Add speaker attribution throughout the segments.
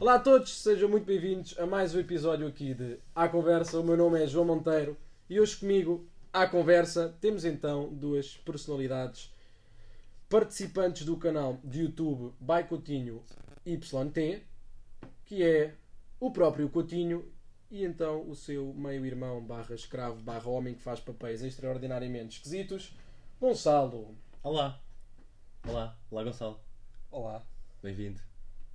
Speaker 1: Olá a todos, sejam muito bem-vindos a mais um episódio aqui de À Conversa. O meu nome é João Monteiro e hoje comigo, à conversa, temos então duas personalidades participantes do canal de YouTube by Coutinho YT, que é o próprio Coutinho e então o seu meio-irmão barra escravo barra homem que faz papéis extraordinariamente esquisitos, Gonçalo.
Speaker 2: Olá. Olá. Olá, Gonçalo.
Speaker 3: Olá,
Speaker 2: Bem-vindo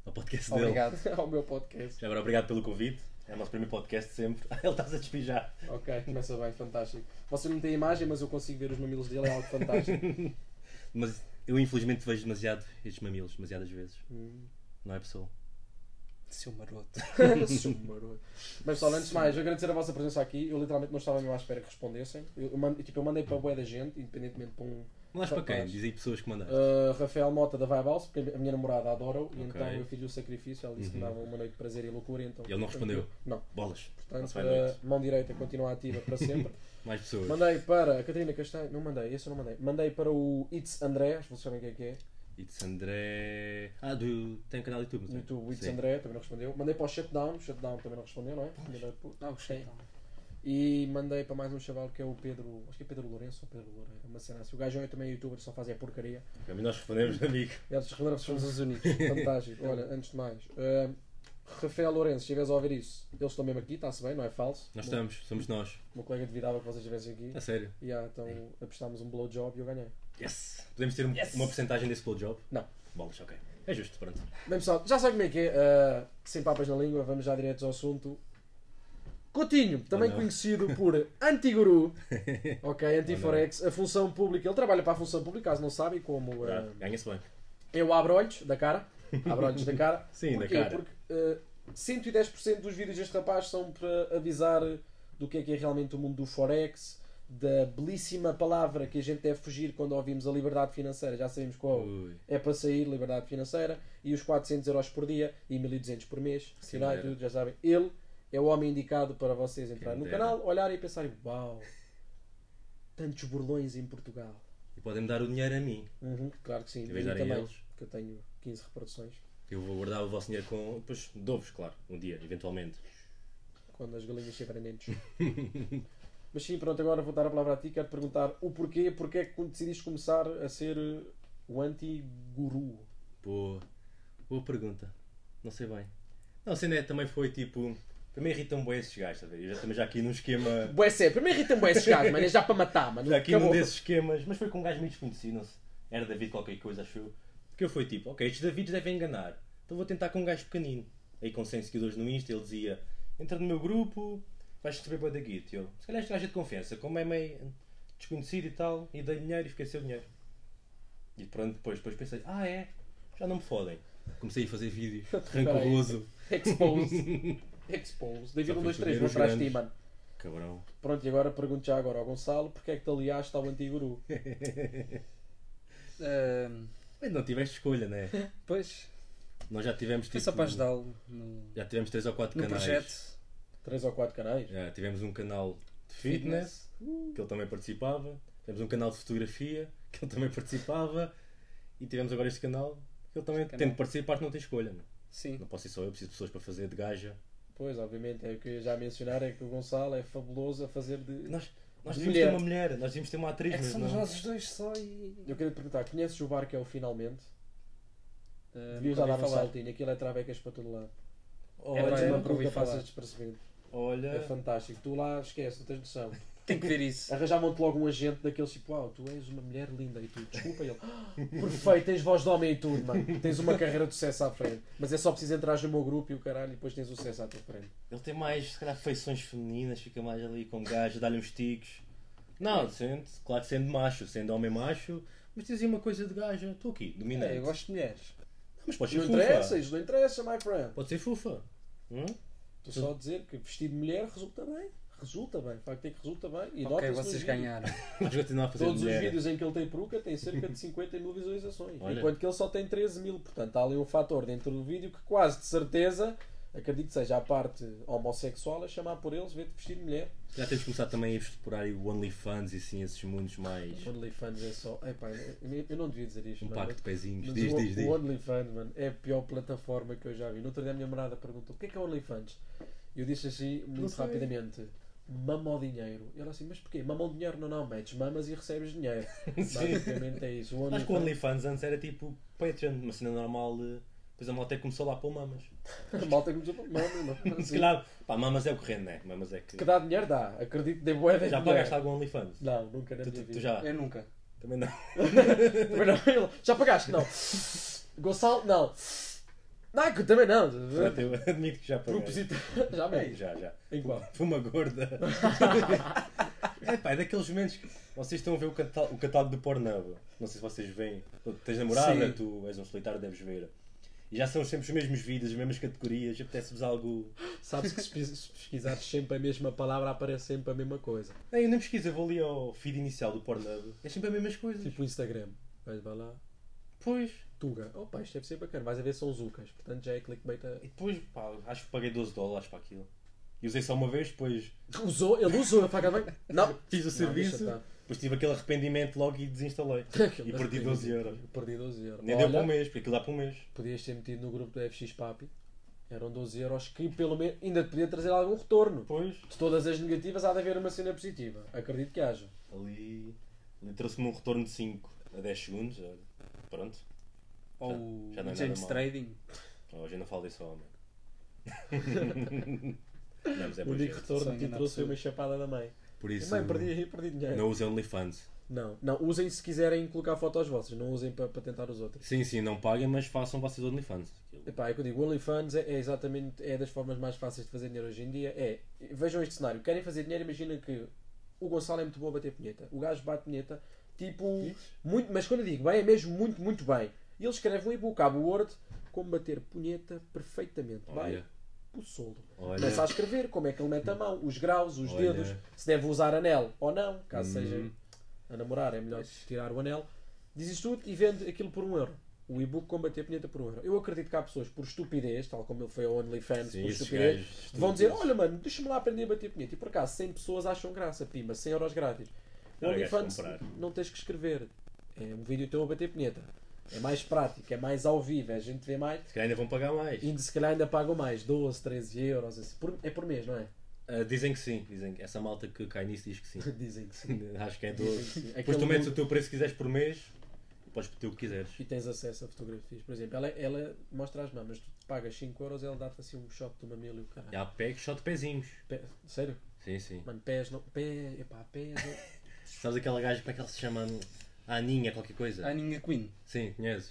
Speaker 2: ao podcast dele.
Speaker 3: obrigado.
Speaker 1: Ao meu podcast.
Speaker 2: Já agora, obrigado pelo convite. É o nosso primeiro podcast de sempre. Ah, Ele está-se a despejar.
Speaker 1: Ok, começa bem, fantástico. Você não tem imagem, mas eu consigo ver os mamilos dele, é algo fantástico.
Speaker 2: Mas eu, infelizmente, vejo demasiado estes mamilos, demasiadas vezes. Não é, pessoal?
Speaker 3: Seu maroto.
Speaker 1: Sou maroto. Mas pessoal, antes de mais, eu agradecer a vossa presença aqui. Eu literalmente não estava mesmo à espera que respondessem. Eu, eu mand- tipo, eu mandei para a bué da gente, independentemente para um.
Speaker 2: Mandaste para quem?
Speaker 1: Rapaz.
Speaker 2: Diz aí pessoas que mandaste.
Speaker 1: Uh, Rafael Mota da Vibe House, porque a minha namorada adora-o, e
Speaker 2: Ok. Uhum.
Speaker 1: então eu fiz o sacrifício. Ela disse que me dava uma noite de prazer e loucura. Então,
Speaker 2: Ele não respondeu?
Speaker 1: Não.
Speaker 2: Bolas. Não
Speaker 1: Portanto,
Speaker 2: se vai
Speaker 1: uh,
Speaker 2: noite.
Speaker 1: mão direita continua ativa para sempre.
Speaker 2: Mais pessoas.
Speaker 1: Mandei para a Catarina Castanho, não mandei, esse eu não mandei. Mandei para o It's André, acho que vocês sabem quem é que é.
Speaker 2: E de André. Ah, do... tem um canal do YouTube, não
Speaker 1: No
Speaker 2: tem?
Speaker 1: YouTube, o It's
Speaker 2: Sim.
Speaker 1: André também não respondeu. Mandei para o Shutdown, o Shutdown também não respondeu, não é? Mandei para o- E mandei para mais um chaval que é o Pedro, acho que é Pedro Lourenço ou Pedro Loureiro, uma cena assim. O gajo é também youtuber, só fazia porcaria.
Speaker 2: Ok, mas nós respondemos, amigo.
Speaker 1: Eles responderam somos os únicos. Fantástico. Olha, antes de mais, ahm, Rafael Lourenço, se estiveres a ouvir isso, eles estão mesmo aqui, está-se bem, não é falso?
Speaker 2: Nós
Speaker 1: O
Speaker 2: estamos, Tá. somos nós.
Speaker 1: meu- O meu colega duvidava que vocês estivessem aqui.
Speaker 2: A sério.
Speaker 1: E ah, então apostámos um blowjob e eu ganhei.
Speaker 2: Yes! Podemos ter um- uma porcentagem desse blowjob?
Speaker 1: Não.
Speaker 2: Bolas, ok. É justo, pronto.
Speaker 1: Bem pessoal, já sabe como é que é, ah, sem papas na língua, vamos já direto ao assunto. Coutinho, também
Speaker 2: não.
Speaker 1: conhecido por Antiguru, ok, Antiforex, a função pública, ele trabalha para a função pública, caso não sabem, como ah,
Speaker 2: Ah, Ganha-se bem.
Speaker 1: eu abro olhos da cara, abro olhos da cara.
Speaker 2: Sim, da
Speaker 1: Porquê?
Speaker 2: cara.
Speaker 1: Porque ah, 110% dos vídeos deste rapaz são para avisar do que é que é realmente o mundo do Forex, da belíssima palavra que a gente deve fugir quando ouvimos a liberdade financeira, já sabemos qual
Speaker 2: Ui.
Speaker 1: é para sair liberdade financeira e os 400 euros por dia e 1200 por mês sinais
Speaker 2: dera.
Speaker 1: tudo já sabem ele é o homem indicado para vocês entrarem no
Speaker 2: dera.
Speaker 1: canal olharem e pensarem uau tantos burlões em Portugal
Speaker 2: E podem-me dar o dinheiro a mim.
Speaker 1: Uhum, claro que sim
Speaker 2: vez
Speaker 1: Vejam
Speaker 2: darem
Speaker 1: também
Speaker 2: eles.
Speaker 1: que eu tenho 15 reproduções
Speaker 2: Eu vou guardar o vosso dinheiro com. Depois dou-vos, claro, um dia, eventualmente.
Speaker 1: quando as galinhas tiverem dentes mas sim pronto agora vou dar a palavra a ti quero te perguntar o porquê porque é que decidiste começar a ser eh, o anti-guru
Speaker 2: Boa. Boa pergunta. Não sei bem. Não, a cena é, também foi tipo. Para mim irritam bem esses gajos, estás a ver? Eu já, também já aqui num esquema.
Speaker 1: Bué, sério, primeiro irritam-me bué esses gajos, mano, é já para matar, mano.
Speaker 2: Já aqui num
Speaker 1: Acabou.
Speaker 2: desses esquemas, mas foi com um gajo meio desconhecido, não sei. Era David qualquer coisa, acho eu. Que eu fui tipo, ok, estes Davids devem enganar. Então vou tentar com um gajo pequenino. Aí com 100 seguidores no Insta, ele dizia: entra no meu grupo, vais receber boa da guita. Eu, se calhar este gajo é de confiança, como é meio desconhecido e tal, e dei dinheiro e fiquei sem o dinheiro. E pronto, depois, depois pensei: ah é, já não me fodem. Comecei a fazer vídeos, rancoroso.
Speaker 1: Expose. Expose. David
Speaker 2: Só
Speaker 1: 1,
Speaker 2: fui
Speaker 1: 2, 3,
Speaker 2: escolher
Speaker 1: vou
Speaker 2: os
Speaker 1: atrás de ti,
Speaker 2: grandes.
Speaker 1: mano.
Speaker 2: Cabrão.
Speaker 1: Pronto, e agora pergunto já agora ao Gonçalo porque é que te aliaste ao antiguru.
Speaker 3: Ahm,
Speaker 2: Mas não tiveste escolha, né?
Speaker 3: pois,
Speaker 2: Nós já tivemos
Speaker 3: foi
Speaker 2: tipo,
Speaker 3: só para ajudá-lo no,
Speaker 2: Já tivemos 3 ou 4
Speaker 3: no
Speaker 2: canais.
Speaker 3: projeto.
Speaker 1: 3 ou 4 canais.
Speaker 2: Já tivemos um canal de fitness, que ele também participava. Tivemos um canal de fotografia, que ele também participava. E tivemos agora este canal, que ele também
Speaker 3: Este canal.
Speaker 2: tem de participar, que não tem escolha. Não,
Speaker 3: Sim.
Speaker 2: não posso ser só eu, preciso de pessoas para fazer de gaja.
Speaker 1: Pois, obviamente, é o que eu ia já mencionar é que o Gonçalo é fabuloso a fazer de.
Speaker 2: Nós, nós
Speaker 1: De
Speaker 2: devíamos
Speaker 1: mulher.
Speaker 2: ter uma mulher, nós devíamos ter uma atriz,
Speaker 3: É que
Speaker 2: mas
Speaker 3: somos
Speaker 2: não.
Speaker 3: nós os dois só e.
Speaker 1: Eu queria te perguntar, conheces o bar que é o finalmente?
Speaker 3: Ah,
Speaker 1: Devias já
Speaker 3: nunca
Speaker 1: dar
Speaker 3: ouvi
Speaker 1: um
Speaker 3: falar.
Speaker 1: saltinho, aquilo é travecas para todo lado.
Speaker 2: Olha,
Speaker 1: Era
Speaker 3: eu
Speaker 1: uma
Speaker 3: nunca ouvi
Speaker 1: pergunta passas
Speaker 3: falar.
Speaker 1: despercebido. É
Speaker 2: olha,
Speaker 1: fantástico. Tu lá esquece, não tens noção.
Speaker 3: Tem que ver isso.
Speaker 1: Arranjavam-te logo um agente daqueles tipo, uau, tu és uma mulher linda e tu, desculpa, e ele, "Ah, perfeito, tens voz de homem e tudo, mano, tens uma carreira de sucesso à frente, mas é só preciso entrar no meu grupo e o caralho, e depois tens o sucesso à tua frente.
Speaker 2: ele tem mais, se calhar, feições femininas, fica mais ali como gaja, dá-lhe uns ticos. Não, sendo, claro que sendo macho, sendo homem macho, mas tens aí uma coisa de gaja, estou aqui, dominante.
Speaker 3: É, eu gosto de mulheres.
Speaker 2: Não, mas pode ser
Speaker 1: Não
Speaker 2: fufa.
Speaker 1: interessa, isto não interessa, my friend.
Speaker 2: Pode ser fufa. Hum?
Speaker 1: Estou só a dizer que vestir de mulher resulta bem, resulta bem, de facto é que resulta bem, e
Speaker 3: ok,
Speaker 1: nota-se nos
Speaker 3: vocês
Speaker 1: vídeos.
Speaker 3: ganharam.
Speaker 2: Mas continuar a fazer
Speaker 1: Todos os
Speaker 2: mulher.
Speaker 1: vídeos em que ele tem peruca têm cerca de 50 mil visualizações,
Speaker 2: Olha.
Speaker 1: enquanto que ele só tem 13 mil, portanto há ali um fator dentro do vídeo que quase de certeza acredito que seja a parte homossexual a chamar por eles, ver-te vestir de mulher.
Speaker 2: Já temos começado também a explorar aí o OnlyFans e assim esses mundos mais.
Speaker 1: O OnlyFans é só. Epá, eu eu não devia dizer isto.
Speaker 2: Um
Speaker 1: mano,
Speaker 2: pacto de pezinhos.
Speaker 1: mas
Speaker 2: Diz,
Speaker 1: o,
Speaker 2: diz, diz.
Speaker 1: o OnlyFans, mano, é a pior plataforma que eu já vi. No outro dia a minha namorada perguntou o que é que é OnlyFans? E eu disse assim, muito
Speaker 2: sei.
Speaker 1: rapidamente, mama o dinheiro. E ela assim, mas porquê? Mama o dinheiro? Não, não, metes mamas e recebes dinheiro. Basicamente é isso. O
Speaker 2: Acho que o OnlyFans antes era tipo Patreon, uma cena normal. eh, Depois a malta é que começou lá a pôr mamas.
Speaker 1: A malta começou a mama, não.
Speaker 2: Se calhar, pá, mamas é o correndo, né? Mamas é que.
Speaker 1: Que dá dinheiro, dá. Acredito que dê bué de
Speaker 2: Já
Speaker 1: dinheiro.
Speaker 2: pagaste algum OnlyFans?
Speaker 1: Não, nunca na
Speaker 2: Tu,
Speaker 1: minha
Speaker 2: tu- tu
Speaker 1: vida.
Speaker 2: já?
Speaker 3: Eu nunca.
Speaker 1: É.
Speaker 2: Também não.
Speaker 1: Também não, ele, já pagaste? Não. Gonçalo? Não. Naco? Também não.
Speaker 2: Eu admito que já paguei.
Speaker 1: Proposito. Já
Speaker 2: Ei,
Speaker 1: bem.
Speaker 2: Já, já.
Speaker 1: Em qual?
Speaker 2: Foi uma gorda. é pá, é daqueles momentos que vocês estão a ver o, catá- o catálogo do Pornhub. Não sei se vocês veem. Tu tens namorada,
Speaker 1: Sim.
Speaker 2: tu és um solitário, deves ver. E já são sempre os mesmos vídeos, as mesmas categorias. Apetece-vos algo.
Speaker 1: Sabes que se pes- se pesquisares sempre a mesma palavra, aparece sempre a mesma coisa.
Speaker 2: Não, eu nem pesquisa, vou ali ao feed inicial do Pornhub. É sempre as mesmas coisas.
Speaker 1: Tipo o Instagram. Vais vai lá.
Speaker 2: Pois.
Speaker 1: Tuga. Opa, isto deve ser bacana. Vais a ver são zucas. Portanto, já é clickbait. A...
Speaker 2: E depois, pá, acho que paguei 12 dólares para aquilo. E usei só uma vez, depois
Speaker 1: Usou? Ele usou a faca de banho? Não.
Speaker 2: fiz o serviço,
Speaker 1: deixa estar.
Speaker 2: depois tive aquele arrependimento logo e desinstalei.
Speaker 1: Aquele
Speaker 2: e perdi 12 euros.
Speaker 1: Perdi 12 euros.
Speaker 2: Nem deu para um mês, porque aquilo dá para um mês.
Speaker 1: Podias ter metido no grupo do FX Papi. Eram 12 euros que pelo menos ainda te podia trazer algum retorno.
Speaker 2: Pois.
Speaker 1: De todas as negativas há de haver uma cena positiva. Acredito que haja.
Speaker 2: Ali, ali trouxe-me um retorno de 5 a 10 segundos. olha. Pronto.
Speaker 3: Ou
Speaker 2: já não é
Speaker 3: o
Speaker 2: nada
Speaker 3: James
Speaker 2: mal.
Speaker 3: Trading.
Speaker 2: Então, Hoje ainda falo desse homem. não, mas é
Speaker 1: o
Speaker 2: boa
Speaker 1: único
Speaker 2: gente.
Speaker 1: retorno
Speaker 3: Só
Speaker 1: que
Speaker 3: enganar
Speaker 1: trouxe foi uma
Speaker 3: pessoas.
Speaker 1: chapada da mãe.
Speaker 2: Por isso,
Speaker 1: mãe, perdi, perdi dinheiro.
Speaker 2: não usem OnlyFans.
Speaker 1: Não. não, usem se quiserem colocar fotos vossas, não usem para para tentar os outros.
Speaker 2: Sim, sim, não paguem, mas façam vocês OnlyFans. Aquilo-
Speaker 1: Epá, é que eu digo, o OnlyFans é, é exatamente é das formas mais fáceis de fazer dinheiro hoje em dia. É, vejam este cenário, querem fazer dinheiro, imagina que o Gonçalo é muito bom a bater punheta. O gajo bate punheta, tipo, muito, mas quando eu digo bem, é mesmo muito, muito bem. E ele escreve um e-book à Word como bater punheta perfeitamente. Vai
Speaker 2: Olha,
Speaker 1: o solo.
Speaker 2: olha.
Speaker 1: Começa a escrever como é que ele mete a mão, os graus, os
Speaker 2: Olha.
Speaker 1: dedos, se deve usar anel ou não, caso
Speaker 2: Hum.
Speaker 1: seja a namorar, é melhor tirar o anel. Diz isto tudo e vende aquilo por um euro. O e-book combater a punheta por um euro. Eu acredito que há pessoas por estupidez, tal como ele foi ao OnlyFans,
Speaker 2: Sim,
Speaker 1: por
Speaker 2: esses
Speaker 1: estupidez,
Speaker 2: gajos
Speaker 1: vão dizer:
Speaker 2: estúpidos.
Speaker 1: Olha, mano, deixa-me lá aprender a bater punheta. E por acaso 100 pessoas acham graça, pimba, 100 euros grátis. O
Speaker 2: Não, é gajo
Speaker 1: OnlyFans
Speaker 2: comprar.
Speaker 1: não tens que escrever. É um vídeo teu a bater punheta. É mais prático, é mais ao vivo, a gente vê mais.
Speaker 2: Se calhar ainda vão pagar mais.
Speaker 1: E ainda, se calhar ainda pagam mais, 12, 13 euros. assim. Por- é por mês, não é?
Speaker 2: Ah, dizem que sim, dizem que essa malta que cai nisso diz que sim.
Speaker 1: Dizem que sim.
Speaker 2: Acho que é 12.
Speaker 1: Sim,
Speaker 2: Depois
Speaker 1: aquele
Speaker 2: tu metes
Speaker 1: mundo-
Speaker 2: o teu preço que quiseres por mês, podes pedir o que quiseres.
Speaker 1: E tens acesso a fotografias. Por exemplo, ela, ela mostra as mamas, tu pagas 5 euros ela dá-te assim um shot do mamilo e o caralho.
Speaker 2: Já pego só de pezinhos.
Speaker 1: Pé- sério?
Speaker 2: Sim, sim.
Speaker 1: Mano, pés não. Pé, epá, pés. não-
Speaker 2: Sabes aquela gaja, como é que ela se chama? A Aninha, qualquer coisa?
Speaker 3: A Ninha Queen.
Speaker 2: Sim, conheces?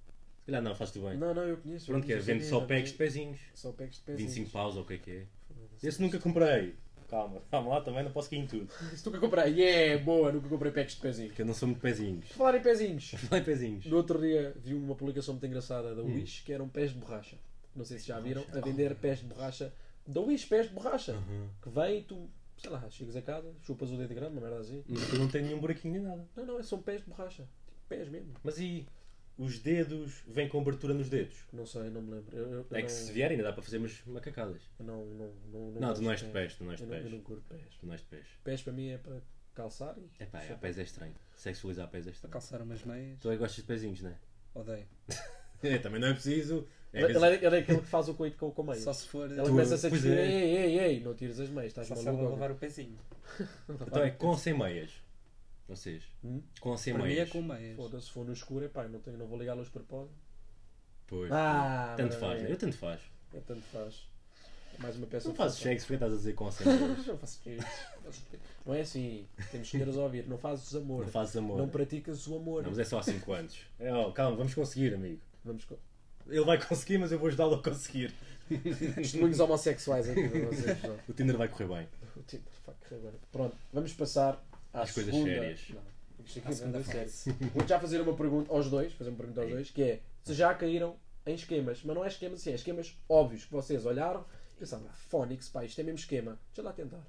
Speaker 2: Se calhar não, faz-te bem.
Speaker 1: Não, não, eu conheço.
Speaker 2: Pronto, que é,
Speaker 1: eu
Speaker 2: vende
Speaker 1: conheço
Speaker 2: só
Speaker 1: essa
Speaker 2: packs de
Speaker 1: menina.
Speaker 2: pezinhos.
Speaker 1: Só packs de pés.
Speaker 2: 25 paus ou o que é que é. Esse nunca comprei. Calma, calma lá, também não posso cair em tudo.
Speaker 1: Se nunca comprei, yeah, boa, nunca comprei packs de pezinhos.
Speaker 2: Porque eu não sou muito pezinhos.
Speaker 1: Por Falar em pezinhos.
Speaker 2: Não é pezinhos.
Speaker 1: No outro dia vi uma publicação muito engraçada
Speaker 2: Hum.
Speaker 1: da Wish que eram pés de borracha. Não sei se já viram, a vender pés de borracha. Da Wish, pés de borracha. Que vem e tu, sei lá, chegas a casa, chupas o dedo grande, uma merda assim.
Speaker 2: Mas tu não tem nenhum buraquinho nem nada.
Speaker 1: Não, não, são pés de borracha. Tipo, pés mesmo.
Speaker 2: Mas e os dedos? Vem com abertura nos dedos?
Speaker 1: Não sei, não me lembro. Eu, eu- eu
Speaker 2: É
Speaker 1: não,
Speaker 2: que se vier ainda dá para fazer umas macacadas.
Speaker 1: eu não, não, não,
Speaker 2: Não, tu não és
Speaker 1: gosto
Speaker 2: de pés, tu não és
Speaker 1: Eu
Speaker 2: de
Speaker 1: não, eu
Speaker 2: pés.
Speaker 1: não curto pés.
Speaker 2: Tu não és de pés.
Speaker 1: Pés para mim é para calçar e.
Speaker 2: Epá,
Speaker 1: Só-
Speaker 2: a pés é estranho. Sexualizar pés é
Speaker 3: Para
Speaker 2: estranho.
Speaker 3: calçar umas meias.
Speaker 2: Tu aí gostas de pezinhos, não é?
Speaker 3: Odeio.
Speaker 2: É, também não é preciso. É,
Speaker 1: Ele,
Speaker 2: que-
Speaker 1: ele é- ele é aquele que faz o coito com, com
Speaker 2: É
Speaker 1: a meia.
Speaker 3: Só se for.
Speaker 1: Ela
Speaker 2: Tu-
Speaker 1: começa a se
Speaker 2: pois
Speaker 1: discutir,
Speaker 2: é.
Speaker 1: ei, ei, ei, não tires as meias, estás
Speaker 3: Só se ela
Speaker 1: maluco.
Speaker 3: lavar o pezinho.
Speaker 2: Então é com ou sem meias? Vocês?
Speaker 1: Hum?
Speaker 2: Com ou sem
Speaker 3: Para mim é
Speaker 2: meias?
Speaker 3: com meias.
Speaker 1: Foda-se, se for no escuro, é pá, não, tenho, não vou ligar a luz por pó.
Speaker 2: Pois.
Speaker 1: Ah, maravilha.
Speaker 2: tanto faz, né? eu tanto faz.
Speaker 1: É tanto faz. É mais uma peça
Speaker 2: Tu não
Speaker 1: de
Speaker 2: fazes
Speaker 1: calçar.
Speaker 2: cheques porque estás a dizer com ou sem meias.
Speaker 1: Não faço cheques. Não é assim. Temos que a ouvir. Não fazes amor.
Speaker 2: não fazes amor.
Speaker 1: Não praticas o amor.
Speaker 2: Não, mas é só há 5 anos. É, ó, calma, vamos conseguir, amigo.
Speaker 1: Vamos com.
Speaker 2: Ele vai conseguir, mas eu vou ajudá-lo a conseguir.
Speaker 1: Testemunhos homossexuais aqui para vocês. não.
Speaker 2: O Tinder vai correr bem.
Speaker 1: O Tinder, fuck, agora. Pronto, vamos passar às
Speaker 2: Às coisas
Speaker 1: segunda-
Speaker 2: sérias.
Speaker 1: Não, isto
Speaker 3: À
Speaker 1: aqui
Speaker 3: segunda
Speaker 1: segunda série. Vou já fazer uma pergunta aos dois, fazer uma pergunta aos dois, que é se já caíram em esquemas, mas não é esquemas assim, é esquemas óbvios que vocês olharam e pensaram, Fónix, pá, isto é mesmo esquema, deixa lá tentar.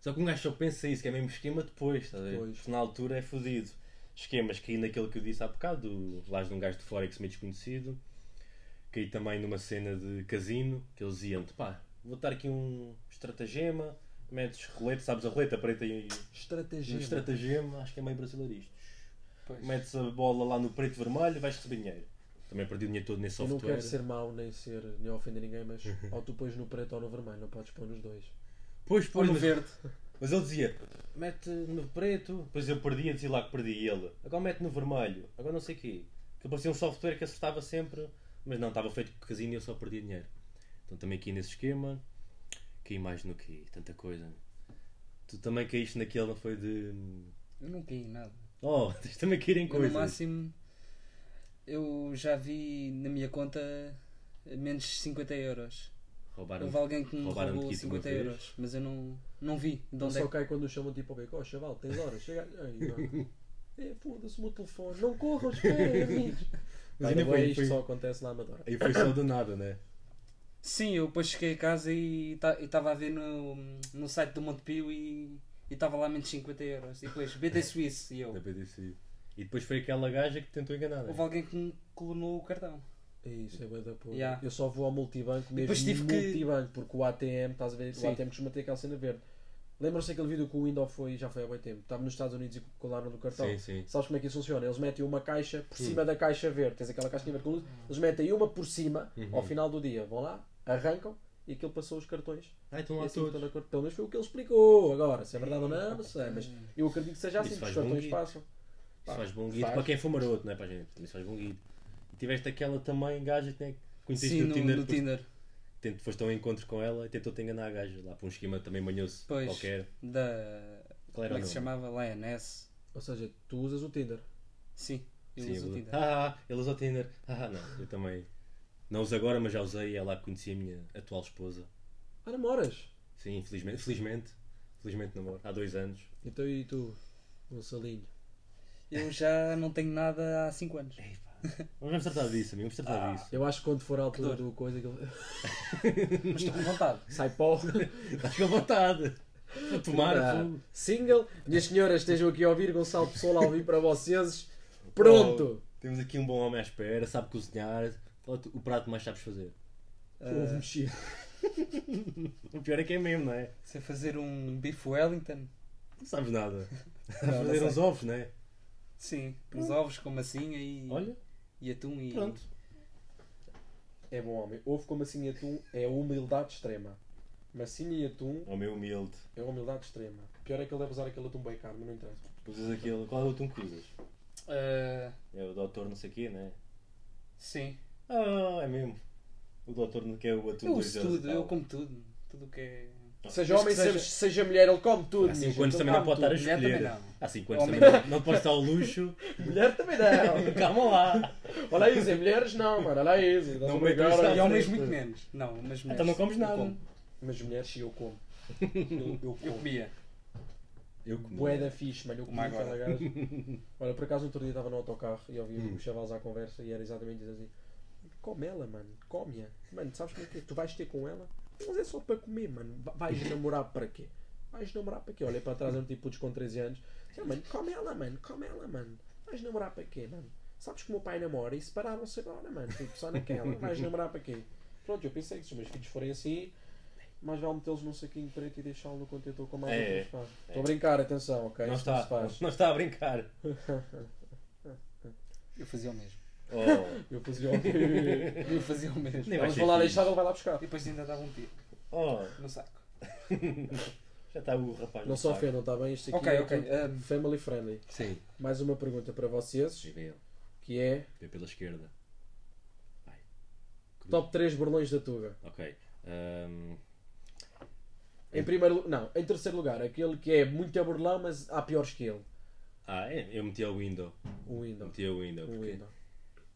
Speaker 2: Só que um gajo só pensa isso, que é mesmo esquema depois, estás a ver?
Speaker 1: Depois.
Speaker 2: Porque na altura é fodido. Esquemas que naquele que eu disse há bocado, do laje de um gajo de fora que se meio desconhecido, Caí também numa cena de casino que eles iam de pá, vou dar aqui um estratagema, metes roleta, sabes a roleta preta e
Speaker 1: Estratégia.
Speaker 2: um estratagema, acho que é meio brasileiro isto.
Speaker 1: Pois.
Speaker 2: Metes a bola lá no preto e vermelho e vais receber dinheiro. Também perdi o dinheiro todo nesse
Speaker 1: Eu não
Speaker 2: software.
Speaker 1: quero ser mau nem ser nem ofender ninguém, mas ou tu pões no preto ou no vermelho, não podes pôr nos dois.
Speaker 2: Pois,
Speaker 3: Ou
Speaker 2: pois,
Speaker 3: no
Speaker 2: mas,
Speaker 3: verde.
Speaker 2: mas ele dizia, mete no preto, depois eu perdia, dizia lá que perdi e ele. Agora mete no vermelho, agora não sei o quê. Que parecia um software que acertava sempre, mas não, estava feito com casino e eu só perdia dinheiro. Então também aqui nesse esquema, caí mais no que tanta coisa. Tu também caíste naquele, não foi de...
Speaker 3: Eu não caí em nada.
Speaker 2: Oh, tens também que ir em
Speaker 3: Eu, no
Speaker 2: coisas.
Speaker 3: máximo, eu já vi na minha conta menos 50 euros.
Speaker 2: Roubaram
Speaker 3: Houve alguém que me
Speaker 2: roubaram-te
Speaker 3: roubou
Speaker 2: kit uma
Speaker 3: 50
Speaker 2: vez.
Speaker 3: euros, mas eu não, não vi de
Speaker 1: Não
Speaker 3: onde
Speaker 1: só
Speaker 3: é que...
Speaker 1: cai quando o chamam tipo ao beco, oh chaval, tens horas, chega. Ai, não. É, foda-se o meu telefone, não corram, espera, amigos.
Speaker 2: Mas
Speaker 1: Mas
Speaker 2: ainda
Speaker 1: ainda
Speaker 2: foi-
Speaker 1: isto
Speaker 2: foi-
Speaker 1: só acontece na Amadora.
Speaker 2: Aí foi só do nada, né?
Speaker 3: Sim, eu depois cheguei a casa e estava a ver no, no site do Montepio e estava lá menos 50 euros. E depois, BT Suisse e
Speaker 2: Na
Speaker 3: eu.
Speaker 2: PDC. E depois foi aquela gaja que tentou enganar. né?
Speaker 3: Houve alguém que me clonou o cartão.
Speaker 1: É Isso é bué da porra.
Speaker 3: Yeah.
Speaker 1: Eu só vou ao multibanco
Speaker 3: E
Speaker 1: mesmo.
Speaker 3: depois tive que-
Speaker 1: multibanco, porque o ATM, estás a ver?
Speaker 3: Sim.
Speaker 1: O ATM costuma ter aquela cena verde. Lembram-se daquele vídeo que o Windows foi, já foi há bem tempo. Estava nos Estados Unidos e colaram do cartão.
Speaker 2: Sim, sim.
Speaker 1: Sabes como é que isso funciona? Eles metem uma caixa por cima da caixa verde. Tens aquela caixa verde com
Speaker 3: Uhum.
Speaker 1: luz. Eles metem uma por cima ao final do dia. Vão lá, arrancam e aquilo passou os cartões.
Speaker 2: Ah, então
Speaker 1: E
Speaker 2: lá
Speaker 1: assim
Speaker 2: todos.
Speaker 1: estão na cor- Pelo menos foi o que ele explicou. Agora, se é verdade ou não, não sei. Mas eu acredito que seja
Speaker 2: Isso
Speaker 1: assim, que os
Speaker 2: faz bom
Speaker 1: cartões
Speaker 2: guito.
Speaker 1: passam.
Speaker 2: Isso faz bom guido
Speaker 1: faz.
Speaker 2: para quem for maroto, não é para a gente? Isso faz bom guido. E tiveste aquela também gaja que né, conheceste
Speaker 3: Sim,
Speaker 2: no,
Speaker 3: no,
Speaker 2: Tinder.
Speaker 3: no
Speaker 2: depois
Speaker 3: Tinder.
Speaker 2: tent- Foste a um encontro com ela e tentou-te enganar a gaja. Lá para um esquema também manhoso
Speaker 3: Pois.
Speaker 2: qualquer.
Speaker 3: Da...
Speaker 2: Qual era
Speaker 3: Como é
Speaker 2: o
Speaker 3: que se
Speaker 2: nome?
Speaker 3: chamava? Lioness.
Speaker 1: Ou seja, tu usas o Tinder.
Speaker 3: Sim, eu
Speaker 2: Sim,
Speaker 3: uso o
Speaker 2: eu-
Speaker 3: Tinder.
Speaker 2: Ah, ah, ele usa o Tinder. Ah, ah, não, eu também. Não uso agora, mas já usei. e É lá que conheci a minha atual esposa.
Speaker 1: Ah, namoras?
Speaker 2: Sim, infelizmente. Felizmente. Felizmente namoro. Há dois anos.
Speaker 1: Então e tu, Gonçalinho?
Speaker 3: Eu já não tenho nada há 5 anos.
Speaker 2: É. Vamos tratar disso, amigo. Vamos tratar
Speaker 3: Ah.
Speaker 2: disso.
Speaker 1: Eu acho que quando for a altura
Speaker 3: Que
Speaker 1: do coisa, que ele-
Speaker 3: Mas estou com vontade.
Speaker 1: sai pó.
Speaker 2: Estás com vontade. Vou tomar fogo.
Speaker 1: Ah, Single. Minhas senhoras, estejam aqui a ouvir. Gonçalo Pessoa ao vivo para vocês. Pronto.
Speaker 2: Oh, temos aqui um bom homem à espera, sabe cozinhar. Qual é o prato que mais sabes fazer?
Speaker 1: Houve mexido.
Speaker 2: O pior é que é mesmo, não é?
Speaker 3: Sei fazer um bife Wellington.
Speaker 2: Não sabes nada. Sabes
Speaker 3: Não, não
Speaker 2: fazer
Speaker 3: sei.
Speaker 2: uns ovos, não é?
Speaker 3: Sim, uns ovos com massinha e,
Speaker 2: Hum. Olha,
Speaker 3: e atum e...
Speaker 2: pronto.
Speaker 1: É bom homem. Houve como assim atum é humildade extrema. Massinha e atum
Speaker 2: Ao meu humilde.
Speaker 1: é humildade extrema. Pior é que ele deve usar aquele atum bem caro, mas não interessa.
Speaker 2: Usas aquele. Qual é o tom que usas?
Speaker 3: Ah,
Speaker 2: É o doutor não sei o quê, não é?
Speaker 3: sim,
Speaker 2: Ah, é mesmo. O doutor não quer o atum
Speaker 3: eu
Speaker 2: dois
Speaker 3: uso
Speaker 2: euros e
Speaker 3: tudo,
Speaker 2: tal.
Speaker 3: eu como tudo. Tudo o que é...
Speaker 1: Seja
Speaker 3: Mas
Speaker 1: homem,
Speaker 3: que seja-
Speaker 1: seja... seja mulher, ele come tudo.
Speaker 2: Há
Speaker 1: minha
Speaker 2: 5 anos
Speaker 1: gente,
Speaker 2: também
Speaker 1: ele
Speaker 2: não pode
Speaker 1: come
Speaker 2: estar a
Speaker 1: tudo.
Speaker 3: Mulher
Speaker 2: escolher.
Speaker 3: também não.
Speaker 2: Há 5 anos
Speaker 3: Homem
Speaker 2: também não, não te pode estar ao luxo.
Speaker 1: Mulher também não.
Speaker 2: Calma lá.
Speaker 1: Olha isso, em mulheres não, mano. Olha isso. Estás
Speaker 2: Não
Speaker 1: a
Speaker 2: metas
Speaker 1: brincar,
Speaker 2: isso à
Speaker 1: olha
Speaker 3: E ao
Speaker 1: isso.
Speaker 3: mesmo muito menos. Não, mas menos.
Speaker 2: Tá Então não comes nada.
Speaker 3: como.
Speaker 1: Mas mulheres, sim, eu como. Eu, eu
Speaker 3: Eu
Speaker 1: como.
Speaker 3: comia.
Speaker 2: Eu
Speaker 1: Bué da fixe, mano. Eu comi
Speaker 3: Como agora.
Speaker 1: aquela gaja. Olha, por acaso outro dia estava no autocarro e ouvi os chavales à conversa e era exatamente isso assim. Come ela, mano. Come-a. Mano, sabes como é que é? Tu vais ter com ela? Mas é só para comer, mano. Va- Vais namorar para quê? Vais namorar para quê? Olhei para trás, era um tipo putos com 13 anos. Dizia, mano, come ela, mano. Come ela, mano. Vais namorar para quê, mano? Sabes que o meu pai namora e separaram-se agora, mano. Tipo, só naquela. Vais namorar para quê? Pronto, eu pensei que se os meus filhos forem assim, mais vale metê-los num saquinho preto e deixá-lo no contentor como alguém
Speaker 2: É,
Speaker 1: é,
Speaker 2: é.
Speaker 1: faz. Estou a brincar, atenção, ok?
Speaker 2: Não
Speaker 1: Isto não
Speaker 2: está,
Speaker 1: se faz.
Speaker 2: não está a brincar.
Speaker 3: Eu fazia o mesmo.
Speaker 2: Oh.
Speaker 1: Eu fazia o
Speaker 3: Eu fazia o mesmo.
Speaker 2: Nem vai
Speaker 1: Vamos
Speaker 2: ser
Speaker 1: falar
Speaker 2: fixe.
Speaker 1: deixar, ele vai lá buscar.
Speaker 3: E depois ainda dava um tiro
Speaker 2: Oh,
Speaker 3: no saco.
Speaker 2: já está o rapaz.
Speaker 1: Não
Speaker 2: no
Speaker 1: se
Speaker 2: saco.
Speaker 1: ofendam, está bem? Isto aqui
Speaker 3: Ok,
Speaker 1: é
Speaker 3: ok.
Speaker 1: tudo
Speaker 3: ah,
Speaker 1: family friendly.
Speaker 2: Sim.
Speaker 1: Mais uma pergunta para vocês,
Speaker 2: Vê ele.
Speaker 1: que é
Speaker 2: Vê pela esquerda. Vai. Cruz.
Speaker 1: top 3 burlões da Tuga.
Speaker 2: Ok. Ahm,
Speaker 1: Em primeiro lu- não, em terceiro lugar, aquele que é muito burlão, mas há piores que ele. Um
Speaker 2: Ah, é, eu meti o window.
Speaker 1: O Window.
Speaker 2: Meti o window.
Speaker 1: O
Speaker 2: porque-
Speaker 1: Window.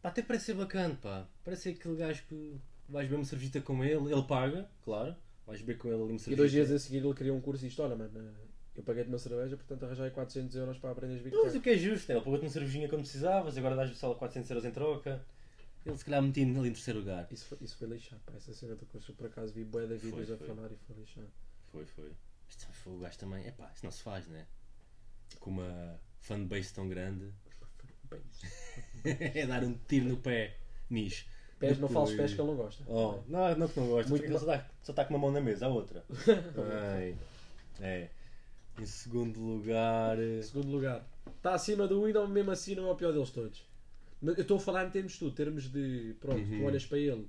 Speaker 2: Pá, até parece ser bacana, pá. Parece aquele gajo que vais ver uma servita com ele, ele paga, claro. Vais beber com ele ali uma
Speaker 1: E
Speaker 2: servita.
Speaker 1: dois dias a seguir ele criou um curso e isto, olha mano, eu paguei-te uma cerveja, portanto arranjei 400 euros para aprender as
Speaker 2: Não, Mas
Speaker 1: Bitcoin.
Speaker 2: o que é justo, é, ele pagou-te uma cervejinha quando precisavas, agora dás-lhe só 400 euros em troca. Ele se calhar meti ali em terceiro lugar.
Speaker 1: Isso foi, isso foi lixado, pá, essa cena do curso, eu por acaso vi bué de vídeos a
Speaker 2: foi.
Speaker 1: falar e foi lixado.
Speaker 2: Foi, foi. Mas também foi o gajo também. É pá, isso não se faz, né? Com uma fanbase tão grande.
Speaker 1: Bem,
Speaker 2: é dar um tiro no pé nisso.
Speaker 1: Pés, não
Speaker 2: Depois-
Speaker 1: fales pés que ele não gosta.
Speaker 2: Oh, não, não que não gosto.
Speaker 1: Muito
Speaker 2: Muito só, está, só tá com uma mão na mesa, a outra. Ai, é. Em segundo lugar. eh,
Speaker 1: Em segundo lugar, está acima do Whedon, mesmo assim não é o pior deles todos. Mas eu estou a falar em termos de tudo, termos de, pronto,
Speaker 2: Uhum.
Speaker 1: tu olhas para ele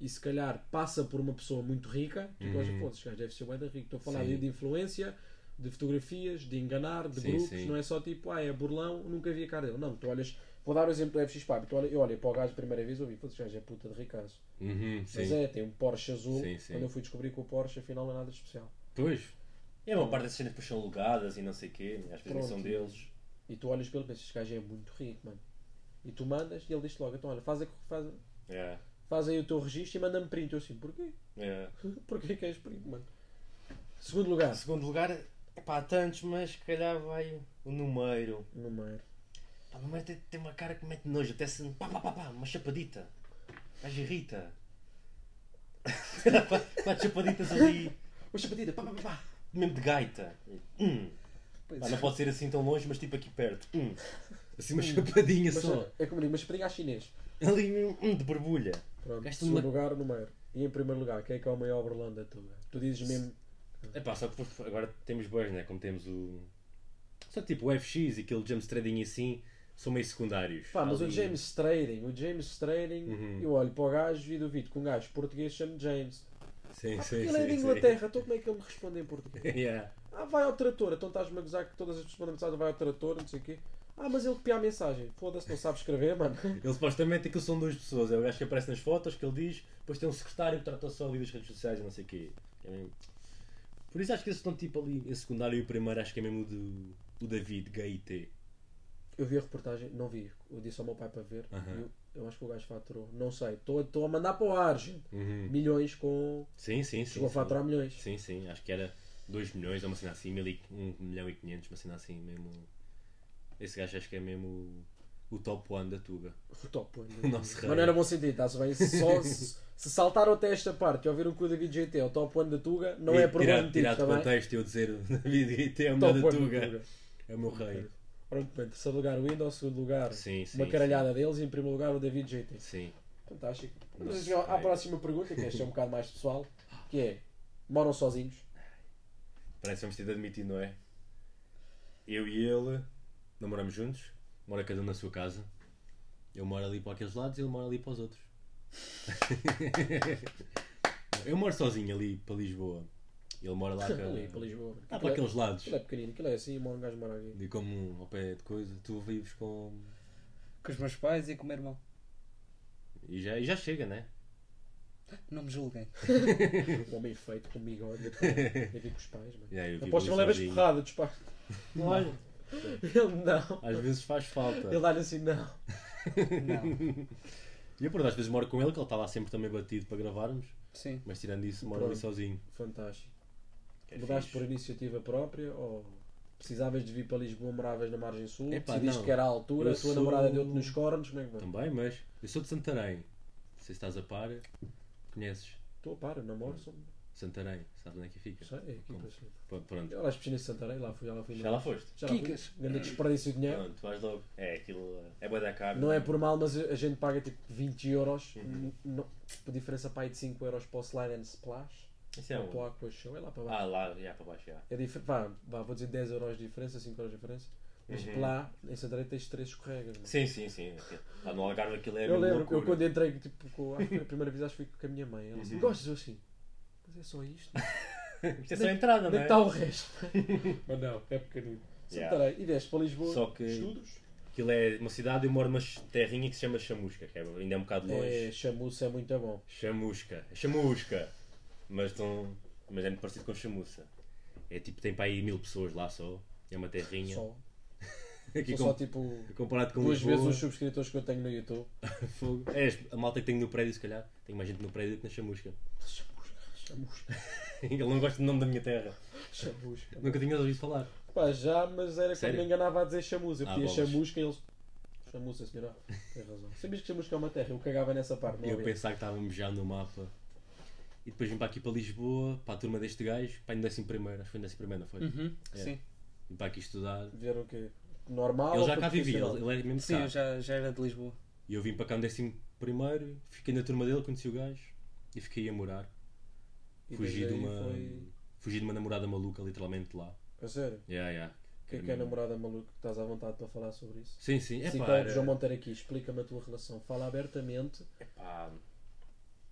Speaker 1: e se calhar passa por uma pessoa muito rica, tu gostas, pô, este gajo deve ser bué da rico. Estou a falar
Speaker 2: Uhum. Sim.
Speaker 1: de, de influência, de fotografias, de enganar, de
Speaker 2: Sim,
Speaker 1: grupos,
Speaker 2: sim.
Speaker 1: não é só tipo, ah, é burlão, nunca vi a cara dele. Não, tu olhas, vou dar o exemplo do FX Pab, tu olha, eu olho para o gajo a primeira vez e ouvi, pô, este gajo é puta de ricaço.
Speaker 2: Uhum,
Speaker 1: Mas
Speaker 2: sim.
Speaker 1: é, tem um Porsche azul,
Speaker 2: Sim, sim.
Speaker 1: quando eu fui descobrir que o Porsche afinal não é nada de especial.
Speaker 2: Pois. E a maior É parte das cenas depois são alugadas e não sei o quê. né? Às vezes nem
Speaker 1: Pronto.
Speaker 2: são deles.
Speaker 1: E tu olhas para ele e pensas, este gajo é muito rico, mano. E tu mandas e ele diz logo, então olha, faz, a, faz,
Speaker 2: É.
Speaker 1: faz aí o teu registro e manda-me print. Eu assim, porquê?
Speaker 2: é.
Speaker 1: Porquê que és print, mano? Segundo lugar.
Speaker 2: Em segundo lugar, pá, há tantos, mas se calhar vai o número.
Speaker 1: Número.
Speaker 2: Pá, o número tem, tem uma cara que me mete nojo. Até se. pá, pá, pá, pá, uma chapadita. Mas irrita. Quatro chapaditas ali. Uma chapadita, pá, pá, pá, pá. Mesmo de gaita. Hum.
Speaker 3: Pois.
Speaker 2: Pá, não pode ser assim tão longe, mas tipo aqui perto. Hum. Assim uma chapadinha
Speaker 1: Um. Mas, é como digo, mas periga à chinês.
Speaker 2: Ali hum, de borbulha.
Speaker 1: Pronto.
Speaker 2: Gasta
Speaker 1: segundo
Speaker 2: uma- Então,
Speaker 1: lugar, número. E em primeiro lugar, quem é que é o maior burlão da tua? Tu dizes mesmo.
Speaker 2: É pá, só que por- agora temos boas, né? Como temos o. Só que tipo o FX e aquele James Trading e assim são meio secundários.
Speaker 1: Pá, mas o
Speaker 2: Ali-
Speaker 1: James Trading, o James Trading, eu olho para o gajo e duvido que um gajo português chame James.
Speaker 2: Sim,
Speaker 1: Ah, porque
Speaker 2: sim,
Speaker 1: ele
Speaker 2: sim,
Speaker 1: é de
Speaker 2: sim.
Speaker 1: Inglaterra, então como é que ele me responde em português?
Speaker 2: Yeah.
Speaker 1: Ah, vai ao trator. Então estás-me a gozar que todas as pessoas mandam mensagem vai ao trator, não sei o quê. Ah, mas ele copia a mensagem. Foda-se, não sabe escrever, mano.
Speaker 2: Ele supostamente aquilo são duas pessoas. É o gajo que aparece nas fotos que ele diz, depois tem um secretário que trata só ali das redes sociais e não sei o quê. É mesmo- Por isso acho que esses estão tipo ali em secundário e o primeiro acho que é mesmo o do o David Gaite.
Speaker 1: Eu vi a reportagem, não vi. Eu disse ao meu pai para ver.
Speaker 2: Aham.
Speaker 1: Eu, eu acho que o gajo faturou. Não sei. Estou a mandar para o ar, gente. Milhões com.
Speaker 2: Sim, sim, Uhum. sim.
Speaker 1: Chegou a
Speaker 2: sim.
Speaker 1: faturar milhões.
Speaker 2: Sim, sim, acho que era 2 milhões, ou uma cena assim, 1 milhão e 500, uma cena assim mesmo. Esse gajo acho que é mesmo o, o top 1 da Tuga.
Speaker 1: O top. né?
Speaker 2: O nosso
Speaker 1: Mas
Speaker 2: rei.
Speaker 1: não era bom sentido, está-se bem. Só se, se saltaram até esta parte e ouviram que o David GT é o top 1 da Tuga, não
Speaker 2: E
Speaker 1: é por
Speaker 2: tirar,
Speaker 1: um motivo,
Speaker 2: tirar de
Speaker 1: está bem?
Speaker 2: contexto eu dizer o David Gaite é o melhor
Speaker 1: Top
Speaker 2: da
Speaker 1: 1 da
Speaker 2: Tuga.
Speaker 1: Tuga.
Speaker 2: É o meu rei.
Speaker 1: Pronto, bem, terceiro lugar o Windows, segundo lugar
Speaker 2: Sim, sim,
Speaker 1: uma caralhada deles e em primeiro lugar o David GT.
Speaker 2: Sim.
Speaker 1: Fantástico. Vamos
Speaker 2: Nossa,
Speaker 1: chegar assim, à
Speaker 2: é.
Speaker 1: próxima pergunta, que esta é um bocado mais pessoal, que é moram sozinhos?
Speaker 2: Parece que vamos ter de admitir, não é? Eu e ele namoramos juntos, mora cada um na sua casa. Eu moro ali para aqueles lados e ele mora ali para os outros. eu moro sozinho ali para Lisboa. Ele mora lá com-
Speaker 1: Ali, para Lisboa.
Speaker 2: Ah, para aqueles lados.
Speaker 1: Aquilo é pequenino, aquilo é assim, mora um gajo mora aqui.
Speaker 2: E como um ao pé de coisa, tu vives com.
Speaker 3: Com os meus pais e com o meu irmão.
Speaker 2: E já, e já chega, né?
Speaker 3: Não me julguem.
Speaker 1: Um homem feito, com bigode, pá, eu vi com os pais, mano.
Speaker 2: E aí eu vivo
Speaker 1: Aposto que
Speaker 2: ali
Speaker 1: ele levas
Speaker 2: sozinho.
Speaker 1: porrada dos pais.
Speaker 2: Olha,
Speaker 1: Ele não.
Speaker 2: Às vezes faz falta.
Speaker 1: Ele dá-lhe assim, não.
Speaker 3: Não.
Speaker 2: E eu, pronto, às vezes moro com ele, que ele está lá sempre também batido para gravarmos.
Speaker 3: Sim.
Speaker 2: Mas tirando isso, moro ali
Speaker 1: Pronto.
Speaker 2: sozinho.
Speaker 1: Fantástico.
Speaker 2: É
Speaker 1: Mudaste
Speaker 2: fixe.
Speaker 1: por iniciativa própria ou precisavas de vir para Lisboa, moravas na margem sul,
Speaker 2: Epá,
Speaker 1: decidiste
Speaker 2: não.
Speaker 1: que era a altura, a
Speaker 2: Eu
Speaker 1: tua
Speaker 2: sou-
Speaker 1: namorada deu-te nos cornos, como é que vai?
Speaker 2: Também, mas eu sou de Santarém. Não sei se estás a par. Conheces
Speaker 1: Estou a par, eu namoro, sou...
Speaker 2: Santarém? Sabes onde é que fica?
Speaker 1: sei, é aqui
Speaker 2: Como?
Speaker 1: para cima.
Speaker 2: Pô, Pronto.
Speaker 1: Eu lá as piscinas de Santarém, lá fui, lá fui.
Speaker 2: Já lá foste?
Speaker 1: Já lá fui.
Speaker 3: Quicas.
Speaker 1: Grande desperdício de dinheiro.
Speaker 2: Pronto, vais logo. É, aquilo uh, é boa da cara.
Speaker 1: Não é por mal, mas a gente paga tipo 20 euros,
Speaker 2: Uhum.
Speaker 1: n- não- tipo, a diferença para aí de 5 euros para o Slide and Splash,
Speaker 2: Isso é
Speaker 1: ou para o
Speaker 2: um...
Speaker 1: Aqua Show, é lá para baixo.
Speaker 2: Ah, lá, já para baixo, já.
Speaker 1: É diferente, vá, vá, vou dizer 10 euros de diferença, 5 euros de diferença, mas
Speaker 2: Uhum.
Speaker 1: lá em Santarém tens 3 escorregas. mano.
Speaker 2: Sim, sim, sim. Lá no Algarve aquilo é
Speaker 1: eu
Speaker 2: mesmo
Speaker 1: lembro,
Speaker 2: loucura.
Speaker 1: eu quando entrei, tipo, com, acho que a primeira vez acho que fui com a minha mãe, ela disse,
Speaker 2: Uhum.
Speaker 1: gostas? Eu assim, mas é só isto?
Speaker 2: Isto é só a entrada,
Speaker 1: Onde
Speaker 2: não
Speaker 1: é que
Speaker 2: é?
Speaker 1: está o resto? mas não, é pequenino.
Speaker 2: Yeah.
Speaker 1: Santarém, e vieste para Lisboa,
Speaker 2: Só que-
Speaker 1: estudos?
Speaker 2: Aquilo é uma cidade, eu moro numa terrinha que se chama Chamusca, que é, ainda é um bocado longe.
Speaker 1: É, chamuça é muito bom.
Speaker 2: Chamusca. Chamusca! Mas, tão, mas é muito parecido com Chamuça. É tipo, tem para aí mil pessoas lá só. É uma terrinha.
Speaker 1: Só,
Speaker 2: Aqui
Speaker 1: são só
Speaker 2: com,
Speaker 1: tipo...
Speaker 2: comparado com
Speaker 1: Duas
Speaker 2: Lisboa,
Speaker 1: vezes os subscritores que eu tenho no YouTube.
Speaker 2: fogo. É, a malta que tenho no prédio, se calhar. Tenho mais gente no prédio que na Chamusca.
Speaker 1: Chamusca,
Speaker 2: Ele não gosta do nome da minha terra.
Speaker 1: chamusca.
Speaker 2: Nunca tinha ouvido falar.
Speaker 1: Pá, já, mas era quando
Speaker 2: Sério?
Speaker 1: me enganava a dizer chamus. Eu
Speaker 2: Ah,
Speaker 1: pedia
Speaker 2: bolas.
Speaker 1: chamusca e eles. Chamusca, senhora. Tem razão. Sabias que chamusca é uma terra? Eu cagava nessa parte. Não
Speaker 2: Eu
Speaker 1: havia.
Speaker 2: pensava que estávamos já no mapa. E depois vim para aqui para Lisboa, para a turma deste gajo, para em 11 primeiro, acho que foi em 11 primeiro, não foi?
Speaker 3: Uhum.
Speaker 2: É.
Speaker 3: Sim.
Speaker 2: Vim para aqui estudar.
Speaker 1: Ver o quê? Normal?
Speaker 2: Ele
Speaker 1: ou
Speaker 2: já cá vivia,
Speaker 1: profissional?
Speaker 2: ele, ele é mesmo
Speaker 3: Sim,
Speaker 2: cá.
Speaker 3: eu já, já era de Lisboa.
Speaker 2: E eu vim para cá no décimo primeiro, fiquei na turma dele, conheci o gajo e fiquei a morar.
Speaker 1: E
Speaker 2: Fugi
Speaker 1: desde
Speaker 2: de,
Speaker 1: aí
Speaker 2: uma,
Speaker 1: foi-
Speaker 2: fugi de uma namorada maluca, literalmente lá.
Speaker 1: A sério?
Speaker 2: Yeah, yeah.
Speaker 1: O que é que é
Speaker 2: Era mesmo-
Speaker 1: namorada maluca que estás à vontade para falar sobre isso?
Speaker 2: Sim, sim. É
Speaker 1: Sim,
Speaker 2: pá,
Speaker 1: qual é
Speaker 2: era-
Speaker 1: o João Monteiro aqui? Explica-me a tua relação. Fala abertamente.
Speaker 2: Pá,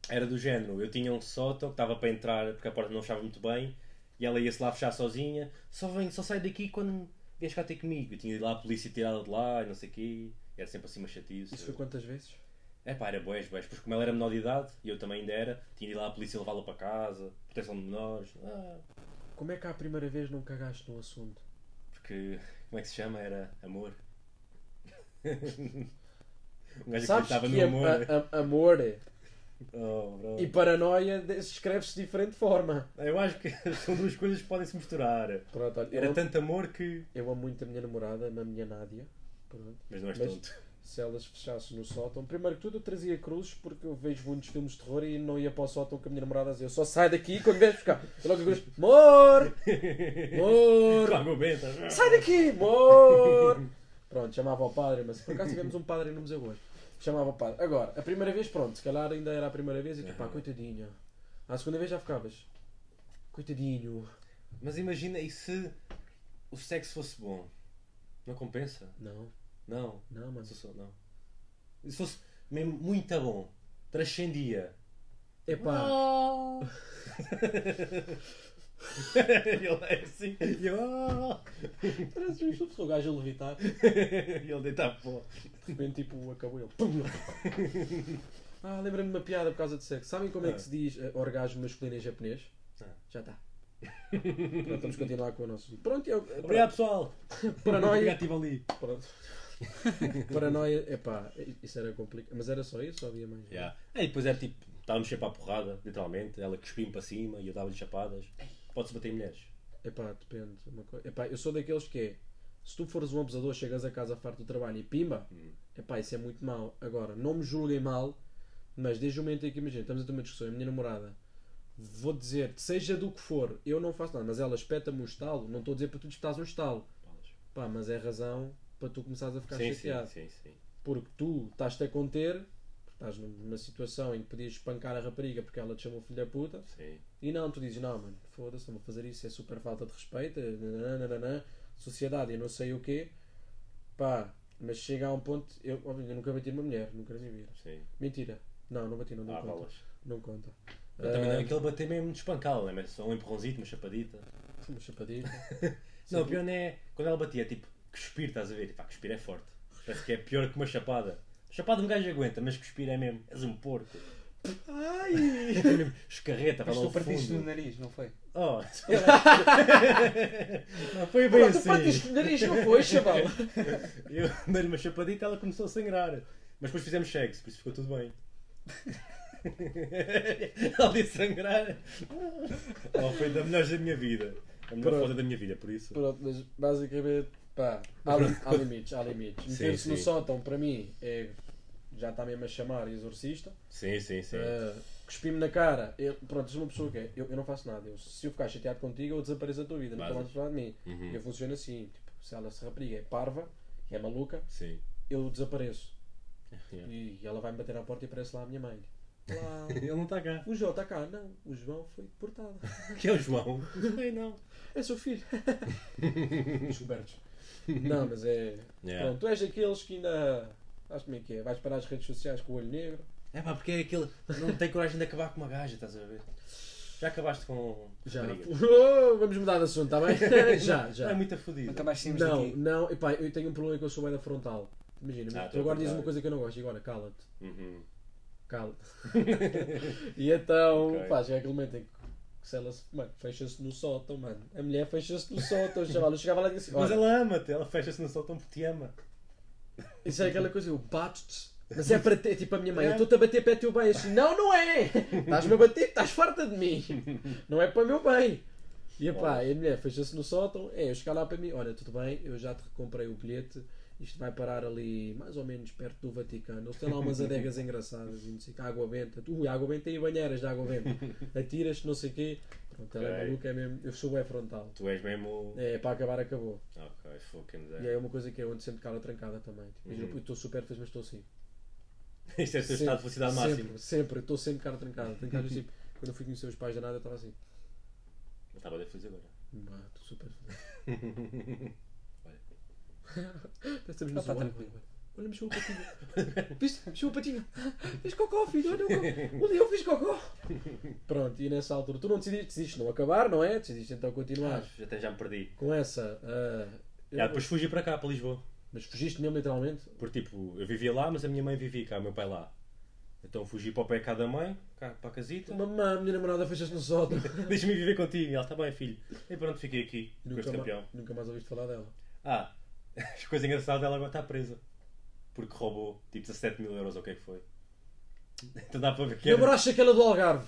Speaker 2: era do género. Eu tinha um sótão que estava para entrar porque a porta não fechava muito bem e ela ia-se lá fechar sozinha. Só, vem, só sai daqui quando vieres cá ter comigo. Eu tinha ido lá a polícia tirada de lá e não sei o quê. Era sempre assim uma chatice.
Speaker 1: Isso foi quantas vezes?
Speaker 2: É pá, era boés, boés. Porque como ela era menor de idade e eu também ainda era, tinha ido lá a polícia levá-la para casa, proteção de menores. Ah,
Speaker 1: Como é que à primeira vez não cagaste no assunto?
Speaker 2: porque, como é que se chama? Era amor. um gajo
Speaker 1: Sabes
Speaker 2: acreditava
Speaker 1: que
Speaker 2: no amor. né?
Speaker 1: a- a- amor é-
Speaker 2: Oh, bro.
Speaker 1: e paranoia de- escreve-se de diferente forma.
Speaker 2: Eu acho que são duas coisas que podem se misturar.
Speaker 1: Pronto, olha, eu,
Speaker 2: Era
Speaker 1: amo,
Speaker 2: tanto amor que.
Speaker 1: eu amo muito a minha namorada, a minha Nádia. Pronto.
Speaker 2: Mas não és
Speaker 1: Mas-
Speaker 2: tonto.
Speaker 1: Se elas fechassem no sótão, primeiro que tudo eu trazia cruzes porque eu vejo muitos filmes de terror e não ia para o sótão com a minha namorada a dizer eu só saio daqui quando vieres buscar. Eu logo a cruz, amor! Amor!
Speaker 2: Claro, tá eu bento.
Speaker 1: Sai daqui, amor! Pronto, chamava o padre, mas por acaso tivemos um padre no museu hoje. Chamava o padre. Agora, a primeira vez, pronto, se calhar ainda era a primeira vez e tu, pá, coitadinho. À segunda vez já ficavas. Coitadinho.
Speaker 2: Mas imagina, e se o sexo fosse bom? Não compensa?
Speaker 1: Não,
Speaker 2: Não.
Speaker 1: não, mano.
Speaker 2: Sou só- não. E se fosse mesmo muito bom? Transcendia.
Speaker 1: Epá,
Speaker 2: ele é assim. E eu, "Ah!"
Speaker 1: parece um sou o gajo a levitar. De
Speaker 2: E ele deita a pó.
Speaker 1: repente, tipo, acabou ele. Pum! Ah, lembra-me de uma piada por causa de sexo. Sabem como é que se diz eh, orgasmo masculino em japonês?
Speaker 2: Ah.
Speaker 1: Já está. Pronto, vamos continuar com o nosso. Pronto, eu. eh,
Speaker 2: Obrigado, pessoal.
Speaker 1: Paranoia.
Speaker 2: Obrigado, estive ali.
Speaker 1: Pronto. Paranoia, epá, isso era complicado. Mas era só isso ou havia mais?
Speaker 2: Yeah. Aí depois era tipo, estávamos sempre à porrada, literalmente. Ela cuspia-me para cima e eu dava-lhe chapadas. Pode-se bater em mulheres.
Speaker 1: Epá, depende. Uma coisa. Epá, eu sou daqueles que é. Se tu fores um abusador, chegas a casa farto do trabalho e pimba,
Speaker 2: Hum.
Speaker 1: epá, isso é muito mau. Agora, não me julguem mal, mas desde o momento em que imagina, estamos a ter uma discussão, a minha namorada, vou dizer, seja do que for, eu não faço nada, mas ela espeta-me um estalo, não estou a dizer para tu disputares um estalo, pá, mas é razão para tu começares a ficar
Speaker 2: Sim, sim,
Speaker 1: chateado.
Speaker 2: sim, sim.
Speaker 1: porque tu estás-te a conter, estás numa situação em que podias espancar a rapariga porque ela te chamou filha da puta,
Speaker 2: sim.
Speaker 1: e não, tu dizes, não, mano, foda-se, não vou fazer isso, é super falta de respeito, eh, nananana, sociedade e não sei o quê, pá, mas chega a um ponto, eu, óbvio, eu nunca bati numa mulher, nunca na minha vida.
Speaker 2: Sim.
Speaker 1: Mentira, não, não bati, não, não
Speaker 2: Ah,
Speaker 1: conta.
Speaker 2: balas.
Speaker 1: Não conta.
Speaker 2: Eu também não é
Speaker 1: Ah,
Speaker 2: aquele bater mesmo de espancá-la, né? mas só um empurrãozinho, uma chapadita.
Speaker 1: Ah, uma chapadita.
Speaker 2: Não, o pior não é quando ela batia, é tipo, cuspir, estás a ver? Pá, cuspir é forte. Parece que é pior que uma chapada. Chapada um gajo aguenta, mas cuspir é mesmo. És um porco.
Speaker 1: Ai!
Speaker 2: É mesmo escarreta, vai
Speaker 3: Mas
Speaker 2: lá ao
Speaker 3: tu partiste no
Speaker 2: fundo.
Speaker 3: nariz, não foi?
Speaker 2: Oh, não foi bem
Speaker 1: Pá, tu partiste
Speaker 2: assim.
Speaker 1: o nariz, não foi, chaval?
Speaker 2: Eu dei-lhe uma chapadita ela começou a sangrar. Mas depois fizemos sexo, por isso ficou tudo bem. ela disse sangrar. Oh, foi da melhor da minha vida. A melhor
Speaker 1: Pronto.
Speaker 2: foda da minha vida, por isso.
Speaker 1: Pronto, mas basicamente, pá, há, li- há limites, há limites.
Speaker 2: Sim,
Speaker 1: Meter-se no
Speaker 2: sim.
Speaker 1: sótão, para mim, é, já está mesmo a chamar exorcista.
Speaker 2: Sim, sim, sim.
Speaker 1: Uh, Cuspi-me na cara. Eu, pronto, és uma pessoa que é, eu, eu não faço nada. Eu, se eu ficar chateado contigo, eu desapareço da tua vida. Não
Speaker 2: Vazas.
Speaker 1: falas falar de mim.
Speaker 2: Uhum.
Speaker 1: Eu funciono assim. Tipo, se ela se rapariga é parva, é maluca,
Speaker 2: Sim.
Speaker 1: eu desapareço.
Speaker 2: Yeah.
Speaker 1: E ela vai-me bater à porta e aparece lá a minha mãe. Olá.
Speaker 2: Ele não está cá.
Speaker 1: O João está cá. Não, o João foi deportado.
Speaker 2: Que é o João? Ei, não.
Speaker 1: É seu filho. Descobertos. Não, mas é... Pronto, tu és daqueles que ainda... Sabes como é que é? Vais para as redes sociais com o olho negro.
Speaker 2: É pá, porque é aquele. Não tem coragem de acabar com uma gaja, estás a ver? Já acabaste com.
Speaker 1: Já.
Speaker 2: raparigas?
Speaker 1: Oh, vamos mudar de assunto, está bem? já, já.
Speaker 2: É muito fodida.
Speaker 3: Nunca mais saímos
Speaker 1: Não,
Speaker 3: daqui.
Speaker 1: não, epá, eu tenho um problema que eu sou bué da frontal. Imagina,
Speaker 2: Ah,
Speaker 1: tu
Speaker 2: tô
Speaker 1: agora
Speaker 2: a
Speaker 1: dizes
Speaker 2: contar.
Speaker 1: uma coisa que eu não gosto, e olha, cala-te,
Speaker 2: Uhum.
Speaker 1: cala-te. e então,
Speaker 2: Ok.
Speaker 1: pá, chega aquele momento em que se ela se, mano, fecha-se no sótão, mano. A mulher fecha-se no sótão, chaval. Eu chegava lá e disse,
Speaker 2: Mas
Speaker 1: olha,
Speaker 2: ela ama-te, ela fecha-se no soltão porque te ama.
Speaker 1: isso é aquela coisa, eu bato-te. Mas é para ter, tipo a minha mãe, eu
Speaker 2: É.
Speaker 1: estou-te a bater para teu bem. Eu disse, não, não é! Estás-me a bater, estás farta de mim. Não é para o meu bem. E epá, a mulher fecha-se no sótão, é, eu chegar lá para mim, olha, tudo bem, eu já te comprei o bilhete, isto vai parar ali mais ou menos perto do Vaticano. Eles têm lá umas adegas engraçadas e não sei o quê, água benta, ui, água benta e banheiras de água benta. Atiras-te, não sei o quê. Pronto, ela é
Speaker 2: Ok.
Speaker 1: maluca, é mesmo, eu sou bem frontal.
Speaker 2: Tu és mesmo. um-
Speaker 1: É, para acabar, acabou.
Speaker 2: Ok, fucking
Speaker 1: E
Speaker 2: that. Uhum.
Speaker 1: é uma coisa que é onde sempre cara trancada também. Tipo, imagina, eu estou super feliz, mas estou assim.
Speaker 2: Isto é o teu estado de felicidade máximo.
Speaker 1: Sempre,
Speaker 2: Uhum.
Speaker 1: sempre. Eu estou sempre cara trancada. Tenho caras tipo, quando eu fui conhecer os pais da nada, eu estava assim.
Speaker 2: Ele estava a fazer agora.
Speaker 1: "Bah, Estou super feliz.
Speaker 2: Olha.
Speaker 1: Estamos
Speaker 3: Ah,
Speaker 1: no
Speaker 3: pá,
Speaker 2: tá
Speaker 1: zoológico.
Speaker 3: tranquilo.
Speaker 1: Olha, mexeu o patinho. Viste? Mexeu o patinho. Fez cocó, filho. Olha o cocó. O leão fez cocó. Pronto, e nessa altura tu não decidiste, decidiste não acabar, não é? Decidiste então continuar
Speaker 2: Ah, até já me perdi.
Speaker 1: com essa. ah, eu-
Speaker 2: Já, depois fugi para cá, para Lisboa.
Speaker 1: Mas fugiste mesmo, literalmente.
Speaker 2: Porque tipo, eu vivia lá, mas a minha mãe vivia cá, o meu pai lá. Então fugi para o pé cá da mãe, cá para a casita.
Speaker 1: Mamã, a minha namorada fez no sótão.
Speaker 2: Deixa-me viver contigo. E ela, está bem, filho. E pronto, fiquei aqui, com
Speaker 1: nunca,
Speaker 2: este campeão.
Speaker 1: ma- nunca mais ouviste falar dela.
Speaker 2: Ah, as coisas engraçadas, ela agora está presa. Porque roubou, tipo, 17 mil euros, ou o que é que foi? Então dá para ver que era...
Speaker 1: Namoraste aquela do Algarve.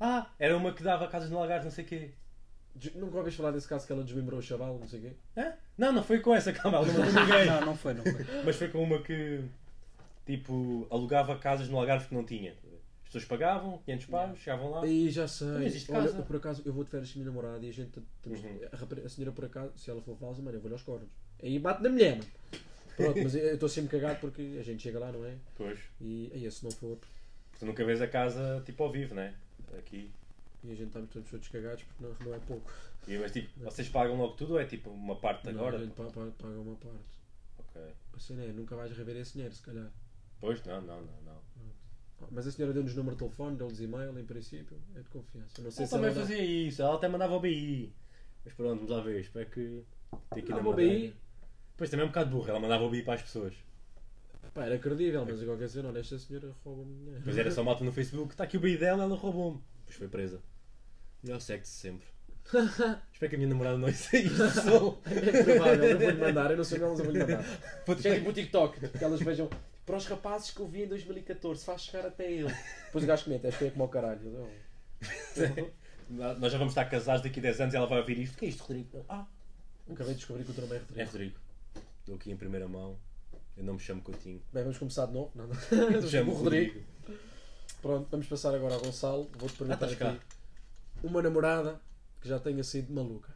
Speaker 2: Ah, era uma que dava casas no Algarve, não sei o quê.
Speaker 1: Des- Nunca ouviste falar desse caso que ela desmembrou o chaval, não sei o quê.
Speaker 2: Hã? Não, não foi com essa, calma, ela não matou ninguém.
Speaker 3: Não, não foi, não foi.
Speaker 2: Mas foi com uma que, tipo, alugava casas no Algarve que não tinha. As pessoas pagavam, 500 paus, chegavam lá.
Speaker 1: Aí já sei.
Speaker 2: Não existe
Speaker 1: Olha,
Speaker 2: casa.
Speaker 1: eu, por acaso, eu vou de férias com a minha namorada e a gente. Temos, a, rapre- a senhora, por acaso, se ela for falsa, mano, eu vou-lhe aos cornos. Aí bate na mulher, mano. Pronto, mas eu estou sempre cagado porque a gente chega lá, não é?
Speaker 2: Pois.
Speaker 1: E aí, se não for.
Speaker 2: Porque tu nunca vês a casa, tipo, ao vivo, né? Aqui.
Speaker 1: E a gente estamos todos, todos cagados porque não, não é pouco.
Speaker 2: E, mas, tipo, vocês pagam logo tudo ou é, tipo, uma parte
Speaker 1: Não,
Speaker 2: agora?
Speaker 1: a gente pa- pa- paga uma parte.
Speaker 2: Ok.
Speaker 1: A cena é, nunca vais rever esse dinheiro, se calhar.
Speaker 2: Pois, não, não, não, não.
Speaker 1: Mas a senhora deu-nos número de telefone, deu-nos e-mail, em princípio, é de confiança. Eu Não sei
Speaker 2: Ela
Speaker 1: se ela
Speaker 2: também
Speaker 1: dá-
Speaker 2: fazia isso, ela até mandava o BI. Mas pronto, vamos lá ver, espero que... Tem que ir na
Speaker 1: Mandava o
Speaker 2: Madeira.
Speaker 1: BI?
Speaker 2: Pois, também é um bocado burro, ela mandava o BI para as pessoas.
Speaker 1: Pá, era credível, mas igual que dizer, olha, esta senhora rouba-me dinheiro.
Speaker 2: Mas era só malta no Facebook, está aqui o BI dela, ela roubou-me. Pois foi presa. E ela segue-se sempre. Espero que a minha namorada não ouça isto. só.
Speaker 1: É provável, eu vou-lhe mandar, eu não sei delas, eu vou-lhe mandar.
Speaker 2: Vou
Speaker 1: Isto é
Speaker 2: ter
Speaker 1: tipo o TikTok, tipo, que elas vejam. Para os rapazes que eu vi em 2014, faz chegar até ele. Depois o gajo comenta, esta é como ao caralho. Eu,
Speaker 2: Nós já vamos estar casados daqui a 10 anos e ela vai ouvir isto. O que é isto, Rodrigo? Ah,
Speaker 1: "Oh, acabei de descobrir que o teu nome é
Speaker 2: é
Speaker 1: Rodrigo.
Speaker 2: Rodrigo. Estou aqui em primeira mão. Eu não me chamo Coutinho.
Speaker 1: Bem, vamos começar de novo. Não, não.
Speaker 2: Eu me chamo
Speaker 1: O
Speaker 2: Rodrigo.
Speaker 1: Pronto, vamos passar agora ao Gonçalo. Vou-te
Speaker 2: Ah,
Speaker 1: perguntar
Speaker 2: estás
Speaker 1: aqui.
Speaker 2: cá.
Speaker 1: Uma namorada que já tenha sido maluca.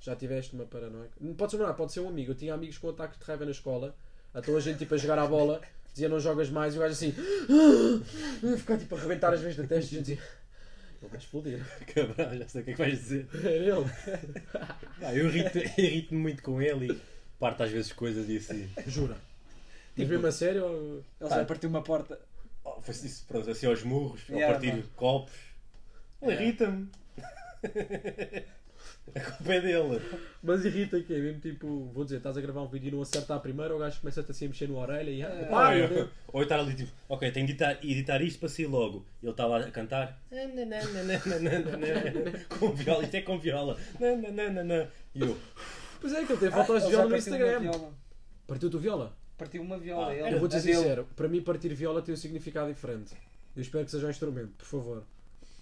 Speaker 1: Já tiveste uma paranoica? Não Pode ser uma, namorada, pode ser um amigo. Eu tinha amigos com ataques de raiva na escola. Então a gente, tipo, a jogar à bola, dizia não jogas mais. E o gajo assim. Ficar tipo a arrebentar as vezes na testa. E a gente dizia. Ele vai explodir.
Speaker 2: Cabrão, já sei o que é que vais dizer.
Speaker 1: Era ele.
Speaker 2: Ah, eu irrito- irrito-me muito com ele e parto às vezes coisas e assim.
Speaker 1: Jura? Tipo, Mas mesmo a sério? ou-
Speaker 3: Ele
Speaker 2: Tá.
Speaker 3: já partiu uma porta.
Speaker 2: Oh, foi isso, pronto, assim aos murros,
Speaker 3: Yeah,
Speaker 2: ao partir
Speaker 3: mano.
Speaker 2: copos. Ele irrita-me. a culpa é dele.
Speaker 1: Mas irrita que é mesmo tipo, vou dizer, estás a gravar um vídeo e não acerta a primeira, o gajo começa-te assim a mexer na orelha e.
Speaker 3: É.
Speaker 1: Ah,
Speaker 2: Ou
Speaker 1: pá, meu
Speaker 2: eu-
Speaker 1: Deus.
Speaker 2: Ou eu estar ali tipo, ok, tenho de editar, editar isto para sair logo. E ele está lá a cantar. com viola, isto é com viola. E eu,
Speaker 1: Pois é, que ele tem fotos de
Speaker 3: Ele já
Speaker 1: viola no
Speaker 3: partiu uma
Speaker 1: Instagram.
Speaker 3: viola.
Speaker 1: Partiu-te o viola?
Speaker 3: Partiu uma viola.
Speaker 2: Ah,
Speaker 3: ele-
Speaker 2: eu
Speaker 1: Eu vou
Speaker 3: a
Speaker 1: dizer
Speaker 3: dele.
Speaker 1: sincero, para mim partir viola tem um significado diferente. Eu espero que seja um instrumento, por favor.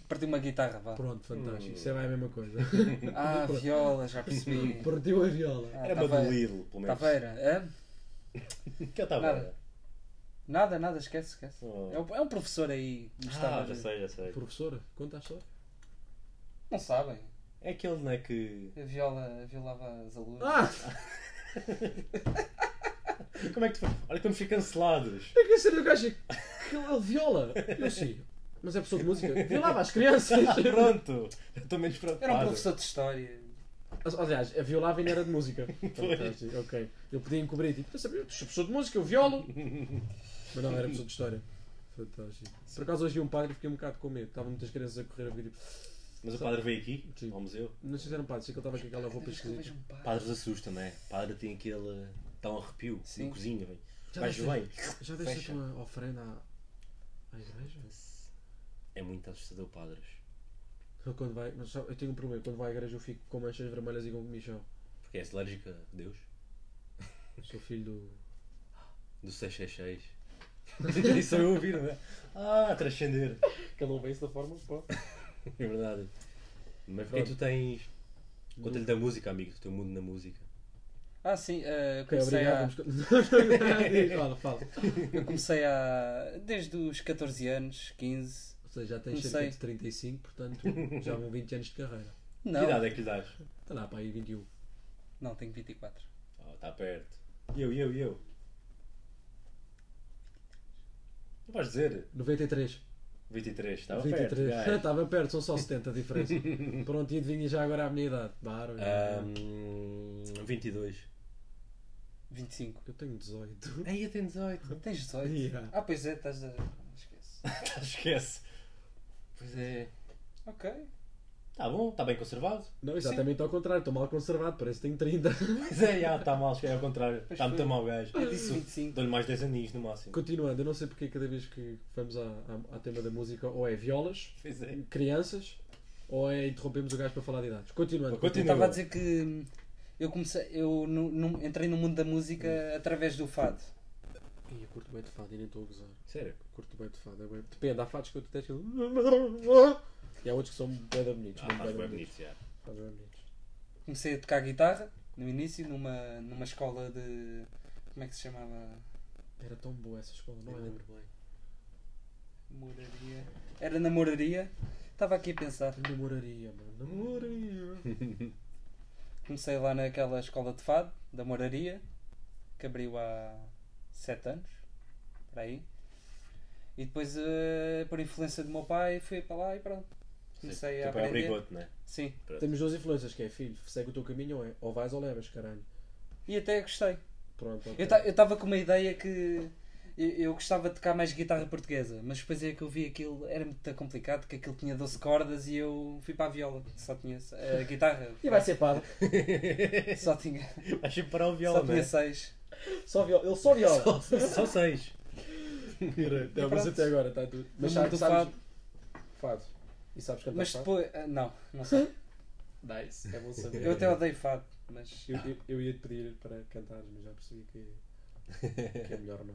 Speaker 3: Partiu uma guitarra, vá.
Speaker 1: Pronto, fantástico. Isso é bem a mesma coisa.
Speaker 3: Ah, viola, já percebi.
Speaker 1: Partiu a viola.
Speaker 3: Ah,
Speaker 2: era
Speaker 3: tá
Speaker 2: uma do
Speaker 3: bem.
Speaker 2: Lidl, pelo menos.
Speaker 3: Taveira, é?
Speaker 2: Que ele estava.
Speaker 3: Nada. Nada, nada, esquece, esquece.
Speaker 2: Oh.
Speaker 3: É, um, é um professor aí. que gostava
Speaker 2: Ah, já
Speaker 3: de-
Speaker 2: sei, já sei.
Speaker 1: Professora, conta a história.
Speaker 3: Não sabem.
Speaker 2: É aquele, não é que.
Speaker 3: A viola violava as alunas.
Speaker 1: Ah!
Speaker 2: Como é que tu. Olha que vamos ser cancelados.
Speaker 1: É que a sério o gajo é que ele viola. Eu sim. Mas é pessoa de música. Violava as crianças.
Speaker 2: Pronto, eu estou menos preocupado.
Speaker 3: Era um professor de história.
Speaker 1: Aliás, a violava ainda era de música. Fantástico, ok. Eu podia encobrir, tipo, eu sabia, eu sou professor de música, eu violo. Mas não, era professor de história. Fantástico. Por acaso hoje vi um padre e fiquei um bocado com medo. Estavam muitas crianças a correr a vir, tipo,
Speaker 2: Mas o padre veio aqui,
Speaker 1: Sim.
Speaker 2: ao museu.
Speaker 1: não sei se era um padre, sei que ele estava com aquela roupa
Speaker 3: Cada vez que eu
Speaker 1: esquisita.
Speaker 3: vejo um padre-
Speaker 2: Padres assustam, não é? Padre tem aquele. dá um arrepio
Speaker 3: Sim.
Speaker 2: no cozinho, velho.
Speaker 1: Já
Speaker 2: Mas
Speaker 1: deixa-
Speaker 2: vem.
Speaker 1: Já deixa a
Speaker 2: Fecha.
Speaker 1: tua oferenda à, à igreja?
Speaker 2: É muito assustador, padres.
Speaker 1: Eu, quando vai, mas sabe, eu tenho um problema, quando vai à igreja eu fico com manchas vermelhas e com comichão.
Speaker 2: Porque és alérgico a Deus.
Speaker 1: Eu Sou filho do.
Speaker 2: Do 666. Isso eu ouvir, não é? Ah, transcender.
Speaker 1: Cada um vê isso da forma, pô.
Speaker 2: É verdade. Mas porque tu tens. Conta-lhe da música, amigo, do teu mundo na música.
Speaker 3: Ah, sim, eh,
Speaker 1: Ok,
Speaker 3: comecei, a-
Speaker 1: obrigado. Vamos... Não, não, não, fala, fala.
Speaker 3: eu comecei a. Desde os 14 anos, 15.
Speaker 1: Ou seja, já tens
Speaker 3: Não
Speaker 1: cerca
Speaker 3: sei.
Speaker 1: de 35, portanto já vão 20 anos de carreira.
Speaker 3: Não,
Speaker 2: Que idade é que lhe dás?
Speaker 1: Está lá, pá, aí 21.
Speaker 3: não, tenho 24.
Speaker 2: Ah, tá Oh, está perto. E eu, e eu, e eu. Não vais dizer.
Speaker 1: 93.
Speaker 2: 23, estava
Speaker 1: 23.
Speaker 2: perto. gajo.
Speaker 1: Estava perto, são só 70 a diferença. Pronto, e adivinha já agora a minha idade. Barulho.
Speaker 2: Ahm, 22.
Speaker 3: 25.
Speaker 1: Eu tenho 18.
Speaker 2: Aí eu tenho 18.
Speaker 3: Tens 18?
Speaker 1: Yeah.
Speaker 3: Ah, pois é, estás a. Esquece.
Speaker 2: Esquece. Pois é.
Speaker 3: Ok.
Speaker 2: Está bom, está bem conservado.
Speaker 1: Não, é exatamente ao contrário, estou mal conservado, parece que tenho 30.
Speaker 2: Pois é, já está mal, é ao contrário.
Speaker 3: Pois
Speaker 2: Está muito
Speaker 3: foi.
Speaker 2: mal o gajo. um,
Speaker 3: Eu disse 25.
Speaker 2: Dou-lhe mais 10 aninhos no máximo.
Speaker 1: Continuando, eu não sei porque cada vez que vamos à- à- ao tema da música, ou é violas,
Speaker 2: Pois é.
Speaker 1: crianças, ou é interrompemos o gajo para falar de idades. Continuando.
Speaker 3: Eu
Speaker 2: Continua.
Speaker 3: estava a dizer que hum, eu comecei. Eu nu- nu- entrei no mundo da música através do fado.
Speaker 1: Ih, eu curto bem de fado e nem estou a gozar.
Speaker 2: Sério?
Speaker 1: Curto bem de fado. É bué- Depende, há fados que eu detesto. E há outros que são bem bonitos.
Speaker 2: Ah,
Speaker 1: mesmo bué
Speaker 2: faz
Speaker 1: da
Speaker 2: bem
Speaker 1: bonitos.
Speaker 2: bonito, já.
Speaker 1: Faz bué bonitos.
Speaker 3: Comecei a tocar guitarra no início, numa, numa escola de. Como é que se chamava?
Speaker 1: Era tão boa essa escola, não me lembro bem.
Speaker 3: Moraria. Era na moraria. Estava aqui a pensar.
Speaker 1: Namoraria, mano. Namoraria.
Speaker 3: Comecei lá naquela escola de fado, da Moraria, que abriu há 7 anos, por aí. E depois, eh, por influência do meu pai, fui para lá e pronto. Comecei a
Speaker 2: Tipo, é
Speaker 3: aprender.
Speaker 2: obrigou-te, não é?
Speaker 3: Sim.
Speaker 1: Temos duas influências, que é filho, segue o teu caminho ou é? Ou vais ou levas, caralho.
Speaker 3: E até gostei.
Speaker 1: Pronto. ok.
Speaker 3: Eu estava com uma ideia que eu, eu gostava de tocar mais guitarra portuguesa, mas depois é que eu vi aquilo, era muito complicado, que aquilo tinha 12 cordas e eu fui para a viola, que só tinha a guitarra.
Speaker 1: E vai ser padre.
Speaker 3: Só tinha,
Speaker 2: Vais sempre parar o
Speaker 3: só
Speaker 2: viola, não
Speaker 3: tinha
Speaker 2: é?
Speaker 3: seis.
Speaker 1: Só viola. Ele só viola.
Speaker 2: Só- Só 6.
Speaker 1: Não, mas até agora está tudo. Mas
Speaker 3: Mas
Speaker 1: sabe,
Speaker 3: muito
Speaker 1: sabes... Fado. E sabes cantar
Speaker 3: Mas
Speaker 1: fado?
Speaker 3: depois. ah, Não, não sei.
Speaker 1: Nice. É bom saber.
Speaker 3: Eu até odeio fado, mas.
Speaker 1: Eu, eu- eu ia te pedir para cantares, mas já percebi que, que é melhor não.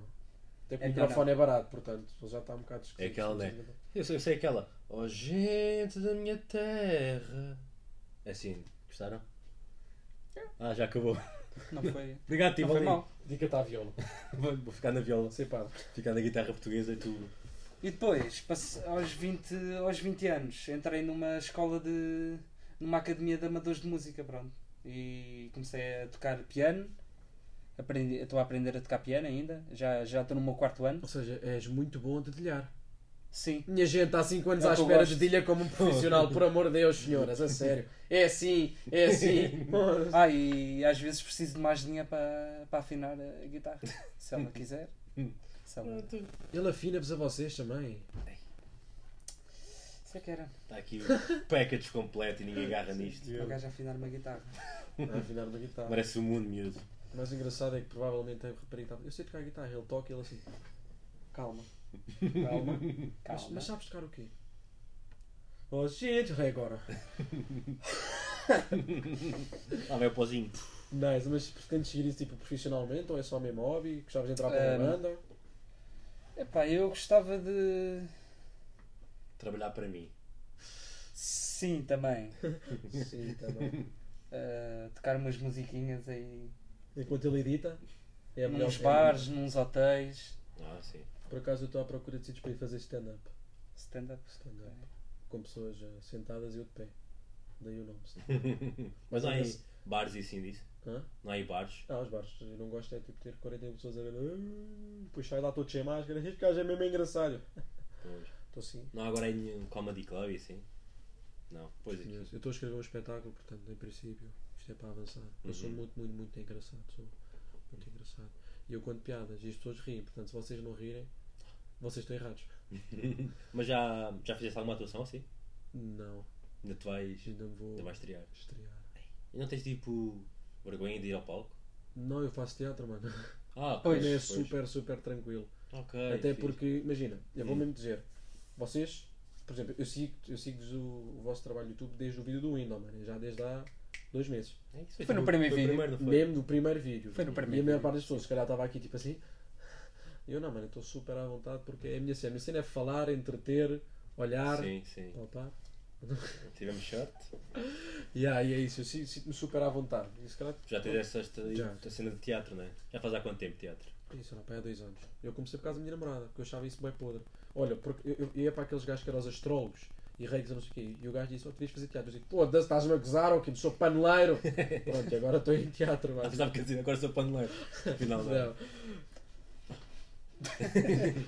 Speaker 1: Até porque
Speaker 3: É
Speaker 1: o
Speaker 3: melhor
Speaker 1: microfone é barato, portanto, ele já está um bocado esquisito.
Speaker 2: É aquela,
Speaker 1: não
Speaker 2: né?
Speaker 1: sei.
Speaker 2: Eu sei, eu sei aquela. Oh, gente da minha terra. É assim, gostaram? Ah, já acabou.
Speaker 3: Não foi, É. não
Speaker 2: Negativo,
Speaker 3: foi
Speaker 2: ali.
Speaker 3: mal.
Speaker 1: Dica está a viola.
Speaker 2: Vou, vou ficar na viola,
Speaker 1: Sei padre.
Speaker 2: ficar na guitarra portuguesa e tudo.
Speaker 3: E depois, passe- aos 20, aos 20 anos, entrei numa escola de. numa academia de amadores de música, pronto. E comecei a tocar piano. Aprendi, estou a aprender a tocar piano ainda. Já, já estou no meu quarto ano.
Speaker 1: Ou seja, és muito bom a dedilhar.
Speaker 3: Sim.
Speaker 1: Minha gente, há 5 anos
Speaker 3: É o
Speaker 1: à
Speaker 3: que eu
Speaker 1: espera de
Speaker 3: gosto.
Speaker 1: dedilha como um profissional, por amor de Deus, senhoras, a sério. É assim, é assim.
Speaker 3: Ah, e às vezes preciso de mais dinheiro para, para afinar a guitarra. Se ela quiser. Se ela.
Speaker 1: Ele afina-vos a vocês também.
Speaker 3: Sei que era.
Speaker 2: Está tá aqui o package completo e ninguém agarra nisto.
Speaker 3: Para o gajo afinar uma guitarra.
Speaker 1: A afinar uma guitarra.
Speaker 2: Parece o mundo, miúdo.
Speaker 1: O mais engraçado é que provavelmente a rapariga estava. Eu sei tocar guitarra, ele toca e ele assim. Calma.
Speaker 3: Calma.
Speaker 1: Mas,
Speaker 3: Calma.
Speaker 1: mas sabes tocar o quê? Oh shit, é agora.
Speaker 2: Ah, vai o pozinho.
Speaker 1: Nice, mas pretendes seguir isso tipo profissionalmente ou é só mesmo hobby? Gostavas de entrar para
Speaker 3: Eh,
Speaker 1: uma banda?
Speaker 3: Epá, eu gostava de.
Speaker 2: Trabalhar para mim.
Speaker 3: Sim, também.
Speaker 1: Sim, também.
Speaker 3: Uh, tocar umas musiquinhas aí
Speaker 1: Enquanto ele edita, é a melhor
Speaker 3: nos
Speaker 1: coisa.
Speaker 3: bares, nos hotéis,
Speaker 2: Ah, sim.
Speaker 1: Por acaso eu estou à procura de sítios para ir fazer stand-up.
Speaker 3: stand-up.
Speaker 1: Stand-up.
Speaker 3: Ok.
Speaker 1: Com pessoas eh, sentadas e eu de pé. Daí o nome. stand-up.
Speaker 2: Mas não há aí bares e assim disso?
Speaker 1: Hã?
Speaker 2: Não há aí bares?
Speaker 1: Ah, os bares. Eu não gosto é tipo ter 40 pessoas a ver. "Ah", Depois sai lá todo cheio de máscara. Este gajo é mesmo engraçado.
Speaker 2: Pois.
Speaker 1: Estou sim.
Speaker 2: Não há agora aí nenhum comedy club e assim? Não. Pois é.
Speaker 1: Eu estou a escrever um espetáculo, portanto, em princípio, isto é para avançar. Eu sou
Speaker 2: Uhum.
Speaker 1: muito, muito, muito engraçado. Sou muito engraçado. E eu conto piadas e as pessoas riem. Portanto, se vocês não rirem, vocês estão errados.
Speaker 2: Mas já, já fizeste alguma atuação assim?
Speaker 1: Não,
Speaker 2: Ainda te vais,
Speaker 1: ainda me vou
Speaker 2: ainda vais estrear.
Speaker 1: estrear.
Speaker 2: E não tens tipo vergonha de ir ao palco?
Speaker 1: Não, eu faço teatro, mano.
Speaker 2: Ah,
Speaker 3: Pois.
Speaker 1: É super, super tranquilo.
Speaker 2: Ok.
Speaker 1: Até
Speaker 2: fixe.
Speaker 1: porque, imagina, eu vou
Speaker 2: Hum.
Speaker 1: mesmo dizer, vocês, por exemplo, eu sigo, eu sigo-vos o, o vosso trabalho no YouTube desde o vídeo do Windows, mano, já desde há dois meses.
Speaker 2: É isso,
Speaker 3: Foi no
Speaker 2: tipo-
Speaker 3: primeiro
Speaker 2: foi
Speaker 3: vídeo.
Speaker 2: o Primeiro, não foi?
Speaker 1: Mesmo no primeiro vídeo.
Speaker 3: Foi no
Speaker 1: E a
Speaker 3: primeiro
Speaker 1: maior
Speaker 3: vídeo.
Speaker 1: parte das pessoas, se calhar, estava aqui tipo assim. Eu não, mano, eu estou super à vontade porque é a minha cena. A minha cena é falar, entreter, olhar,
Speaker 2: Sim, sim.
Speaker 1: palpar.
Speaker 2: Tivemos short.
Speaker 1: Yeah, e é isso, eu si- sinto-me super à vontade. E se calhar,
Speaker 2: Já tens essa esta,
Speaker 1: Já.
Speaker 2: esta cena de teatro, não é? Já faz há quanto tempo teatro?
Speaker 1: Isso, rapaz, há dois anos. Eu comecei por causa da minha namorada, porque eu achava isso bem podre. Olha, porque eu, eu- eu ia para aqueles gajos que eram os astrólogos e reis, eu não sei o quê, e o gajo disse, oh, tu devias fazer teatro. Eu disse, pô, Deus, estás-me a gozar, ou que sou paneleiro. Pronto, e agora estou em teatro,
Speaker 2: Ah,
Speaker 1: mas...
Speaker 2: pensava que ia dizer, agora sou paneleiro. Afinal, não.
Speaker 1: Não.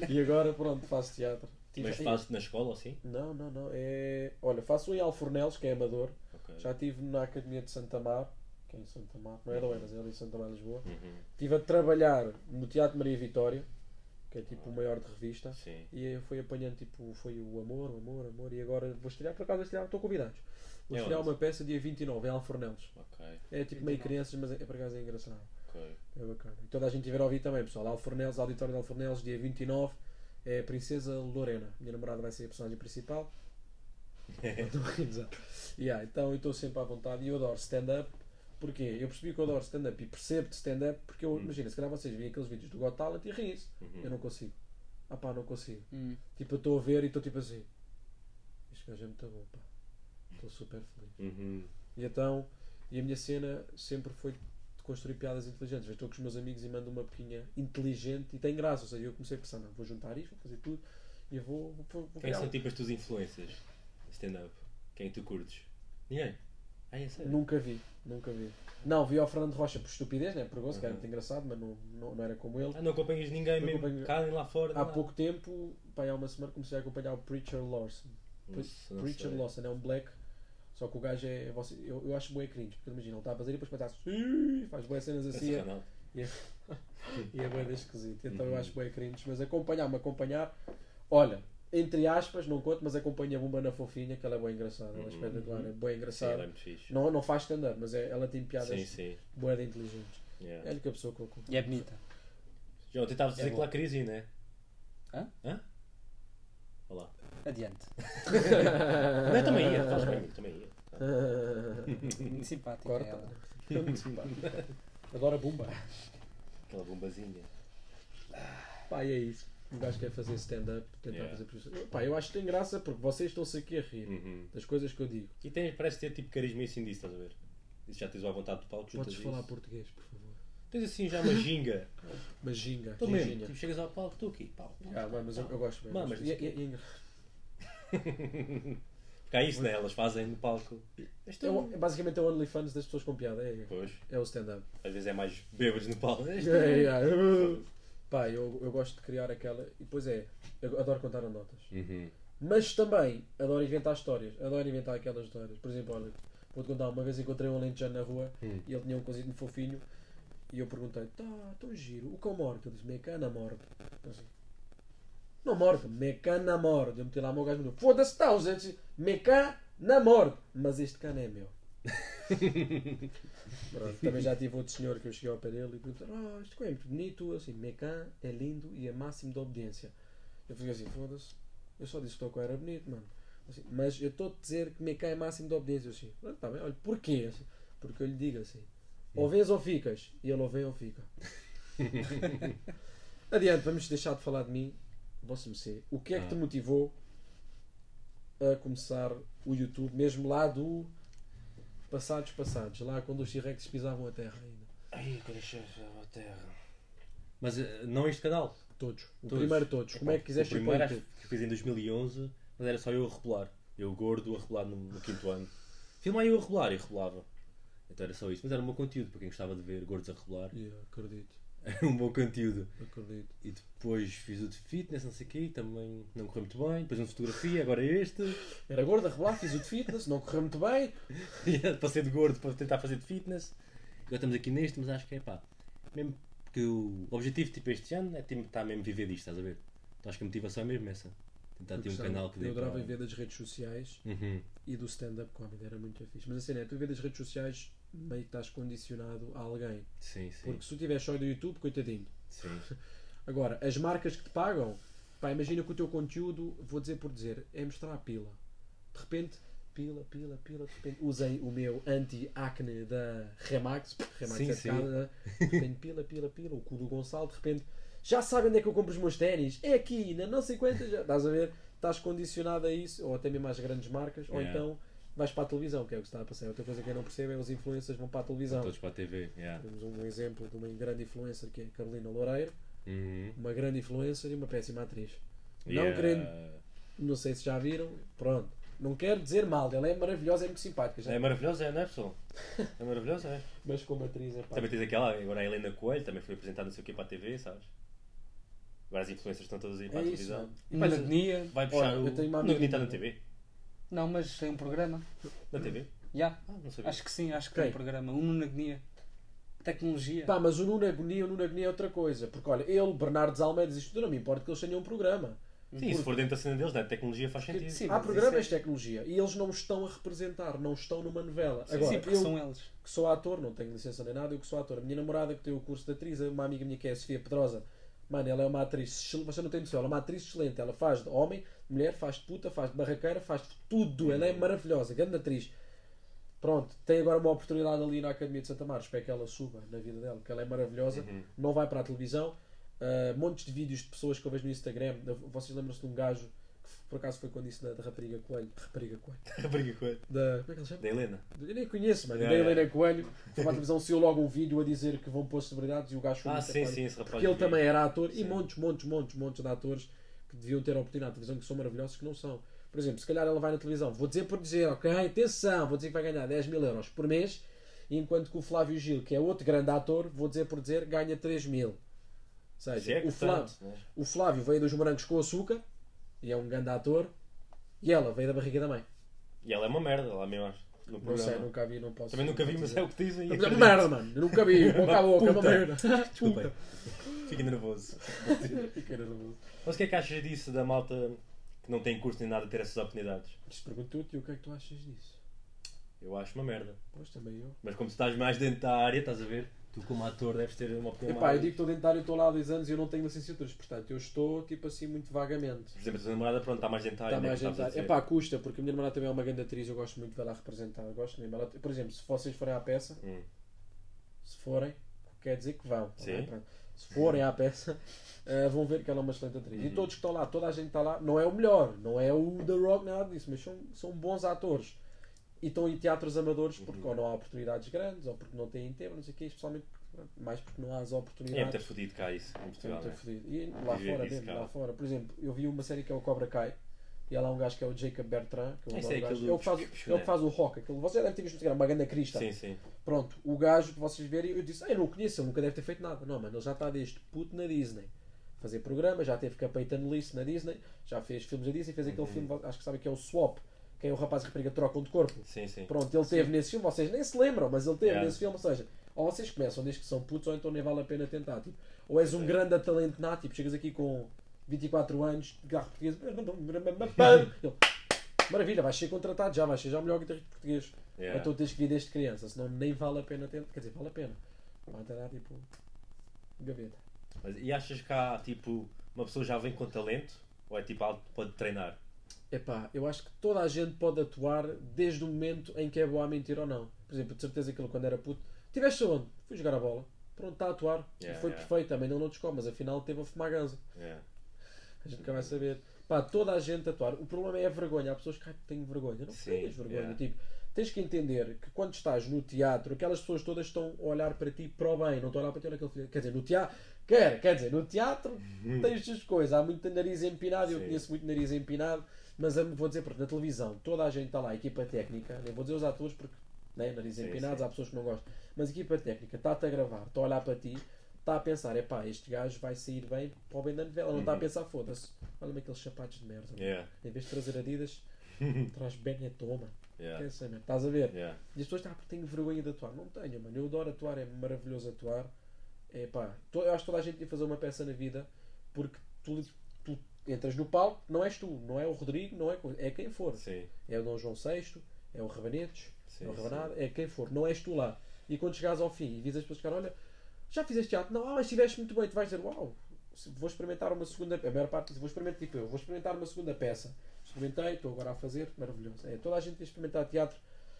Speaker 1: E agora, pronto, faço teatro. Tive-
Speaker 2: Mas fazes na escola ou assim?
Speaker 1: Não, não, não. É... Olha, faço um em Alfornelos, que é amador.
Speaker 2: Ok.
Speaker 1: Já estive na Academia de Santa Mar, que é em Santa Mar, não é da Oeiras, é ali em Santa Mar, Lisboa.
Speaker 2: Uhum.
Speaker 1: Estive a trabalhar no Teatro Maria Vitória, que é
Speaker 2: Ah.
Speaker 1: tipo o maior de revista.
Speaker 2: Sim.
Speaker 1: E eu fui apanhando, tipo, foi o amor, o amor, o amor. E agora vou estrear, por acaso vou estrear, estou convidados. Vou
Speaker 2: É
Speaker 1: estrear
Speaker 2: onde?
Speaker 1: uma peça dia 29, em Alfornelos.
Speaker 2: Ok.
Speaker 1: É tipo meio
Speaker 3: 29.
Speaker 1: crianças, mas é, é por acaso é engraçado.
Speaker 2: Ok.
Speaker 1: É bacana. E toda a gente tiver a ouvir também, pessoal. Alfornelos, Auditório de Alfornelos, dia 29. É a Princesa Lorena. Minha namorada vai ser a personagem principal. Estou a rir, já. yeah, então eu estou sempre à vontade e eu adoro stand-up. Porquê? Eu percebi que eu adoro stand-up e percebo de stand-up porque eu, imagina, se calhar vocês veem aqueles vídeos do Got Talent e riem-se. Eu não consigo. Ah pá, não consigo.
Speaker 3: Hum.
Speaker 1: Tipo, eu estou a ver e estou tipo assim. Este gajo é muito bom, pá. Estou super feliz.
Speaker 2: Uhum.
Speaker 1: E então, e a minha cena sempre foi de construir piadas inteligentes. Eu estou com os meus amigos e mando uma pequinha inteligente e tem graça. Ou seja, eu comecei a pensar, não, vou juntar isto, vou fazer tudo e eu vou, vou, vou, vou
Speaker 2: Quem
Speaker 1: criar. um."
Speaker 2: são tipo as tuas influências? Stand-up. Quem tu curtes? Ninguém. Ah, é sério?
Speaker 1: Nunca vi, nunca vi. Não, vi ao Fernando Rocha por estupidez, né? Por gosto, que era
Speaker 2: Uhum.
Speaker 1: muito engraçado, mas não, não, não era como ele.
Speaker 2: Ah, não acompanhas ninguém
Speaker 1: Não
Speaker 2: mesmo,
Speaker 1: acompanho-
Speaker 2: cá nem lá fora. nem
Speaker 1: Há
Speaker 2: nada.
Speaker 1: pouco tempo, pá, há uma semana, comecei a acompanhar o Preacher Lawson.
Speaker 2: Não
Speaker 1: Pre-
Speaker 2: sei, não
Speaker 1: Preacher
Speaker 2: sei.
Speaker 1: Lawson é um black, só que o gajo é. é você- eu, eu acho bué cringe, porque imagina, ele está a fazer e depois para estar faz boas cenas
Speaker 2: Parece
Speaker 1: assim.
Speaker 2: o
Speaker 1: é-
Speaker 2: Ronaldo.
Speaker 1: E é bem esquisito. Então
Speaker 2: Uhum.
Speaker 1: eu acho bem cringe. Mas acompanhar-me, acompanhar. Olha, entre aspas, não conto, mas acompanha a Bumba na Fofinha, que ela é bem engraçada. Ela é espetacular, é bem
Speaker 2: Uhum. Sim, ela é
Speaker 1: engraçada.
Speaker 2: muito fixe.
Speaker 1: Não, não faz stand-up, mas é- ela tem
Speaker 2: Sim,
Speaker 1: piadas
Speaker 2: sim.
Speaker 1: boas inteligentes. É a
Speaker 2: Yeah.
Speaker 1: única pessoa que eu conto.
Speaker 3: E é bonita.
Speaker 2: João, tentavas dizer que
Speaker 1: bom.
Speaker 2: lá querias ir, né?
Speaker 3: Hã?
Speaker 2: Hã? Olá.
Speaker 3: Adiante.
Speaker 1: Ah.
Speaker 2: Não, eu também ia, faz bem, eu também ia.
Speaker 3: Muito simpática
Speaker 1: Corta.
Speaker 3: ela.
Speaker 1: tá. Muito simpática. Adoro a Bumba.
Speaker 2: Aquela bombazinha.
Speaker 1: Pá, e é isso. O gajo quer fazer stand-up, tentar
Speaker 2: Yeah.
Speaker 1: fazer produção. Pá, eu acho que tem graça porque vocês estão-se aqui a rir
Speaker 2: Uhum.
Speaker 1: das coisas que eu digo.
Speaker 2: E tem, parece ter tipo carisma e assim disso, estás a ver? Isso já tens à vontade do palco, juntas
Speaker 1: Podes falar
Speaker 2: isso.
Speaker 1: português, por favor.
Speaker 2: Tens assim já uma ginga.
Speaker 1: Mas ginga,
Speaker 2: Tu mesmo,
Speaker 1: ginginha.
Speaker 2: tipo, chegas ao palco, tu aqui, pau. pau.
Speaker 1: Ah, bem, mas eu, eu gosto bem.
Speaker 2: Mamas,
Speaker 1: E-
Speaker 2: não sei o quê.
Speaker 1: e- e-
Speaker 2: Porque há isso, né? Elas fazem no palco. Mas
Speaker 1: É
Speaker 2: tu...
Speaker 1: o- basicamente é o OnlyFans das pessoas com piada. É,
Speaker 2: Pois,
Speaker 1: é o stand-up.
Speaker 2: às vezes é mais bêbados no palco.
Speaker 1: É, é, é. Pá, eu, eu gosto de criar aquela. E depois é. Eu adoro contar anedotas.
Speaker 2: Uhum.
Speaker 1: Mas também adoro inventar histórias. Adoro inventar aquelas histórias. Por exemplo, olha, vou-te contar. Uma vez encontrei um alentejano na rua
Speaker 2: Hum.
Speaker 1: e ele tinha um cozido fofinho. E eu perguntei: tá, tão giro, o cão morde? Ele disse: mecana morde. Eu assim, não morde, mecana morde. Eu meti lá o meu gajo e me disse: foda-se, está, os dentes, mecana morde. Mas este cano é meu. Pronto, também já tive outro senhor que eu cheguei ao pé dele e perguntei: ah, este cão é muito bonito. Eu assim: mecan é lindo e é máximo de obediência. Eu fiquei assim: foda-se. Eu só disse que o Tocó era bonito, mano. Assim, mas eu estou a dizer que Mecan é máximo de obediência. Eu assim, "Ah, tá bem, olha, porquê? Assim, porque eu lhe digo assim, ou vês ou ficas. E ele ou vem ou fica. Adiante, vamos deixar de falar de mim. Vosso MC, o que é que te motivou a começar o YouTube, mesmo lá do passados passados, lá quando os T-Rex pisavam a terra ainda?
Speaker 2: Ai, que deixa a terra. Mas eh, não este canal.
Speaker 1: Todos. O
Speaker 2: Todos.
Speaker 1: primeiro todos. Como é que
Speaker 2: O
Speaker 1: quiseste ir
Speaker 2: primeiro
Speaker 1: para o
Speaker 2: acho
Speaker 1: YouTube?
Speaker 2: que fiz em 2011, mas era só eu a rebolar. Eu gordo a rebolar no, no quinto ano. Filmar eu a rebolar e rebolava. Então era só isso. Mas era um bom conteúdo para quem gostava de ver gordos a rebolar.
Speaker 1: Yeah, acredito,
Speaker 2: Era um bom conteúdo.
Speaker 1: acredito.
Speaker 2: E depois fiz o de fitness, não sei o quê, também não correu muito bem. Depois um de fotografia, agora este.
Speaker 1: Era gorda, rebolava, fiz o de fitness, não correu muito bem,
Speaker 2: Passei de gordo para tentar fazer de fitness. Agora estamos aqui neste, mas acho que é pá. Mesmo que o objetivo tipo este ano é tipo, estar mesmo a viver disto, estás a ver? Então acho que a motivação é mesmo essa. Tentar ter um
Speaker 1: Gostava.
Speaker 2: canal que dê
Speaker 1: Eu adorava
Speaker 2: para-
Speaker 1: ver das redes sociais
Speaker 2: Uhum.
Speaker 1: e do stand-up comedy, era muito fixe. Mas a cena é, tu vê das redes sociais, meio que estás condicionado a alguém.
Speaker 2: Sim, sim.
Speaker 1: Porque se tu tiveres só do YouTube, coitadinho.
Speaker 2: Sim.
Speaker 1: Agora, as marcas que te pagam, pá, imagina que o teu conteúdo, vou dizer por dizer, é mostrar a pila. De repente, pila, pila, pila, de repente, usei o meu anti-acne da Remax, pff, Remax
Speaker 2: Sim,
Speaker 1: é
Speaker 2: sim.
Speaker 1: bocado, né? de repente, pila, pila, pila, o cu do Gonçalo, de repente, já sabem onde é que eu compro os meus ténis? É aqui, na não sei quantas, já- estás a ver? Estás condicionado a isso, ou até mesmo às grandes marcas, ou
Speaker 2: Yeah.
Speaker 1: então vais para a televisão, que é o que está a passar. Outra coisa que eu não percebo é os influencers vão para a televisão.
Speaker 2: Todos para a TV. Yeah.
Speaker 1: Temos um exemplo de uma grande influencer que é a Carolina Loureiro
Speaker 2: Uhum.
Speaker 1: uma grande influencer e uma péssima atriz. Não
Speaker 2: Yeah.
Speaker 1: querendo, não sei se já viram, pronto. Não quero dizer mal, ela é maravilhosa, é muito simpática, já-
Speaker 2: É maravilhoso, é, não é, pessoal? É maravilhoso, é.
Speaker 1: mas como atriz é pá.
Speaker 2: Também tens aquela, agora a Helena Coelho também foi apresentada não sei o quê para a TV, sabes? Agora as influências estão todas a ir para
Speaker 1: É
Speaker 2: a
Speaker 1: isso.
Speaker 2: televisão.
Speaker 1: mano.
Speaker 3: Uma agonia.
Speaker 2: Vai puxar
Speaker 1: Olha,
Speaker 2: o.
Speaker 1: eu tenho uma
Speaker 2: Não,
Speaker 1: amiga-
Speaker 2: está na TV.
Speaker 3: Não, mas tem um programa.
Speaker 2: Na TV?
Speaker 3: Já.
Speaker 2: Ah, não sabia.
Speaker 3: Acho que sim, acho que
Speaker 1: Quem?
Speaker 3: tem um programa. Um Nuno Agonia. Tecnologia.
Speaker 1: Pá, mas o Nuno Agonia, o Nuno Agonia é outra coisa. Porque olha, ele, Bernardo Almeida, isto tudo, não me importa que eles tenham um programa.
Speaker 2: Sim,
Speaker 1: Uhum.
Speaker 2: se for dentro da cena deles, da tecnologia faz sentido.
Speaker 3: Sim,
Speaker 1: Há
Speaker 3: mas
Speaker 1: programas de
Speaker 3: isso é-
Speaker 1: tecnologia e eles não estão a representar, não estão numa novela. Agora,
Speaker 3: sim, porque
Speaker 1: eu
Speaker 3: são eles.
Speaker 1: que sou ator, não tenho licença nem nada, eu que sou ator. A minha namorada que tem o curso de atriz, uma amiga minha que é a Sofia Pedrosa, mano, ela é uma atriz, excel- você não tem noção, ela é uma atriz excelente. Ela faz de homem, mulher, faz de puta, faz de barraqueira, faz de tudo. Ela é maravilhosa, grande atriz. Pronto, tem agora uma oportunidade ali na Academia de Santa Mar. Espero que ela suba na vida dela, porque ela é maravilhosa. Não vai para a televisão. Ah, montes de vídeos de pessoas que eu vejo no Instagram. Vocês lembram-se de um gajo que por acaso foi quando disse da, da rapariga Coelho? Rapariga Coelho.
Speaker 2: Briga com a-
Speaker 1: Da, como é que ele se chama?
Speaker 2: Da Helena.
Speaker 1: Eu nem conheço, mano.
Speaker 2: Yeah,
Speaker 1: nem
Speaker 2: yeah.
Speaker 1: Helena Coelho. Foi para a televisão, saiu logo um vídeo a dizer que vão pôr celebridades e o gajo foi
Speaker 2: Ah,
Speaker 1: muito
Speaker 2: sim,
Speaker 1: apático.
Speaker 2: sim, esse rapaz.
Speaker 1: Porque ele
Speaker 2: vi.
Speaker 1: também era ator e
Speaker 2: Sim.
Speaker 1: montes, montes, montes, montes de atores que deviam ter a oportunidade na televisão que são maravilhosos que não são. Por exemplo, se calhar ela vai na televisão, vou dizer por dizer, ok, atenção, vou dizer que vai ganhar 10 mil euros por mês, enquanto que o Flávio Gil, que é outro grande ator, vou dizer por dizer, ganha 3 mil. Ou
Speaker 2: Se
Speaker 1: seja,
Speaker 2: é que
Speaker 1: o, Flávio,
Speaker 2: tanto, né?
Speaker 1: o Flávio veio dos morangos com açúcar e é um grande ator, e ela veio da barriga da mãe.
Speaker 2: E ela é uma merda lá mesmo, acho. No
Speaker 1: Não sei,
Speaker 2: programa.
Speaker 1: nunca a vi, não posso.
Speaker 2: Também nunca vi,
Speaker 1: não posso
Speaker 2: mas é o que dizem. e
Speaker 1: é uma
Speaker 2: acredito.
Speaker 1: merda, mano. Eu nunca vi. Boca a boca, é uma
Speaker 2: Puta.
Speaker 1: merda.
Speaker 2: Desculpem. Fico nervoso.
Speaker 1: Fiquei nervoso.
Speaker 2: Mas o que é que achas disso da malta que não tem curso nem nada ter essas oportunidades?
Speaker 1: Isto pergunto te o que é que tu achas disso?
Speaker 2: Eu acho uma merda.
Speaker 1: Pois também eu.
Speaker 2: Mas como tu estás mais dentro da área, estás a ver? Tu, como ator, deves ter uma opinião
Speaker 1: Epá, eu
Speaker 2: mais.
Speaker 1: digo que estou dentário, estou lá há dois anos e eu não tenho licenciaturas, portanto, eu estou tipo assim muito vagamente.
Speaker 2: Por exemplo, a tua namorada, pronto, está mais dentro da área.
Speaker 1: Está
Speaker 2: né,
Speaker 1: mais
Speaker 2: que estavas a
Speaker 1: dentário.
Speaker 2: dizer.
Speaker 1: Epá, custa, porque a minha namorada também é uma grande atriz, eu gosto muito dela a representar. Eu gosto mesmo. Ela- por exemplo, se vocês forem à peça,
Speaker 2: Hum.
Speaker 1: se forem, quer dizer que vão. tá
Speaker 2: Sim.
Speaker 1: bem? Pronto. Se forem à peça, eh, vão ver que ela é uma excelente atriz.
Speaker 2: Uhum.
Speaker 1: E todos que estão lá, toda a gente está lá, não é o melhor, não é o The Rock, nada disso, mas são, são bons atores. E estão em teatros amadores porque
Speaker 2: Uhum.
Speaker 1: ou não há oportunidades grandes, ou porque não têm tempo, não sei o quê, especialmente pronto, mais porque não há as
Speaker 2: É muito
Speaker 1: oportunidades.
Speaker 2: fodido cá isso, em
Speaker 1: É
Speaker 2: Portugal.
Speaker 1: muito
Speaker 2: né?
Speaker 1: fodido. E lá
Speaker 2: Viver
Speaker 1: fora
Speaker 2: disso,
Speaker 1: mesmo,
Speaker 2: é cara.
Speaker 1: lá fora. Por exemplo, eu vi uma série que é o Cobra Kai. E há lá um gajo que é o Jacob Bertrand, que eu
Speaker 2: Esse
Speaker 1: adoro
Speaker 2: é
Speaker 1: o gajo.
Speaker 2: aquele
Speaker 1: é o que faz,
Speaker 2: do-
Speaker 1: é o que faz o rock. Aquele, você deve ter visto no Instagram, uma grande crista.
Speaker 2: Sim, sim.
Speaker 1: Pronto, o gajo que vocês verem, eu disse, "Ah, eu não o conheço, ele nunca deve ter feito nada. Não, mano, ele já está desde puto na Disney. Fazer programa, já teve Capitão Lice na Disney, já fez filmes da Disney, fez
Speaker 2: Uhum.
Speaker 1: aquele filme, acho que sabem que é o Swap, que é o rapaz e a rapariga trocam de corpo.
Speaker 2: Sim, sim.
Speaker 1: Pronto, ele teve nesse filme, vocês nem se lembram, mas ele teve
Speaker 2: Yeah.
Speaker 1: nesse filme, ou seja, ou vocês começam desde que são putos, ou então nem vale a pena tentar. Tipo, ou és um
Speaker 2: É.
Speaker 1: grande talento nato, tipo, chegas aqui com 24 anos, de garro português, ele, maravilha, vais ser contratado já, vais ser já o melhor guitarrista português.
Speaker 2: Yeah.
Speaker 1: Ou então tens que vir desde criança, senão nem vale a pena tentar. Quer dizer, vale a pena. Vai dar tipo. gaveta.
Speaker 2: Mas, e achas que há, tipo, uma pessoa já vem com talento? Ou é tipo algo que pode treinar?
Speaker 1: Epá, eu acho que toda a gente pode atuar desde o momento em que é boa a mentir ou não. Por exemplo, de certeza que ele quando era puto, tiveste onde? Fui jogar a bola. Pronto, está a atuar.
Speaker 2: Yeah,
Speaker 1: e foi
Speaker 2: yeah.
Speaker 1: perfeito, também não, não descobre, mas afinal teve a fumar ganza.
Speaker 2: Yeah.
Speaker 1: A gente nunca vai saber. Pá, toda a gente atuar. O problema é a vergonha. Há pessoas que "Ai, têm vergonha. Não
Speaker 2: Sim,
Speaker 1: tenhas vergonha.
Speaker 2: yeah.
Speaker 1: Tipo, tens que entender que quando estás no teatro, aquelas pessoas todas estão a olhar para ti para o bem. Não estão a olhar para ti olha aquele filho. Quer dizer, no teatro. Quer, quer dizer, no teatro tens as coisas. Há muito nariz empinado. Eu
Speaker 2: Uhum. Sim.
Speaker 1: conheço muito nariz empinado. Mas eu vou dizer, porque na televisão toda a gente está lá, a equipa técnica. Nem vou dizer os atores porque né, nariz
Speaker 2: Sim,
Speaker 1: empinados,
Speaker 2: sim.
Speaker 1: há pessoas que não gostam. Mas a equipa técnica está-te a gravar, está a olhar para ti, está a pensar, epá, este gajo vai sair bem para o bem da novela, não está a pensar, foda-se, olha-me aqueles sapatos de merda.
Speaker 2: Uhum. Yeah.
Speaker 1: Em vez de trazer Adidas, traz Benetton, mano.
Speaker 2: Yeah.
Speaker 1: Pensa, mano, estás a ver?
Speaker 2: Yeah.
Speaker 1: E as pessoas tá, "Ah, tenho vergonha de atuar. Não tenho, mano. Eu adoro atuar, é maravilhoso atuar. É pá, to- eu acho que toda a gente tem que fazer uma peça na vida porque tu, tu entras no palco, não és tu, não é o Rodrigo, não é, co- é quem for.
Speaker 2: Sim.
Speaker 1: É o Dom João VI, é o Rabanetes,
Speaker 2: Sim,
Speaker 1: é o
Speaker 2: sim.
Speaker 1: Rabanado, é quem for, não és tu lá. E quando chegares ao fim e vis as pessoas ficar, olha, já fizeste teatro? Não, ah, mas estiveste muito bem, tu vais dizer, uau, se- vou experimentar uma segunda, a maior parte diz, vou experimentar, tipo eu, vou experimentar uma segunda peça. Experimentei, estou agora a fazer, maravilhoso. É, toda a gente tem que experimentar teatro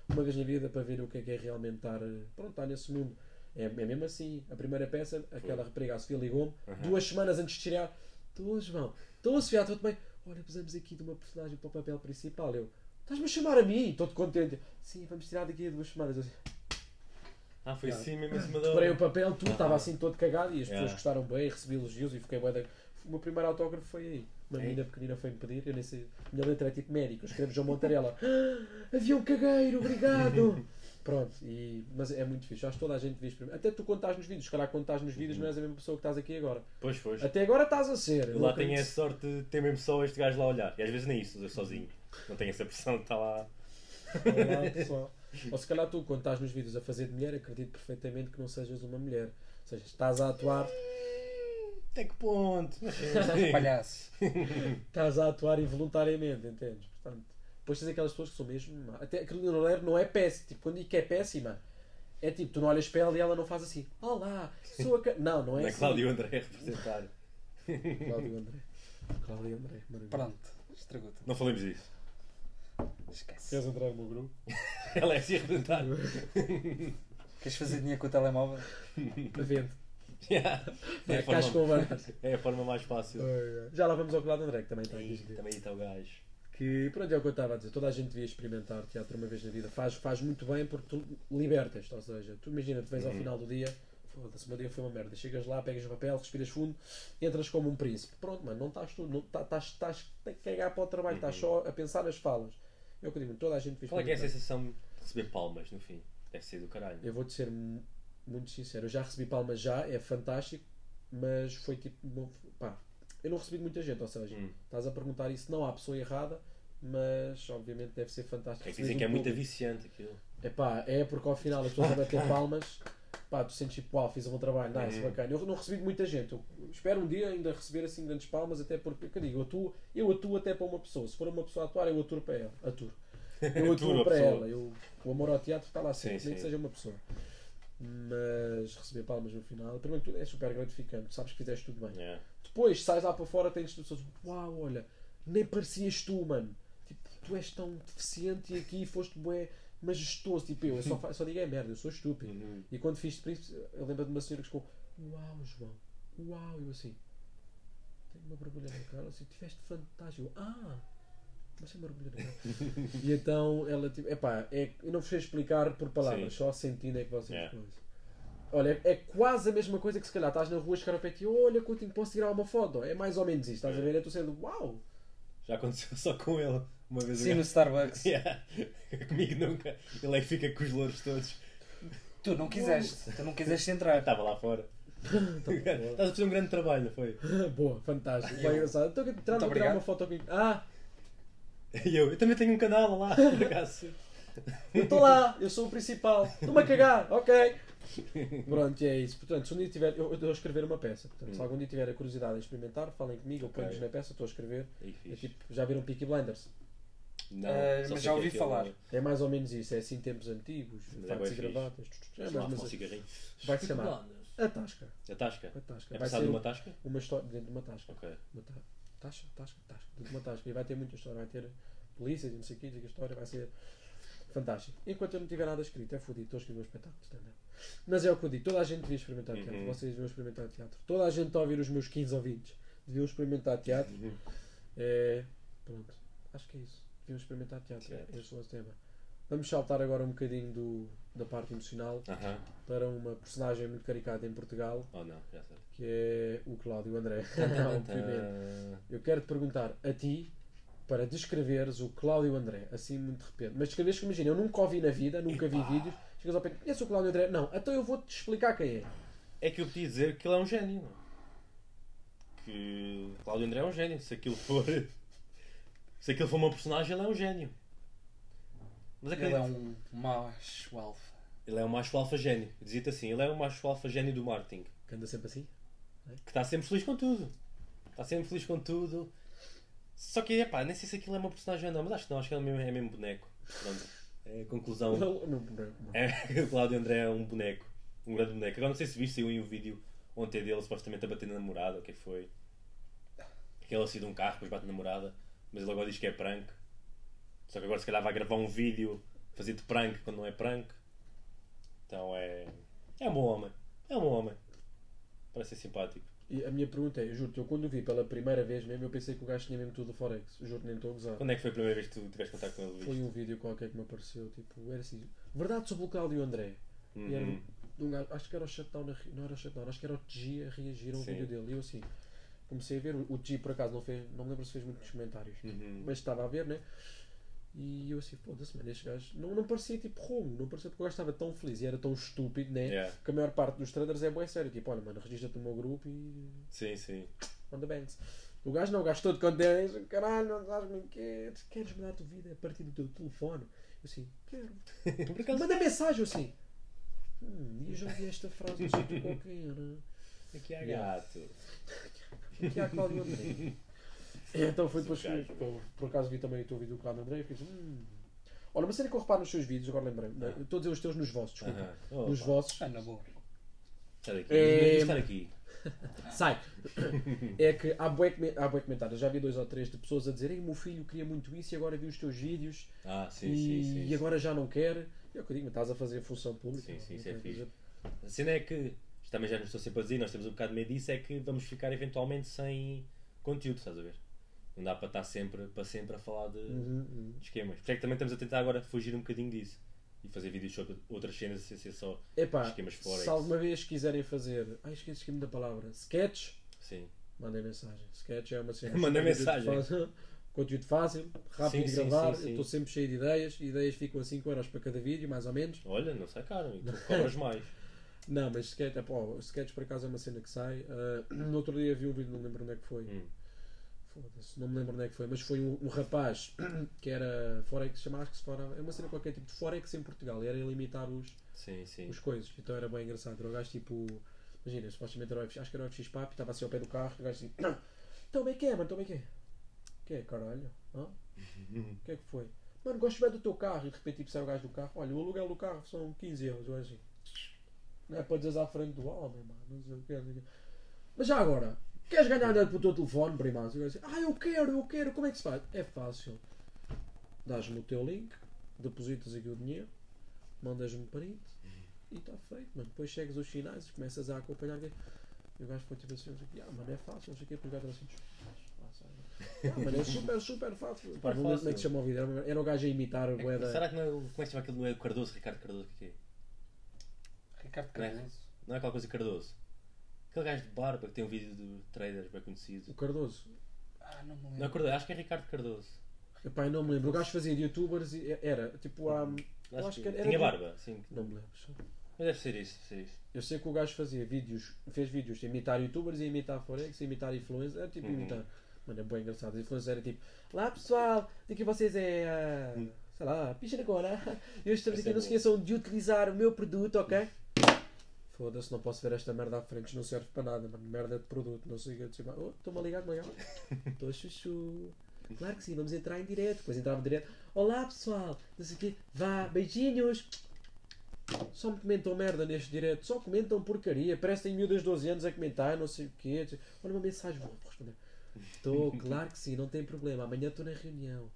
Speaker 1: uma vez na vida para ver o que é que é realmente estar, eh, pronto, estar nesse mundo. É, é mesmo assim, a primeira peça, aquela rapariga, a Sofia ligou-me, duas semanas antes de tirar, estou Então, João, estou Sofia, estou-te bem, olha, precisamos aqui de uma personagem para o papel principal, eu, estás-me a chamar a mim, estou-te contente, sim, vamos tirar daqui a duas semanas, eu, assim,
Speaker 2: Ah, foi
Speaker 1: Yeah.
Speaker 2: assim mesmo em cima da.
Speaker 1: Comprei o papel, tudo,
Speaker 2: Ah.
Speaker 1: estava assim todo cagado e as pessoas
Speaker 2: Yeah.
Speaker 1: gostaram bem, recebi elogios e fiquei bem. da- O meu primeiro autógrafo foi aí. Uma
Speaker 2: Ei.
Speaker 1: menina pequenina foi-me pedir, eu nem sei. Minha letra é tipo médico, eu escrevo João Montarela. Ah, havia um cagueiro, obrigado! Pronto, e, mas é muito fixe. Acho que toda a gente devia experimentar. Até tu quando estás nos vídeos, se calhar quando estás nos vídeos não és a mesma pessoa que estás aqui agora.
Speaker 2: Pois, pois.
Speaker 1: Até agora estás a ser.
Speaker 2: Eu
Speaker 1: não
Speaker 2: lá
Speaker 1: acredito.
Speaker 2: tenho a sorte de ter mesmo só este gajo lá a olhar. E às vezes nem isso, eu sozinho. Não tenho essa pressão de estar lá.
Speaker 1: Olá, pessoal. Ou se calhar tu, quando estás nos vídeos a fazer de mulher, acredito perfeitamente que não sejas uma mulher. Ou seja, estás a atuar,
Speaker 2: Até que ponto?
Speaker 3: Palhaço.
Speaker 1: estás a atuar involuntariamente, entendes? Portanto, depois tens aquelas pessoas que são mesmo. má. Até a Carolina Ler não é péssima. Tipo, quando digo que é péssima, é tipo, tu não olhas para ela e ela não faz assim. Olá, sou a. Ca-" Não, não é
Speaker 2: Não é
Speaker 1: assim.
Speaker 2: Cláudio André a representar.
Speaker 1: Cláudio André. Cláudio André, maravilha.
Speaker 3: Pronto, estragou tudo.
Speaker 2: Não falemos disso.
Speaker 3: Esquece.
Speaker 1: Queres entrar no meu grupo?
Speaker 2: Ela é assim a representar.
Speaker 3: Queres fazer dinheiro com o telemóvel?
Speaker 1: Vende.
Speaker 2: Yeah.
Speaker 1: É,
Speaker 2: É, a
Speaker 1: cais com
Speaker 2: forma,
Speaker 1: o Bernardo.
Speaker 2: é a forma mais fácil.
Speaker 1: Já lá vamos ao Cláudio André, que também está
Speaker 2: Aí,
Speaker 1: aqui.
Speaker 2: também aí está o gajo.
Speaker 1: Que pronto, é o que eu estava a dizer, toda a gente devia experimentar teatro uma vez na vida. Faz, faz muito bem porque tu libertas, ou seja, tu imagina, tu vens ao final do dia, foda-se, o meu dia foi uma merda. Chegas lá, pegas o papel, respiras fundo, entras como um príncipe. Pronto, mano, não estás tu, não tá- estás estás a cagar para o trabalho, estás só a pensar nas falas. É o que eu digo, toda a gente devia
Speaker 2: Qual é que é a
Speaker 1: experimentar.
Speaker 2: sensação de receber palmas no fim? Deve ser do caralho.
Speaker 1: então. Eu vou-te ser mu- muito sincero, eu já recebi palmas já, é fantástico, mas foi tipo, não- pá, eu não recebi de muita gente, ou seja,
Speaker 2: Hum.
Speaker 1: estás a perguntar isso não à pessoa errada, mas obviamente deve ser fantástico. um
Speaker 2: É que dizem que é muito viciante aquilo.
Speaker 1: É pá, é porque ao final as pessoas a bater palmas, pá, tu sentes tipo, uau, fiz um bom trabalho,
Speaker 2: É.
Speaker 1: nice, bacana. Eu não recebi de muita gente, eu espero um dia ainda receber assim grandes palmas, até porque, que eu digo, eu atuo, eu atuo até para uma pessoa, se for uma pessoa a atuar, eu atuo para ela, atuo. Eu
Speaker 2: Atuo
Speaker 1: atuo
Speaker 2: a
Speaker 1: para
Speaker 2: pessoa.
Speaker 1: ela, eu, o amor ao teatro está lá sempre,
Speaker 2: Sim,
Speaker 1: nem que
Speaker 2: sim.
Speaker 1: seja uma pessoa. Mas receber palmas no final, primeiro que tudo é super gratificante, sabes que fizeste tudo bem.
Speaker 2: Yeah.
Speaker 1: Depois sais lá para fora, tens pessoas, uau, olha, nem parecias tu, mano. Tipo, tu és tão deficiente e aqui foste bué majestoso. Tipo, eu, eu só, fa- só digo é merda, eu sou estúpido. E quando fiz de príncipe, eu lembro de uma senhora que chegou, uau, João, uau, eu assim, tenho uma borbulha na cara, assim, tiveste fantástico. Eu, ah, mas é uma borbulha na cara. e então ela, tipo, epá, é, eu não vos sei explicar por palavras,
Speaker 2: Sim.
Speaker 1: só sentindo é que vocês
Speaker 2: Yeah.
Speaker 1: conhecem. Olha, é quase a mesma coisa que se calhar estás na rua, chegar ao pé e ti, olha, Coutinho, posso tirar uma foto? É mais ou menos isto, estás a ver? É tu sendo, uau!
Speaker 2: Já aconteceu só com ele uma vez. o
Speaker 3: Sim, no
Speaker 2: gajo-
Speaker 3: Starbucks.
Speaker 2: Yeah. Comigo nunca. Ele é que fica com os louros todos.
Speaker 3: Tu não quiseste. Tu não quiseste entrar.
Speaker 2: Estava lá fora. Estás a fazer um grande trabalho, não foi?
Speaker 1: Boa, fantástico, bem engraçado. Estou a tentar tirar
Speaker 3: obrigado.
Speaker 1: uma foto comigo. Ah,
Speaker 2: E eu, eu também tenho um canal lá, por acaso.
Speaker 1: Eu estou lá, eu sou o principal. Estou-me a cagar, ok. Pronto, e é isso. Portanto, se um dia tiver. Eu eu estou a escrever uma peça. Portanto, se algum dia tiver a curiosidade em experimentar, falem comigo, eu
Speaker 2: Hum. Ok.
Speaker 1: ponho-vos na peça, estou a escrever.
Speaker 2: Aí,
Speaker 1: É
Speaker 2: fixe.
Speaker 1: tipo, já viram Peaky Blinders?
Speaker 2: Não,
Speaker 3: Eh,
Speaker 2: só
Speaker 3: mas
Speaker 2: sei
Speaker 3: já
Speaker 2: que é
Speaker 3: ouvi
Speaker 2: aquele-
Speaker 3: falar.
Speaker 1: É mais ou menos isso, é assim tempos antigos,
Speaker 2: é
Speaker 1: fatos
Speaker 2: bué
Speaker 1: e
Speaker 2: fixe.
Speaker 1: gravatas. É,
Speaker 2: Fumava
Speaker 1: mas,
Speaker 2: um
Speaker 1: mas,
Speaker 2: cigarrinho.
Speaker 1: vai se chamar A Tasca.
Speaker 2: A tasca?
Speaker 1: A Tasca.
Speaker 2: É
Speaker 1: Vai
Speaker 2: passado
Speaker 1: ser
Speaker 2: numa
Speaker 1: uma,
Speaker 2: tasca?
Speaker 1: uma história dentro de uma Tasca.
Speaker 2: Ok.
Speaker 1: Uma ta- Tasca, tasca, tasca, dentro de uma tasca. E vai ter muita história, vai ter polícias e não sei o que, a história vai ser fantástica. Enquanto eu não tiver nada escrito, é fodido, estou a escrever um espetáculo de stand-up. Mas é o que eu digo, toda a gente devia experimentar teatro,
Speaker 2: Uhum.
Speaker 1: vocês deviam experimentar teatro. Toda a gente está a ouvir os meus 15 ouvintes, deviam experimentar teatro.
Speaker 2: Uhum.
Speaker 1: É, pronto, acho que é isso. Deviam experimentar teatro,
Speaker 2: Teatro.
Speaker 1: é este é o nosso tema. Vamos saltar agora um bocadinho do, da parte emocional
Speaker 2: Aham.
Speaker 1: para uma personagem muito caricata em Portugal,
Speaker 2: Oh não, já sei.
Speaker 1: que é o Cláudio André. Não,
Speaker 2: Então,
Speaker 1: obviamente.
Speaker 2: eh,
Speaker 1: Eu quero te perguntar a ti para descreveres o Cláudio André, assim muito de repente. Mas descreves que imagina, eu nunca o vi na vida, nunca vi vídeos. Chegas ao pé, conheço o Cláudio André? Não, então eu vou-te explicar quem é.
Speaker 2: É que eu podia dizer que ele é um gênio. não é? Que Cláudio André é um gênio. Se aquilo for. Se aquilo for uma personagem, ele é um gênio. Mas
Speaker 3: Ele é
Speaker 2: acredito-
Speaker 3: um macho alfa.
Speaker 2: Ele é um macho alfa gênio. Eu Dizia-te assim, ele é um macho alfa gênio do marketing.
Speaker 1: Que anda sempre assim?
Speaker 2: Que está sempre feliz com tudo. Está sempre feliz com tudo. Só que, epá, nem sei se aquilo é uma personagem ou não, mas acho que não, acho que ele é mesmo, é mesmo boneco. Pronto. É a conclusão.
Speaker 1: Não, não, não.
Speaker 2: É, o Cláudio André é um boneco. Um grande boneco. Agora não sei se viste saiu em um vídeo ontem dele supostamente a bater na namorada, o que é que foi? Que ele assim de um carro, depois bate na namorada, mas ele agora diz que é prank. Só que agora se calhar vai gravar um vídeo fazer de prank quando não é prank. Então é. É um bom homem. É um bom homem. Parece ser simpático.
Speaker 1: E a minha pergunta é, eu juro-te, eu quando o vi pela primeira vez mesmo, eu pensei que o gajo tinha mesmo tudo do Forex. Juro, nem estou a gozar.
Speaker 2: Quando é que foi a primeira vez que tu tiveste contato com ele?
Speaker 1: Foi
Speaker 2: Luís?
Speaker 1: um vídeo qualquer que me apareceu, tipo, era assim, verdade sobre o Cláudio André. E era
Speaker 2: Uhum.
Speaker 1: de um gajo, acho que era o shutdown, a re- não era o shutdown, acho que era o G a reagir a um
Speaker 2: Sim.
Speaker 1: vídeo dele. E eu assim, comecei a ver, o G por acaso não fez, não me lembro se fez muitos comentários,
Speaker 2: Uhum.
Speaker 1: mas estava a ver, né? E eu assim, foda-se, mano, este gajo não, não parecia tipo rumo, não parecia porque o gajo estava tão feliz e era tão estúpido, né?
Speaker 2: Yeah.
Speaker 1: Que a maior parte dos traders é bem sério, tipo, olha, mano, registra-te no meu grupo e
Speaker 2: Sim, sim.
Speaker 1: on the banks. O gajo não, o gajo todo contente, diz, caralho, não estás-me queres, queres mudar a tua vida a partir do teu telefone? Eu assim, quero.
Speaker 2: Por acaso-
Speaker 1: Manda mensagem, eu assim. Hum, eu já vi esta frase no sítio qualquer.
Speaker 2: Aqui há
Speaker 1: Yeah.
Speaker 2: gato.
Speaker 1: Aqui há um Cláudio André. então foi depois
Speaker 2: Sim,
Speaker 1: que, eu, por acaso, vi também o teu vídeo do Cláudio André e fiz, hum... Olha, uma cena que eu reparo nos seus vídeos, agora lembrei-me. não, eu Estou a dizer os teus nos vossos, desculpa.
Speaker 2: Ah. Aham. Oh,
Speaker 1: Nos
Speaker 2: pá.
Speaker 1: vossos.
Speaker 3: Ah, na boa.
Speaker 2: Está daqui.
Speaker 1: É-
Speaker 2: Devia estar aqui.
Speaker 1: Sai! é que há bué, come- há bué comentários, já vi dois ou três de pessoas a dizerem, "Ei, meu filho queria muito isso e agora vi os teus vídeos
Speaker 2: Ah, sim,
Speaker 1: e,
Speaker 2: sim, sim.
Speaker 1: e
Speaker 2: sim.
Speaker 1: agora já não quer. E é o que eu digo, mas estás a fazer função pública.
Speaker 2: Sim, sim,
Speaker 1: não
Speaker 2: isso é
Speaker 1: quer
Speaker 2: fixe.
Speaker 1: dizer-
Speaker 2: A cena é que, isto também já nos estou sempre a dizer, nós temos um bocado de medo disso, é que vamos ficar eventualmente sem conteúdo, estás a ver? Não dá para estar sempre, para sempre a falar de,
Speaker 1: Uhum, uhum.
Speaker 2: de esquemas. Por isso é que também estamos a tentar agora fugir um bocadinho disso e fazer vídeos sobre outras cenas sem ser só
Speaker 1: Epá,
Speaker 2: esquemas fora.
Speaker 1: se alguma vez quiserem fazer... Ai, esqueci-me da palavra. Sketch...
Speaker 2: Sim.
Speaker 1: Mandem mensagem. Sketch é uma cena.
Speaker 2: Mandem
Speaker 1: Conteúdo
Speaker 2: mensagem.
Speaker 1: fácil- Conteúdo fácil, rápido
Speaker 2: Sim,
Speaker 1: de
Speaker 2: sim,
Speaker 1: gravar.
Speaker 2: sim, sim.
Speaker 1: Eu estou sempre cheio de ideias. Ideias ficam a 5 euros para cada vídeo, mais ou menos.
Speaker 2: Olha, não sai caro, e tu cobras mais.
Speaker 1: Não, mas sketch, é, pô, sketch por acaso é uma cena que sai. Ah, no outro dia vi um vídeo, não me lembro onde é que foi.
Speaker 2: Hum.
Speaker 1: Foda-se, não me lembro onde é que foi. Mas foi um, um rapaz que era Forex, chamava que se fora. É uma cena qualquer tipo de Forex em Portugal. E era limitar os,
Speaker 2: Sim, sim.
Speaker 1: os coisas. Então era bem engraçado. Era o gajo tipo. Imagina, supostamente era o FX, acho que era o FX Papi, estava assim ao pé do carro, o gajo assim, não, então bem que é, mano, então bem que é. Que é, caralho? Hã? O que é que foi? Mano, gosto bem do teu carro. E de repente tipo, sai o gajo do carro, olha, o aluguel do carro são 15 euros, ou assim. Não é para dizer à frente do homem, mano, não sei o que, não sei o quê. Mas já agora, queres ganhar dinheiro pelo teu telefone, primaço? E o gajo assim, ah, eu quero, eu quero, como é que se faz? É fácil. Dás-me o teu link, depositas aqui o dinheiro, mandas-me print, e está feito, mano. Depois chegas aos sinais e começas a acompanhar. E o gajo foi tipo assim, eu disse, ah, mano, é fácil, não sei o quê, porque o gajo era assim, "Ah, sai, mano." Ah, mano, é super, super fácil. Pá, não lembro como é que se chama o vídeo, era- era o gajo a imitar o
Speaker 2: É que-
Speaker 1: bué da-
Speaker 2: será que não é, o- como é que se chama aquele não é o Cardoso, Ricardo Cardoso, que é?
Speaker 3: Ricardo
Speaker 2: Não é?
Speaker 3: Cardoso.
Speaker 2: Não é aquela coisa Cardoso? Aquele gajo de barba que tem um vídeo de traders bem conhecido.
Speaker 1: O Cardoso.
Speaker 3: Ah, não me
Speaker 2: Não é
Speaker 3: lembro.
Speaker 2: Cardoso, acho que é Ricardo Cardoso.
Speaker 1: Epá, eu não me lembro. O gajo fazia de youtubers e era, tipo, há... Eu
Speaker 2: Acho,
Speaker 1: acho
Speaker 2: que
Speaker 1: que era-
Speaker 2: tinha
Speaker 1: era-
Speaker 2: barba, sim.
Speaker 1: Não me lembro. só.
Speaker 2: Mas deve ser isso, deve ser isso.
Speaker 1: Eu sei que o gajo fazia vídeos, fez vídeos de imitar youtubers e imitar forex, e imitar influencers, era tipo
Speaker 2: Uhum.
Speaker 1: imitar. Mano, é bem engraçado. As influencers era tipo, lá pessoal, de que vocês é, ah, sei lá, picha agora. Eu estamos aqui,
Speaker 2: Essa Uhum.
Speaker 1: não
Speaker 2: é boa.
Speaker 1: se esqueçam de utilizar o meu produto, ok? Foda-se, não posso ver esta merda à frente, isto não serve para nada, mano. Merda de produto, não sei o que. eu disse, Oh, estou-me a ligar, estou-me a ligar. Estou é?" chuchu. Claro que sim, vamos entrar em direto. Depois entrava em direto. Olá pessoal, não sei o quê. Vá, beijinhos. Só me comentam merda neste direto, só comentam porcaria. Parecem miúdas de 12 anos a comentar, não sei o quê. Olha uma mensagem, vou responder. Estou, claro que sim, não tem problema. Amanhã estou na reunião.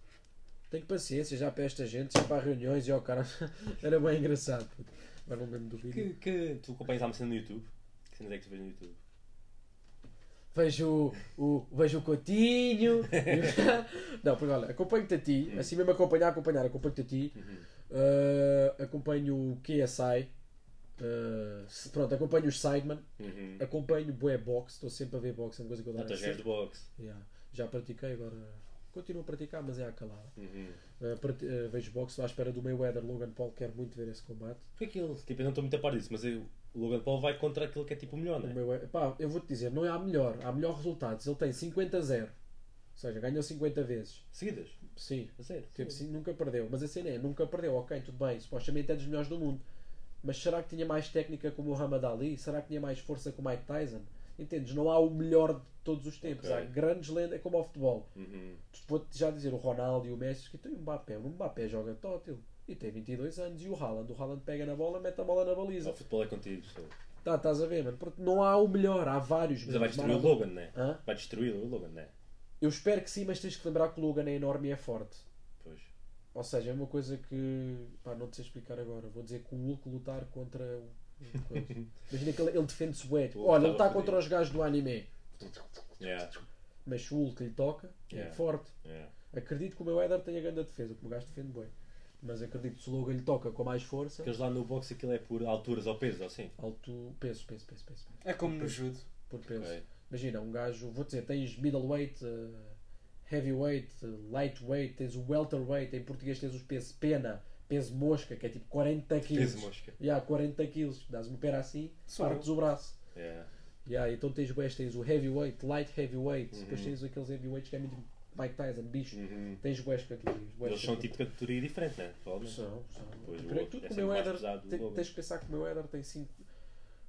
Speaker 1: Tenho paciência já para esta gente, já para reuniões e ó, cara. Era bem engraçado. puto. Agora não me lembro do vídeo.
Speaker 2: Que, que tu acompanhas alguma cena no YouTube? Que cenas é que tu vês no YouTube?
Speaker 1: vejo o, o- vejo o Coutinho. não, porque olha, acompanho-te a ti, assim mesmo acompanhar, acompanhar, acompanho-te a ti. Uh, acompanho o KSI. Uh, se- pronto, acompanho os Sideman.
Speaker 2: Uhum.
Speaker 1: Acompanho bué boxe, estou sempre a ver boxe, é uma coisa que eu
Speaker 2: Ah,
Speaker 1: adoro.
Speaker 2: tu és gajo de boxe.
Speaker 1: Yeah, Já pratiquei, agora continuo a praticar, mas é à calada.
Speaker 2: Uhum.
Speaker 1: Uh, prati- uh, vejo boxe, estou à espera do Mayweather, Logan Paul, quero muito ver esse combate.
Speaker 2: Porque aquilo, tipo, eu não estou muito a par disso, mas eu, o Logan Paul vai contra aquilo que é tipo o melhor,
Speaker 1: O
Speaker 2: não é?
Speaker 1: meu é- pá, eu vou-te dizer, não é a melhor, há melhor resultados. Ele tem 50-0, ou seja, ganhou 50 vezes.
Speaker 2: Seguidas,
Speaker 1: Sim,
Speaker 2: a sério.
Speaker 1: Tipo, sim, nunca perdeu. Mas a cena é, nunca perdeu. Ok, tudo bem. Supostamente é dos melhores do mundo. Mas será que tinha mais técnica que o Muhammad Ali? Será que tinha mais força que o Mike Tyson? Entendes? Não há o melhor de todos os tempos.
Speaker 2: Ok.
Speaker 1: Há grandes lendas. É como ao futebol.
Speaker 2: Uhum.
Speaker 1: Tu Vou-te já dizer o Ronaldo e o Messi. Que tem o Mbappé. O Mbappé joga tótil. E tem 22 anos. E o Haaland. O Haaland pega na bola, mete a bola na
Speaker 2: Mas
Speaker 1: baliza.
Speaker 2: O futebol é contigo, pessoal.
Speaker 1: Tá, estás a ver, mano. Pronto, não há o melhor. Há vários.
Speaker 2: Mas vai
Speaker 1: mano.
Speaker 2: destruir o
Speaker 1: Maradona-
Speaker 2: Logan, não é?
Speaker 1: Hã?
Speaker 2: Vai destruir o Logan, não é?
Speaker 1: Eu espero que sim, mas tens que lembrar que o Logan é enorme e é forte.
Speaker 2: Pois.
Speaker 1: Ou seja, é uma coisa que. Pá, não te sei explicar agora. Vou dizer que o Hulk lutar contra. o- o coisa. Imagina que ele, ele defende-se o Ed.
Speaker 2: O Hulk
Speaker 1: tipo, Olha, ele está
Speaker 2: tava
Speaker 1: contra
Speaker 2: fodido.
Speaker 1: os gajos do anime.
Speaker 2: Yeah.
Speaker 1: Mas se o Hulk lhe toca, é
Speaker 2: Yeah.
Speaker 1: forte.
Speaker 2: Yeah.
Speaker 1: Acredito que o meu Eder tenha grande defesa, porque o gajo defende bem. Mas acredito que se o Logan lhe toca com mais força.
Speaker 2: Porque eles lá no boxe aquilo é por alturas ou peso, ou assim.
Speaker 1: Alto. Peso, peso, peso, peso. peso.
Speaker 3: É como no judo.
Speaker 1: Por peso.
Speaker 2: Ok.
Speaker 1: Imagina, um gajo. Vou dizer, tens middleweight, eh, heavyweight, lightweight, tens o welterweight, em português tens os peso pena, peso mosca, que é tipo 40 quilos.
Speaker 2: Peso mosca.
Speaker 1: Yeah, 40 quilos, dás uma pera assim,
Speaker 3: Sou
Speaker 1: partes o braço.
Speaker 2: É.
Speaker 1: Yeah, então tens bués, tens o heavyweight, light heavyweight,
Speaker 2: Uhum.
Speaker 1: depois tens aqueles heavyweights que é muito Mike Tyson, bicho. Tens bués com aquilo. bués
Speaker 2: Eles
Speaker 1: com
Speaker 2: são
Speaker 1: aquilo.
Speaker 2: tipo de categoria diferente, né? Provavelmente.
Speaker 1: São, são.
Speaker 2: Pois, o
Speaker 1: Primeiro
Speaker 2: outro
Speaker 1: que tudo,
Speaker 2: é
Speaker 1: que o
Speaker 2: sempre
Speaker 1: meu
Speaker 2: mais
Speaker 1: Éder,
Speaker 2: pesado, o
Speaker 1: te-
Speaker 2: Logan.
Speaker 1: tens de pensar que o meu Éder tem 5...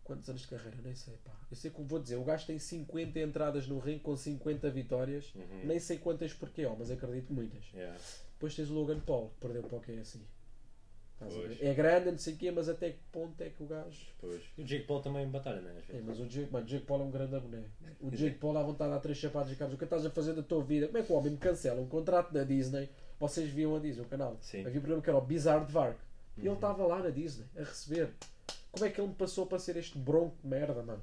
Speaker 1: Quantos anos de carreira? Nem sei, pá. Eu sei que vou dizer, o gajo tem 50 entradas no ringue com 50 vitórias.
Speaker 2: Uhum.
Speaker 1: Nem sei quantas porquê, ó, mas acredito que muitas.
Speaker 2: Yeah.
Speaker 1: Depois tens o Logan Paul, que perdeu para o KSI. Estás a ver?
Speaker 2: Pois.
Speaker 1: É grande, não sei o quê, mas até que ponto é que o gajo...
Speaker 2: Pois. E o Jake Paul também batalha, né? Às
Speaker 1: É,
Speaker 2: vezes.
Speaker 1: mas o Jake, mano, o Jake Paul é um grande aboné. O Jake Paul à vontade há três chapadas e cabos. O que estás a fazer da tua vida? Como é que o homem me cancela um contrato da Disney? Vocês viam a Disney, o canal.
Speaker 2: Sim.
Speaker 1: Havia um programa que era o Bizarre de Vark. E ele estava lá na Disney, a receber. Como é que ele me passou para ser este bronco de merda, mano?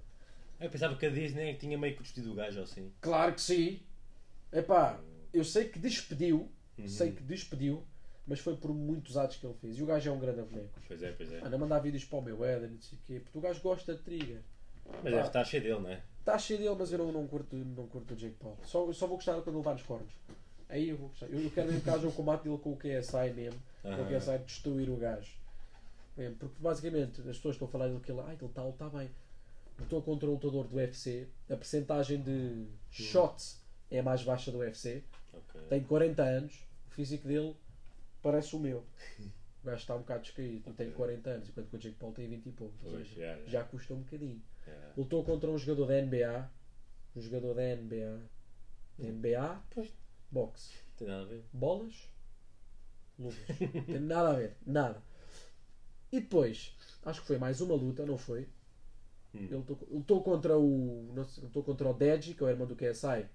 Speaker 2: Eu pensava que a Disney tinha meio que despedido o gajo ou assim.
Speaker 1: Claro que sim. Epá, eu sei que despediu, sei que despediu, mas foi por muitos atos que ele fez. E o gajo é um grande aboné.
Speaker 2: Pois é, pois é.
Speaker 1: Mano, a mandar vídeos para o meu Éder, não sei o quê. Porque o gajo gosta de trigger.
Speaker 2: Mas deve estar cheio dele, né?
Speaker 1: Está Tá cheio dele, mas eu não, não, curto, não curto o Jake Paul. Só, eu só vou gostar quando ele levar nos cornos. Aí eu vou gostar. Eu eu quero ver o caso o combate dele com o KSI mesmo. Com o
Speaker 2: Aham.
Speaker 1: KSI destruir o gajo. É, porque basicamente as pessoas estão a falar dele que ele, ah, ele está ele tá bem. Lutou contra o lutador do UFC. A percentagem de shots é a mais baixa do UFC.
Speaker 2: Ok.
Speaker 1: Tem 40 anos. O físico dele parece o meu. O gajo está um bocado descaído. Tem 40 anos, enquanto que o Jake Paul tem 20 e poucos. Ou
Speaker 2: Pois, é,
Speaker 1: seja,
Speaker 2: yeah, yeah.
Speaker 1: Já custa um bocadinho
Speaker 2: Yeah.
Speaker 1: lutou contra um jogador da NBA, um jogador da NBA, NBA,
Speaker 2: Pois.
Speaker 1: boxe,
Speaker 2: Tem nada a ver.
Speaker 1: bolas, luvas, tem nada a ver, nada. E depois, acho que foi mais uma luta, não foi? Ele lutou, lutou contra o, não sei, lutou contra o Deji, que é o irmão do KSI.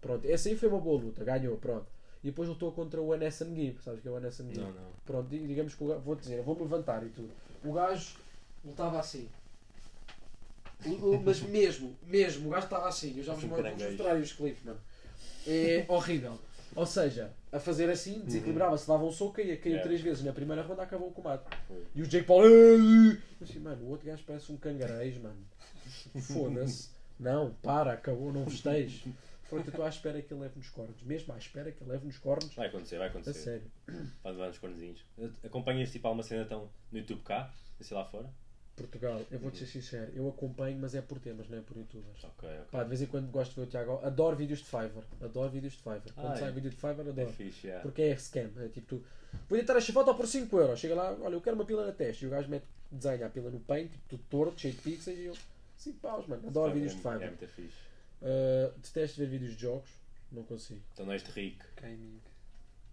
Speaker 1: Pronto, essa aí foi uma boa luta, ganhou, pronto. E depois lutou contra o Anessan Gibb, sabes que é o Anessan Gibb?
Speaker 2: Não, não.
Speaker 1: Pronto, di- digamos que o gajo, vou dizer, eu vou-me levantar e tudo. O gajo lutava assim. O- o- mas mesmo, mesmo, o gajo estava assim. Eu já vos mostro-
Speaker 2: Assim,
Speaker 1: vou-vos
Speaker 2: caranguejo.
Speaker 1: mostrar aí os clipes, mano. É horrível. Ou seja, a fazer assim, desequilibrava-se, dava um soco, caía, caiu
Speaker 2: Uhum. É.
Speaker 1: três vezes. Na primeira ronda acabou o combate.
Speaker 2: Foi.
Speaker 1: E o Jake Paul. "Ei!" Eu Assim, mano, o outro gajo parece um cangarejo, mano. Foda-se. Não, para, acabou, não festejo. Pronto, eu estou à espera que ele leve nos cornos. Mesmo à espera que ele leve nos cornos.
Speaker 2: Vai acontecer, vai
Speaker 1: A
Speaker 2: acontecer.
Speaker 1: sério.
Speaker 2: Vai levar nos cornezinhos. Acompanhas tipo alguma cena tão no YouTube cá, assim lá fora?
Speaker 1: Portugal, eu vou-te
Speaker 2: Uhum.
Speaker 1: ser sincero, eu acompanho, mas é por temas, não é por youtubers.
Speaker 2: Ok, ok.
Speaker 1: Pá, de vez em quando gosto de ver o Tiago. Adoro vídeos de Fiverr. Adoro vídeos de Fiverr. Quando
Speaker 2: Ah,
Speaker 1: sai
Speaker 2: é?
Speaker 1: vídeo de Fiverr,
Speaker 2: É
Speaker 1: adoro.
Speaker 2: fixe, yeah.
Speaker 1: Porque é scam. É tipo tu. Vou editar esta foto por 5€. euros. Chega lá, olha, eu quero uma pila na testa. E o gajo mete, desenha a pila no paint, tipo tudo torto, cheio de pixels. E eu, 5 paus, mano. Adoro
Speaker 2: É-
Speaker 1: vídeos de
Speaker 2: É
Speaker 1: Fiverr.
Speaker 2: muito fixe.
Speaker 1: Uh, detesto ver vídeos de jogos. Não consigo.
Speaker 2: Então não és de rico.
Speaker 3: Gaming.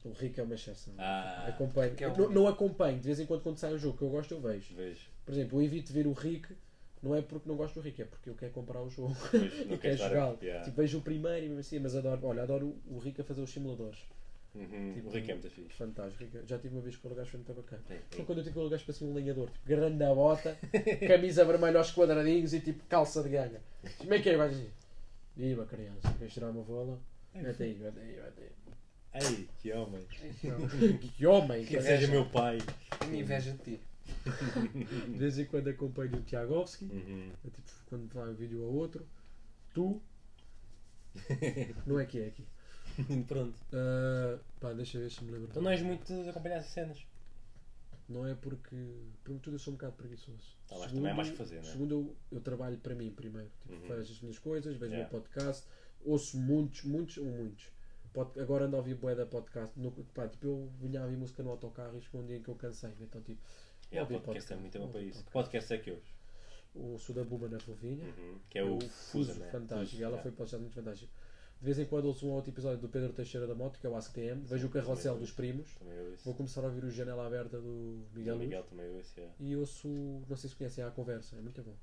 Speaker 1: O Rico é uma exceção.
Speaker 2: Ah,
Speaker 1: Acompanho.
Speaker 3: Que é um-
Speaker 1: Não, não acompanho. De vez em quando, quando sai um jogo que eu gosto, eu vejo.
Speaker 2: vejo.
Speaker 1: Por exemplo, eu evito ver o Rick, não é porque não gosto do Rick, é porque eu quero comprar o jogo
Speaker 2: Pois,
Speaker 1: e é
Speaker 2: não
Speaker 1: quero
Speaker 2: queres dar a-
Speaker 1: jogá-lo.
Speaker 2: Yeah.
Speaker 1: Tipo, vejo o primeiro e mesmo assim, mas adoro, olha, adoro o Rick a fazer os simuladores.
Speaker 2: Uhum,
Speaker 1: tipo,
Speaker 2: o rico é muito fixe.
Speaker 1: Fantástico. Rick. Já tive uma vez com o gajo, foi muito bacana.
Speaker 2: Ei, ei.
Speaker 1: Foi quando eu tive com o gajo para assim um lenhador, tipo, grande a bota, camisa vermelha aos quadradinhos e tipo calça de ganga. Como é que é, gajo? assim? Viva criança, queres tirar uma bola?
Speaker 2: É,
Speaker 1: Mete aí, mete aí, mete aí.
Speaker 2: Ei, que homem.
Speaker 1: Que homem!
Speaker 2: Que
Speaker 1: cara.
Speaker 2: seja meu pai.
Speaker 3: Então, Tenho inveja de ti.
Speaker 1: De vez em quando acompanho o Tiagovski.
Speaker 2: Uhum.
Speaker 1: É tipo, quando vai um vídeo ao outro, tu. não é que é aqui.
Speaker 2: Pronto.
Speaker 1: Ah, pá, deixa eu ver se me lembro.
Speaker 2: Então não és muito de acompanhar essas cenas.
Speaker 1: Não é porque. Primeiro de tudo, eu sou um bocado preguiçoso.
Speaker 2: Tá, mas também há mais que fazer, né? Uhum.
Speaker 1: Segundo, eu, eu trabalho para mim primeiro. Tipo, Vejo as minhas coisas, vejo
Speaker 2: Yeah.
Speaker 1: o meu podcast, ouço muitos, muitos ou muitos. Pod- agora ando a ouvir bué da podcast. No, pá, tipo, eu vinha a ouvir música no autocarro e chegou um dia em que eu cansei. Então, tipo,
Speaker 2: É, o
Speaker 1: ouvi
Speaker 2: podcast é muito bom para
Speaker 1: ouvi
Speaker 2: isso. Que
Speaker 1: podcast.
Speaker 2: podcast é que ouves?
Speaker 1: Ouço o da Buba na Fofinha.
Speaker 2: Uhum. Que é o Fusa, né?
Speaker 1: Fantástico.
Speaker 2: Fuso,
Speaker 1: Ela
Speaker 2: yeah.
Speaker 1: foi para os Estados Unidos Fantástico. De vez em quando ouço um outro episódio do Pedro Teixeira da Moto, que é o AskTM. Vejo o Carrossel dos Primos.
Speaker 2: Também eu
Speaker 1: Vou
Speaker 2: isso.
Speaker 1: começar a ouvir o Janela Aberta do Miguel
Speaker 2: O
Speaker 1: Luz.
Speaker 2: Miguel também eu isso, yeah.
Speaker 1: E ouço, não sei se conhecem, a conversa. É muito bom.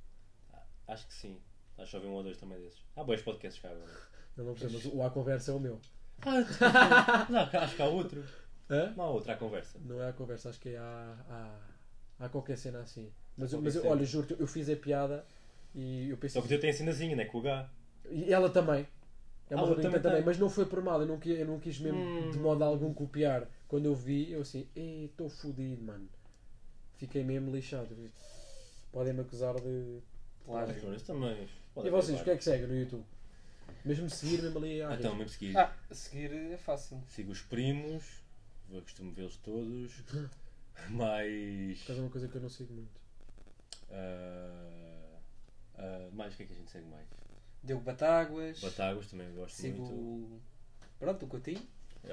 Speaker 2: Acho que sim. Acho que ouvi um ou dois também desses. Há bons podcasts cá agora.
Speaker 1: Eu não percebo, mas o A Conversa é o meu.
Speaker 2: Ah, não, acho que há outro.
Speaker 1: Hã?
Speaker 2: Não há outro, há conversa.
Speaker 1: Não é a conversa, acho que é a. a, a qualquer cena assim. Mas,
Speaker 2: Há
Speaker 1: eu- mas eu,
Speaker 2: qualquer
Speaker 1: olha, juro-te, eu fiz a piada e eu pensei.
Speaker 2: é. Só que o teu tem a cenazinha, né? Com o H.
Speaker 1: E ela também. É
Speaker 2: Ah,
Speaker 1: uma
Speaker 2: eu
Speaker 1: bonita
Speaker 2: também
Speaker 1: também,
Speaker 2: tenho.
Speaker 1: mas não foi por mal, eu não, qui- eu não quis mesmo de modo algum copiar. Quando eu vi, eu assim, estou fodido, mano. Fiquei mesmo lixado. Eu disse, Podem-me acusar de.
Speaker 2: Mas,
Speaker 3: Plágio.
Speaker 2: Isso também.
Speaker 1: e vocês, o que é que é seguem no YouTube? Mesmo seguir, mesmo ali.
Speaker 2: Ah,
Speaker 1: Ah,
Speaker 2: então, mesmo seguir.
Speaker 3: Ah, a seguir é fácil.
Speaker 2: Sigo os primos, eu costumo vê-los todos, mas.
Speaker 1: Por causa de uma coisa que eu não sigo muito.
Speaker 2: ah, ah, mais, o que é que a gente segue mais?
Speaker 3: Diogo Batáguas.
Speaker 2: Batáguas também gosto
Speaker 3: Sigo.
Speaker 2: muito.
Speaker 3: o- Pronto, o Coutinho.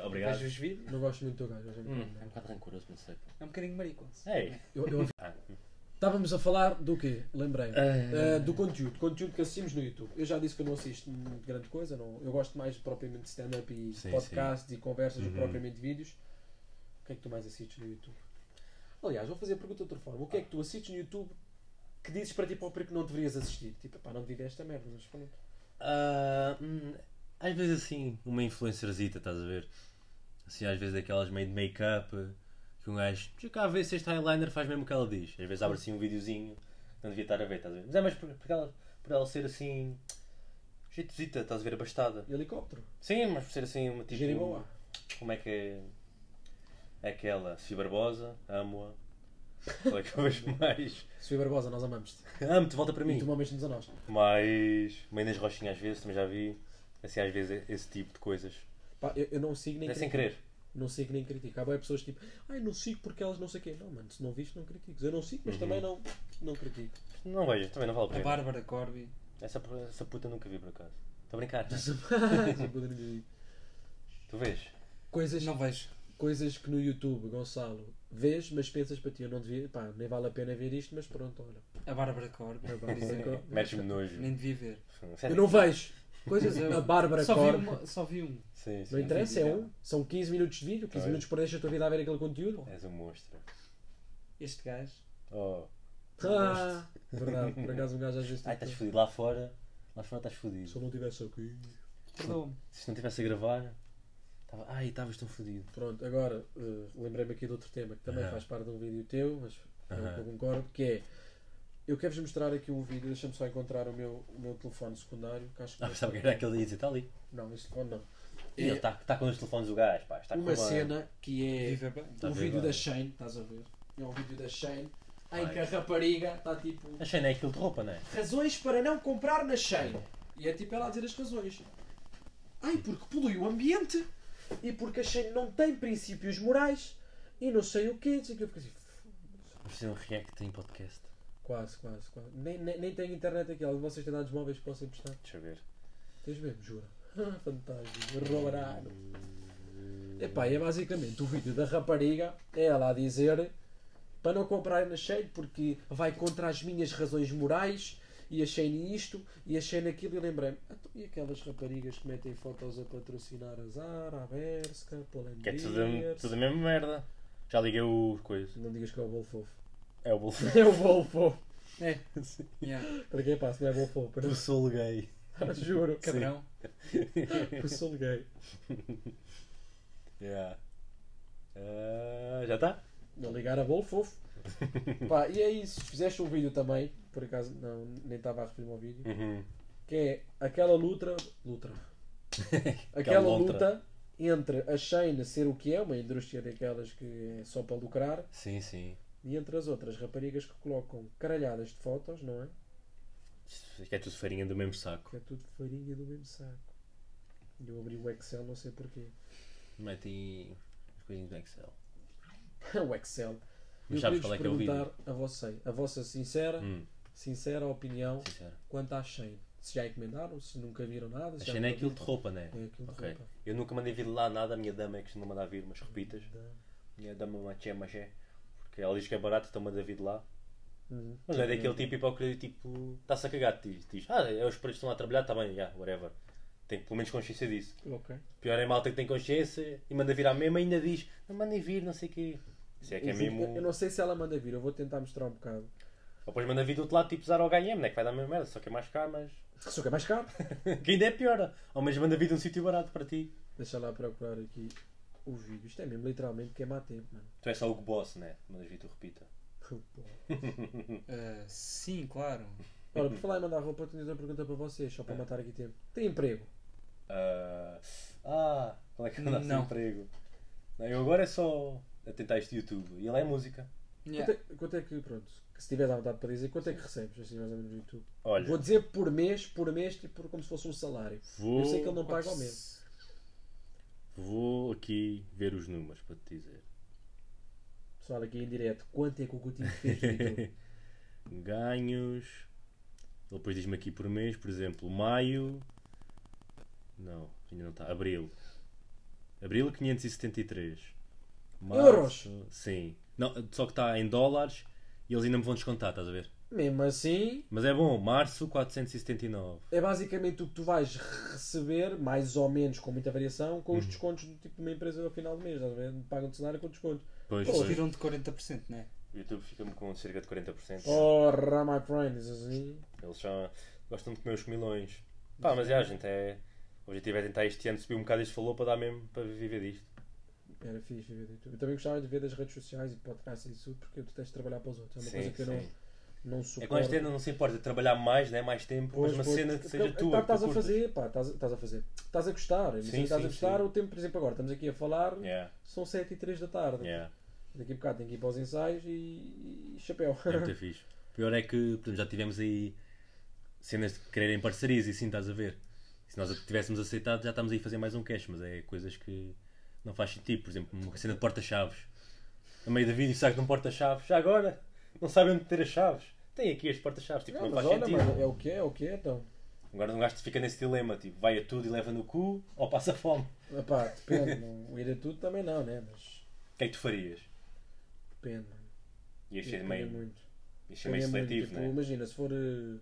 Speaker 2: Obrigado.
Speaker 3: Vejo os vídeos.
Speaker 1: Não gosto muito do gajo. mas é um
Speaker 2: Hum,
Speaker 1: bocado
Speaker 2: é um bocado rancoroso, não sei.
Speaker 3: É um bocadinho marico.
Speaker 2: Ei!
Speaker 1: Eu- eu- Estávamos a falar do quê? Lembrei.
Speaker 2: Ah.
Speaker 1: do conteúdo. Conteúdo que assistimos no YouTube. Eu já disse que eu não assisto muito grande coisa. Não, eu gosto mais propriamente de stand-up e
Speaker 2: Sim,
Speaker 1: podcasts e conversas
Speaker 2: Uhum.
Speaker 1: do propriamente vídeos. O que é que tu mais assistes no YouTube? Aliás, vou fazer a pergunta de outra forma. O que é que tu assistes no YouTube que dizes para ti próprio que não deverias assistir? Tipo, pá, não devia esta merda, mas pronto.
Speaker 2: Ah, hum, às vezes assim, uma influencerzita, estás a ver? Assim, às vezes daquelas meio de make-up, que um gajo, deixa cá ver se este eyeliner faz mesmo o que ela diz. Às vezes abre assim um videozinho, não devia estar a ver, estás a ver? Mas é mais por, por ela, por ela ser assim, jeitosita, estás a ver, abastada.
Speaker 1: Helicóptero.
Speaker 2: Sim, mas por ser assim, uma tipo,
Speaker 1: Jeriboa.
Speaker 2: como é que é? É aquela, Sofia Barbosa, amo-a. Qual é que eu vejo mais?
Speaker 1: Sofia Barbosa, nós amamos-te.
Speaker 2: Amo-te, volta para
Speaker 1: E
Speaker 2: mim.
Speaker 1: tu mames-nos a nós.
Speaker 2: Mas uma Inês Rochinha às vezes, também já vi. Assim, às vezes esse tipo de coisas.
Speaker 1: Pá, eu, eu não sigo nem
Speaker 2: É sem
Speaker 1: critico.
Speaker 2: querer.
Speaker 1: Não sigo nem critico. Há boas pessoas tipo, ai, não sigo porque elas não sei o quê. Não, mano, se não viste, não critiques. Eu não sigo, mas
Speaker 2: Uhum.
Speaker 1: também não, não critico.
Speaker 2: Não vejo, também não vale a
Speaker 3: A
Speaker 2: pena.
Speaker 3: Bárbara Corby.
Speaker 2: Essa, essa puta nunca vi por acaso. Estou a brincar. Tu vês?
Speaker 1: coisas,
Speaker 3: Não vejo.
Speaker 1: coisas que no YouTube, Gonçalo, vês, mas pensas para ti, eu não devia, pá, nem vale a pena ver isto, mas pronto, olha.
Speaker 3: A Bárbara Corby.
Speaker 1: A Bárbara
Speaker 3: por é exemplo.
Speaker 1: Corby.
Speaker 2: Metes-me nojo.
Speaker 3: Nem devia ver.
Speaker 1: Eu não vejo.
Speaker 3: Coisas
Speaker 1: A Bárbara
Speaker 3: só
Speaker 1: Corby.
Speaker 3: Vi uma, só vi um.
Speaker 2: Sim, sim.
Speaker 1: Não interessa, é
Speaker 3: vídeo
Speaker 1: um. São 15 minutos de vídeo, 15
Speaker 2: Pois.
Speaker 1: minutos por deixa a tua vida a ver aquele conteúdo.
Speaker 2: És um monstro.
Speaker 3: Este gajo.
Speaker 2: Oh.
Speaker 1: Ah, verdade, por acaso um gajo às vezes.
Speaker 2: Ai, estás fodido. Lá fora, lá fora estás
Speaker 1: Se
Speaker 2: fodido.
Speaker 1: eu não tivesse aqui.
Speaker 3: Perdoa-me.
Speaker 2: Se não estivesse a gravar, tava... ai, estavas tão fodido.
Speaker 1: Pronto, agora eh, lembrei-me aqui de outro tema que também
Speaker 2: Aham.
Speaker 1: faz parte de um vídeo teu, mas eu
Speaker 2: Aham.
Speaker 1: eu concordo, que é. Eu quero-vos mostrar aqui um vídeo, deixa-me só encontrar o meu, o meu telefone secundário, que acho que.
Speaker 2: Ah, pensava que era aquele dia, está ali.
Speaker 1: Não, este telefone não. É
Speaker 2: E ele está tá com os telefones do gajo, pá. Está com
Speaker 1: uma
Speaker 2: uma-
Speaker 1: cena que é
Speaker 3: Viva bem.
Speaker 2: Tá
Speaker 1: um
Speaker 2: a ver
Speaker 1: vídeo
Speaker 2: agora.
Speaker 1: da Shane, estás a ver? É um vídeo da Shane em
Speaker 2: Ai.
Speaker 1: que a rapariga está tipo
Speaker 2: A cena é aquilo de roupa, não é?
Speaker 1: razões para não comprar na Shane. E é tipo ela a dizer as razões. Ai, porque polui o ambiente e porque a Shane não tem princípios morais e não sei o quê. não sei o quê. Eu fico assim, "F-
Speaker 2: Vamos fazer um react em podcast.
Speaker 1: Quase, quase, quase. Nem, nem, nem tenho internet aqui. Alguém de vocês tem dados móveis que possam emprestar?
Speaker 2: Deixa eu ver.
Speaker 1: Tens mesmo, jura? Ah, Fantástico. Roubarado. Epá, e é basicamente o vídeo da rapariga, é ela a dizer para não comprar na Shane porque vai contra as minhas razões morais e a Shane isto e a Shane aquilo e lembrei-me, "Então, e aquelas raparigas que metem fotos a patrocinar a Zara, a Berska, a
Speaker 2: Que é tudo,
Speaker 1: Polandiers.
Speaker 2: tudo a mesma merda. Já liguei o coisa.
Speaker 1: Não digas que é o bolo fofo.
Speaker 2: É o bolso.
Speaker 1: É o bolo fofo.
Speaker 3: É. Yeah.
Speaker 1: Para quem passa, não é bolo fofo.
Speaker 2: Eu
Speaker 1: Para...
Speaker 2: sou gay.
Speaker 1: Juro.
Speaker 3: Cabrão.
Speaker 1: Eu sou um gay.
Speaker 2: Yeah. Ah, já está?
Speaker 1: Não ligar a bolo fofo. Pá, e é isso. Fizeste um vídeo também, por acaso não, nem estava a referir-me ao vídeo,
Speaker 2: Uhum.
Speaker 1: que é aquela luta. Luta. Aquela
Speaker 2: é lontra.
Speaker 1: luta entre a Shane ser o que é, uma indústria daquelas que é só para lucrar,
Speaker 2: Sim, sim.
Speaker 1: e entre as outras raparigas que colocam caralhadas de fotos, não é?
Speaker 2: Que é tudo farinha do mesmo saco.
Speaker 1: Que é tudo farinha do mesmo saco. E eu abri o Excel, não sei porquê.
Speaker 2: Metem as coisinhas do Excel.
Speaker 1: o Excel.
Speaker 2: Mas
Speaker 1: Eu
Speaker 2: sabes
Speaker 1: queria
Speaker 2: qual
Speaker 1: vos
Speaker 2: é que é o vídeo?
Speaker 1: perguntar a vocês, a vossa sincera,
Speaker 2: Hum,
Speaker 1: sincera opinião
Speaker 2: sincero.
Speaker 1: quanto à Shane. Se já encomendaram, se nunca viram nada. se
Speaker 2: A
Speaker 1: já
Speaker 2: cena é
Speaker 1: nunca
Speaker 2: aquilo de roupa, não é?
Speaker 1: viram. É aquilo de
Speaker 2: Ok.
Speaker 1: roupa.
Speaker 2: Eu nunca mandei vir lá nada, a minha dama é que costuma mandar vir, mas repitas.
Speaker 1: Da-
Speaker 2: Minha dama maché, maché. Porque ela diz que é barato, então manda vir de lá.
Speaker 1: Uhum.
Speaker 2: Mas não é daquele tipo hipócrita, tipo, está-se a cagar, diz, diz, ah, é os preços que estão lá a trabalhar, está bem, yeah, whatever. Tem pelo menos consciência disso.
Speaker 1: Ok.
Speaker 2: Pior é a malta que tem consciência e manda vir à mesma e ainda diz, não mandem vir, não sei o quê. Isso é que é
Speaker 1: Eu
Speaker 2: mesmo.
Speaker 1: não sei se ela manda vir, eu vou tentar mostrar um bocado.
Speaker 2: Ou depois manda vir do outro lado, tipo Zara ou HM, né? Que vai dar a mesma merda, só que é mais caro, mas.
Speaker 1: Só que é mais caro.
Speaker 2: que ainda é pior. Ou menos manda vir de um sítio barato para ti.
Speaker 1: Deixa lá procurar aqui o vídeo. Isto é mesmo literalmente queimar tempo, mano.
Speaker 2: Tu és só o boss, né? Mandas vir, tu repita.
Speaker 1: Pô.
Speaker 3: Ah, sim, claro.
Speaker 1: Ora, por falar em mandar roupa, eu tenho uma pergunta para vocês,
Speaker 2: É.
Speaker 1: só para matar aqui tempo. Tem emprego?
Speaker 2: Ah, ah, qual é que é o nosso
Speaker 3: Não.
Speaker 2: emprego? Não, eu agora é só a tentar este YouTube. E ele é música.
Speaker 1: Quanto, é, quanto é que, pronto, que se tiveres à vontade para dizer, quanto é que recebes? Se estiveres a ver no YouTube?
Speaker 2: Olha,
Speaker 1: Vou dizer por mês, por mês, tipo, por- como se fosse um salário.
Speaker 2: Vou-
Speaker 1: Eu sei que ele não paga ao mês.
Speaker 2: vou aqui ver os números para te dizer.
Speaker 1: Pessoal, aqui em direto, quanto é que o Coutinho fez no YouTube?
Speaker 2: Ganhos. Ele depois diz-me aqui por mês, por exemplo, maio. Não, ainda não está. Abril. Abril 573.
Speaker 1: Euros?
Speaker 2: Sim. Não, só que está em dólares e eles ainda me vão descontar, estás a ver?
Speaker 1: Mesmo assim,
Speaker 2: Mas é bom, março 479.
Speaker 1: é basicamente o que tu vais receber, mais ou menos, com muita variação, com
Speaker 2: Uhum.
Speaker 1: os descontos do tipo de uma empresa ao final do mês. estás a ver? Pagam-te salário com desconto.
Speaker 2: Pois,
Speaker 3: Eles
Speaker 2: pois.
Speaker 3: viram de 40%, não é?
Speaker 2: O YouTube fica-me com cerca de 40%.
Speaker 1: Oh. Ora, my friends, assim.
Speaker 2: Eles já gostam de comer os comilões. Pá, mas é, a gente é. O objetivo é tentar este ano subir um bocado este valor para dar mesmo para viver disto.
Speaker 1: Era fixe viver do YouTube. Eu também gostava de ver das redes sociais e podcasts e isso, porque eu detesto trabalhar para os outros. É uma coisa que eu não, não
Speaker 2: É que nós
Speaker 1: suporto.
Speaker 2: ainda não se importa de trabalhar mais, né? mais tempo,
Speaker 1: Pois,
Speaker 2: mas uma
Speaker 1: pois.
Speaker 2: cena que seja
Speaker 1: Porque
Speaker 2: tua.
Speaker 1: tá-
Speaker 2: que tu
Speaker 1: Estás a
Speaker 2: curtas.
Speaker 1: fazer, pá, estás estás a fazer. Estás a gostar. Sim,
Speaker 2: Sim,
Speaker 1: estás a
Speaker 2: sim,
Speaker 1: gostar
Speaker 2: sim.
Speaker 1: o tempo, por exemplo, agora estamos aqui a falar,
Speaker 2: Yeah,
Speaker 1: são 7 e 3 da tarde.
Speaker 2: yeah.
Speaker 1: Daqui a bocado tenho que ir para os ensaios e, e chapéu.
Speaker 2: É muito fixe. Pior é que portanto, já tivemos aí cenas de quererem parcerias e sim, estás a ver. Se nós a tivéssemos aceitado, já estamos aí a fazer mais um cash, mas é coisas que não faz sentido. Por exemplo, uma cena de porta-chaves. A meio da vídeo, sabes de um porta-chaves? Já agora? Não sabem onde ter as chaves? Tem aqui este porta-chaves, tipo,
Speaker 1: Não,
Speaker 2: não,
Speaker 1: mas
Speaker 2: faz
Speaker 1: olha,
Speaker 2: sentido.
Speaker 1: mano, é o que é, é o que é, então.
Speaker 2: Agora um gajo fica nesse dilema, tipo, vai a tudo e leva no cu ou passa fome.
Speaker 1: Epá, depende. não, ir a tudo também não, né? Mas
Speaker 2: O que é que tu farias?
Speaker 1: depende, mano.
Speaker 2: Ias ser
Speaker 1: Depende
Speaker 2: é meio,
Speaker 1: muito.
Speaker 2: ias ser meio
Speaker 1: Depende muito,
Speaker 2: seletivo,
Speaker 1: tipo,
Speaker 2: não é?
Speaker 1: Imagina, se for eh,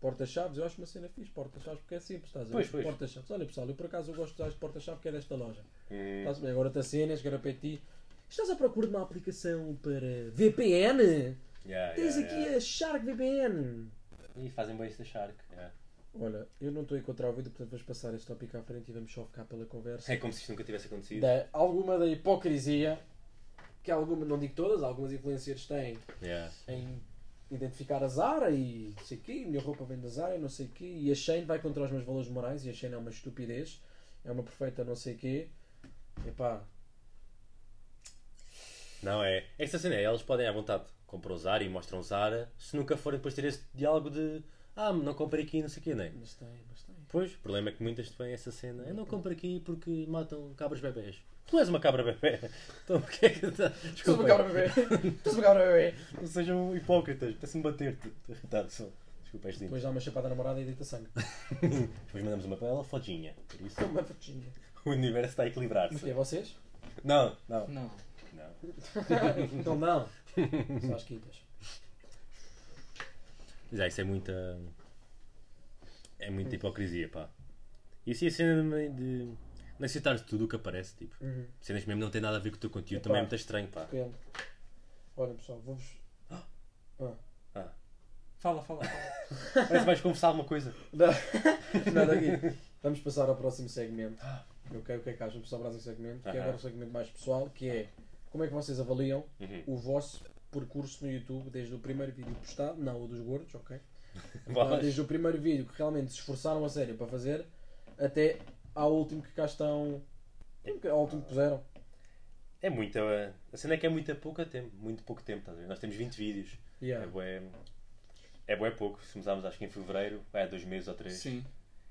Speaker 1: porta-chaves, eu acho uma cena fixe, porta-chaves, porque é simples, estás a
Speaker 2: Pois,
Speaker 1: ver?
Speaker 2: pois.
Speaker 1: Porta-chaves. Olha, pessoal, eu por acaso eu gosto de usar este porta-chave que é desta loja.
Speaker 2: Hum,
Speaker 1: Estás bem, agora está cenas, agora para ti. Estás à procura de uma aplicação para VPN?
Speaker 2: yeah,
Speaker 1: Tens
Speaker 2: yeah,
Speaker 1: aqui
Speaker 2: yeah.
Speaker 1: a Shark VPN.
Speaker 2: E fazem bem isso da Shark. yeah.
Speaker 1: Olha, eu não estou a encontrar o vídeo, portanto vamos passar este tópico à frente e vamos só ficar pela conversa.
Speaker 2: É como se isto nunca tivesse acontecido.
Speaker 1: Da, alguma da hipocrisia, que alguma, não digo todas, algumas influencers têm
Speaker 2: Yeah.
Speaker 1: em identificar a Zara e não sei o quê, a minha roupa vem da Zara e não sei o quê, e a Shane vai contra os meus valores morais e a Shane é uma estupidez, é uma perfeita não sei o quê. Epá,
Speaker 2: Não é? Esta cena é, elas podem à vontade comprar o Zara e mostram o Zara, se nunca forem depois ter esse diálogo de ah, não comprei aqui, não sei o quê, não é?
Speaker 1: mas tem, mas tem.
Speaker 2: Pois, o problema é que muitas têm essa cena. Eu não compro aqui porque matam cabras bebés. Tu és uma cabra bebé. Então o que é que tá-
Speaker 1: Tu
Speaker 2: Desculpa.
Speaker 1: uma cabra bebê, tu uma cabra bebê.
Speaker 2: Não sejam hipócritas, parece-me bater-te. Estou irritado só. Desculpa, és lindo.
Speaker 1: Depois dá uma chapada à namorada e deita sangue.
Speaker 2: Depois mandamos uma para ela, fodinha. Por isso
Speaker 1: É uma fotinha.
Speaker 2: o universo está a
Speaker 1: E
Speaker 2: equilibrar-se.
Speaker 1: é vocês?
Speaker 2: Não, não,
Speaker 3: Não.
Speaker 2: não.
Speaker 1: então não. Só as quintas.
Speaker 2: Já, isso é muita. É muita hipocrisia, pá. Isso e assim a cena de, de não aceitar tudo o que aparece, tipo.
Speaker 1: Uhum.
Speaker 2: Cenas que mesmo não têm nada a ver com o teu conteúdo,
Speaker 1: Epá.
Speaker 2: também é muito estranho, pá.
Speaker 1: Depende. Olha pessoal, vou-vos.
Speaker 3: Fala, fala.
Speaker 2: Parece que vais confessar alguma coisa.
Speaker 1: Não, Nada aqui. Vamos passar ao próximo segmento. Eu quero o que é que acham pessoal para o próximo segmento, que é
Speaker 2: Aham.
Speaker 1: agora o segmento mais pessoal, que é como é que vocês avaliam
Speaker 2: Uhum.
Speaker 1: o vosso percurso no YouTube desde o primeiro vídeo postado, não o dos gordos, ok? Lá,
Speaker 2: Vais.
Speaker 1: desde o primeiro vídeo que realmente se esforçaram a sério para fazer até ao último que cá estão. Ao último que puseram.
Speaker 2: É muita. A cena é que é muito pouco tempo, muito pouco tempo, estás a ver? Nós temos 20 vídeos.
Speaker 1: Yeah.
Speaker 2: É bué. É bué pouco. Se começámos acho que em fevereiro, é dois meses ou três.
Speaker 3: Sim.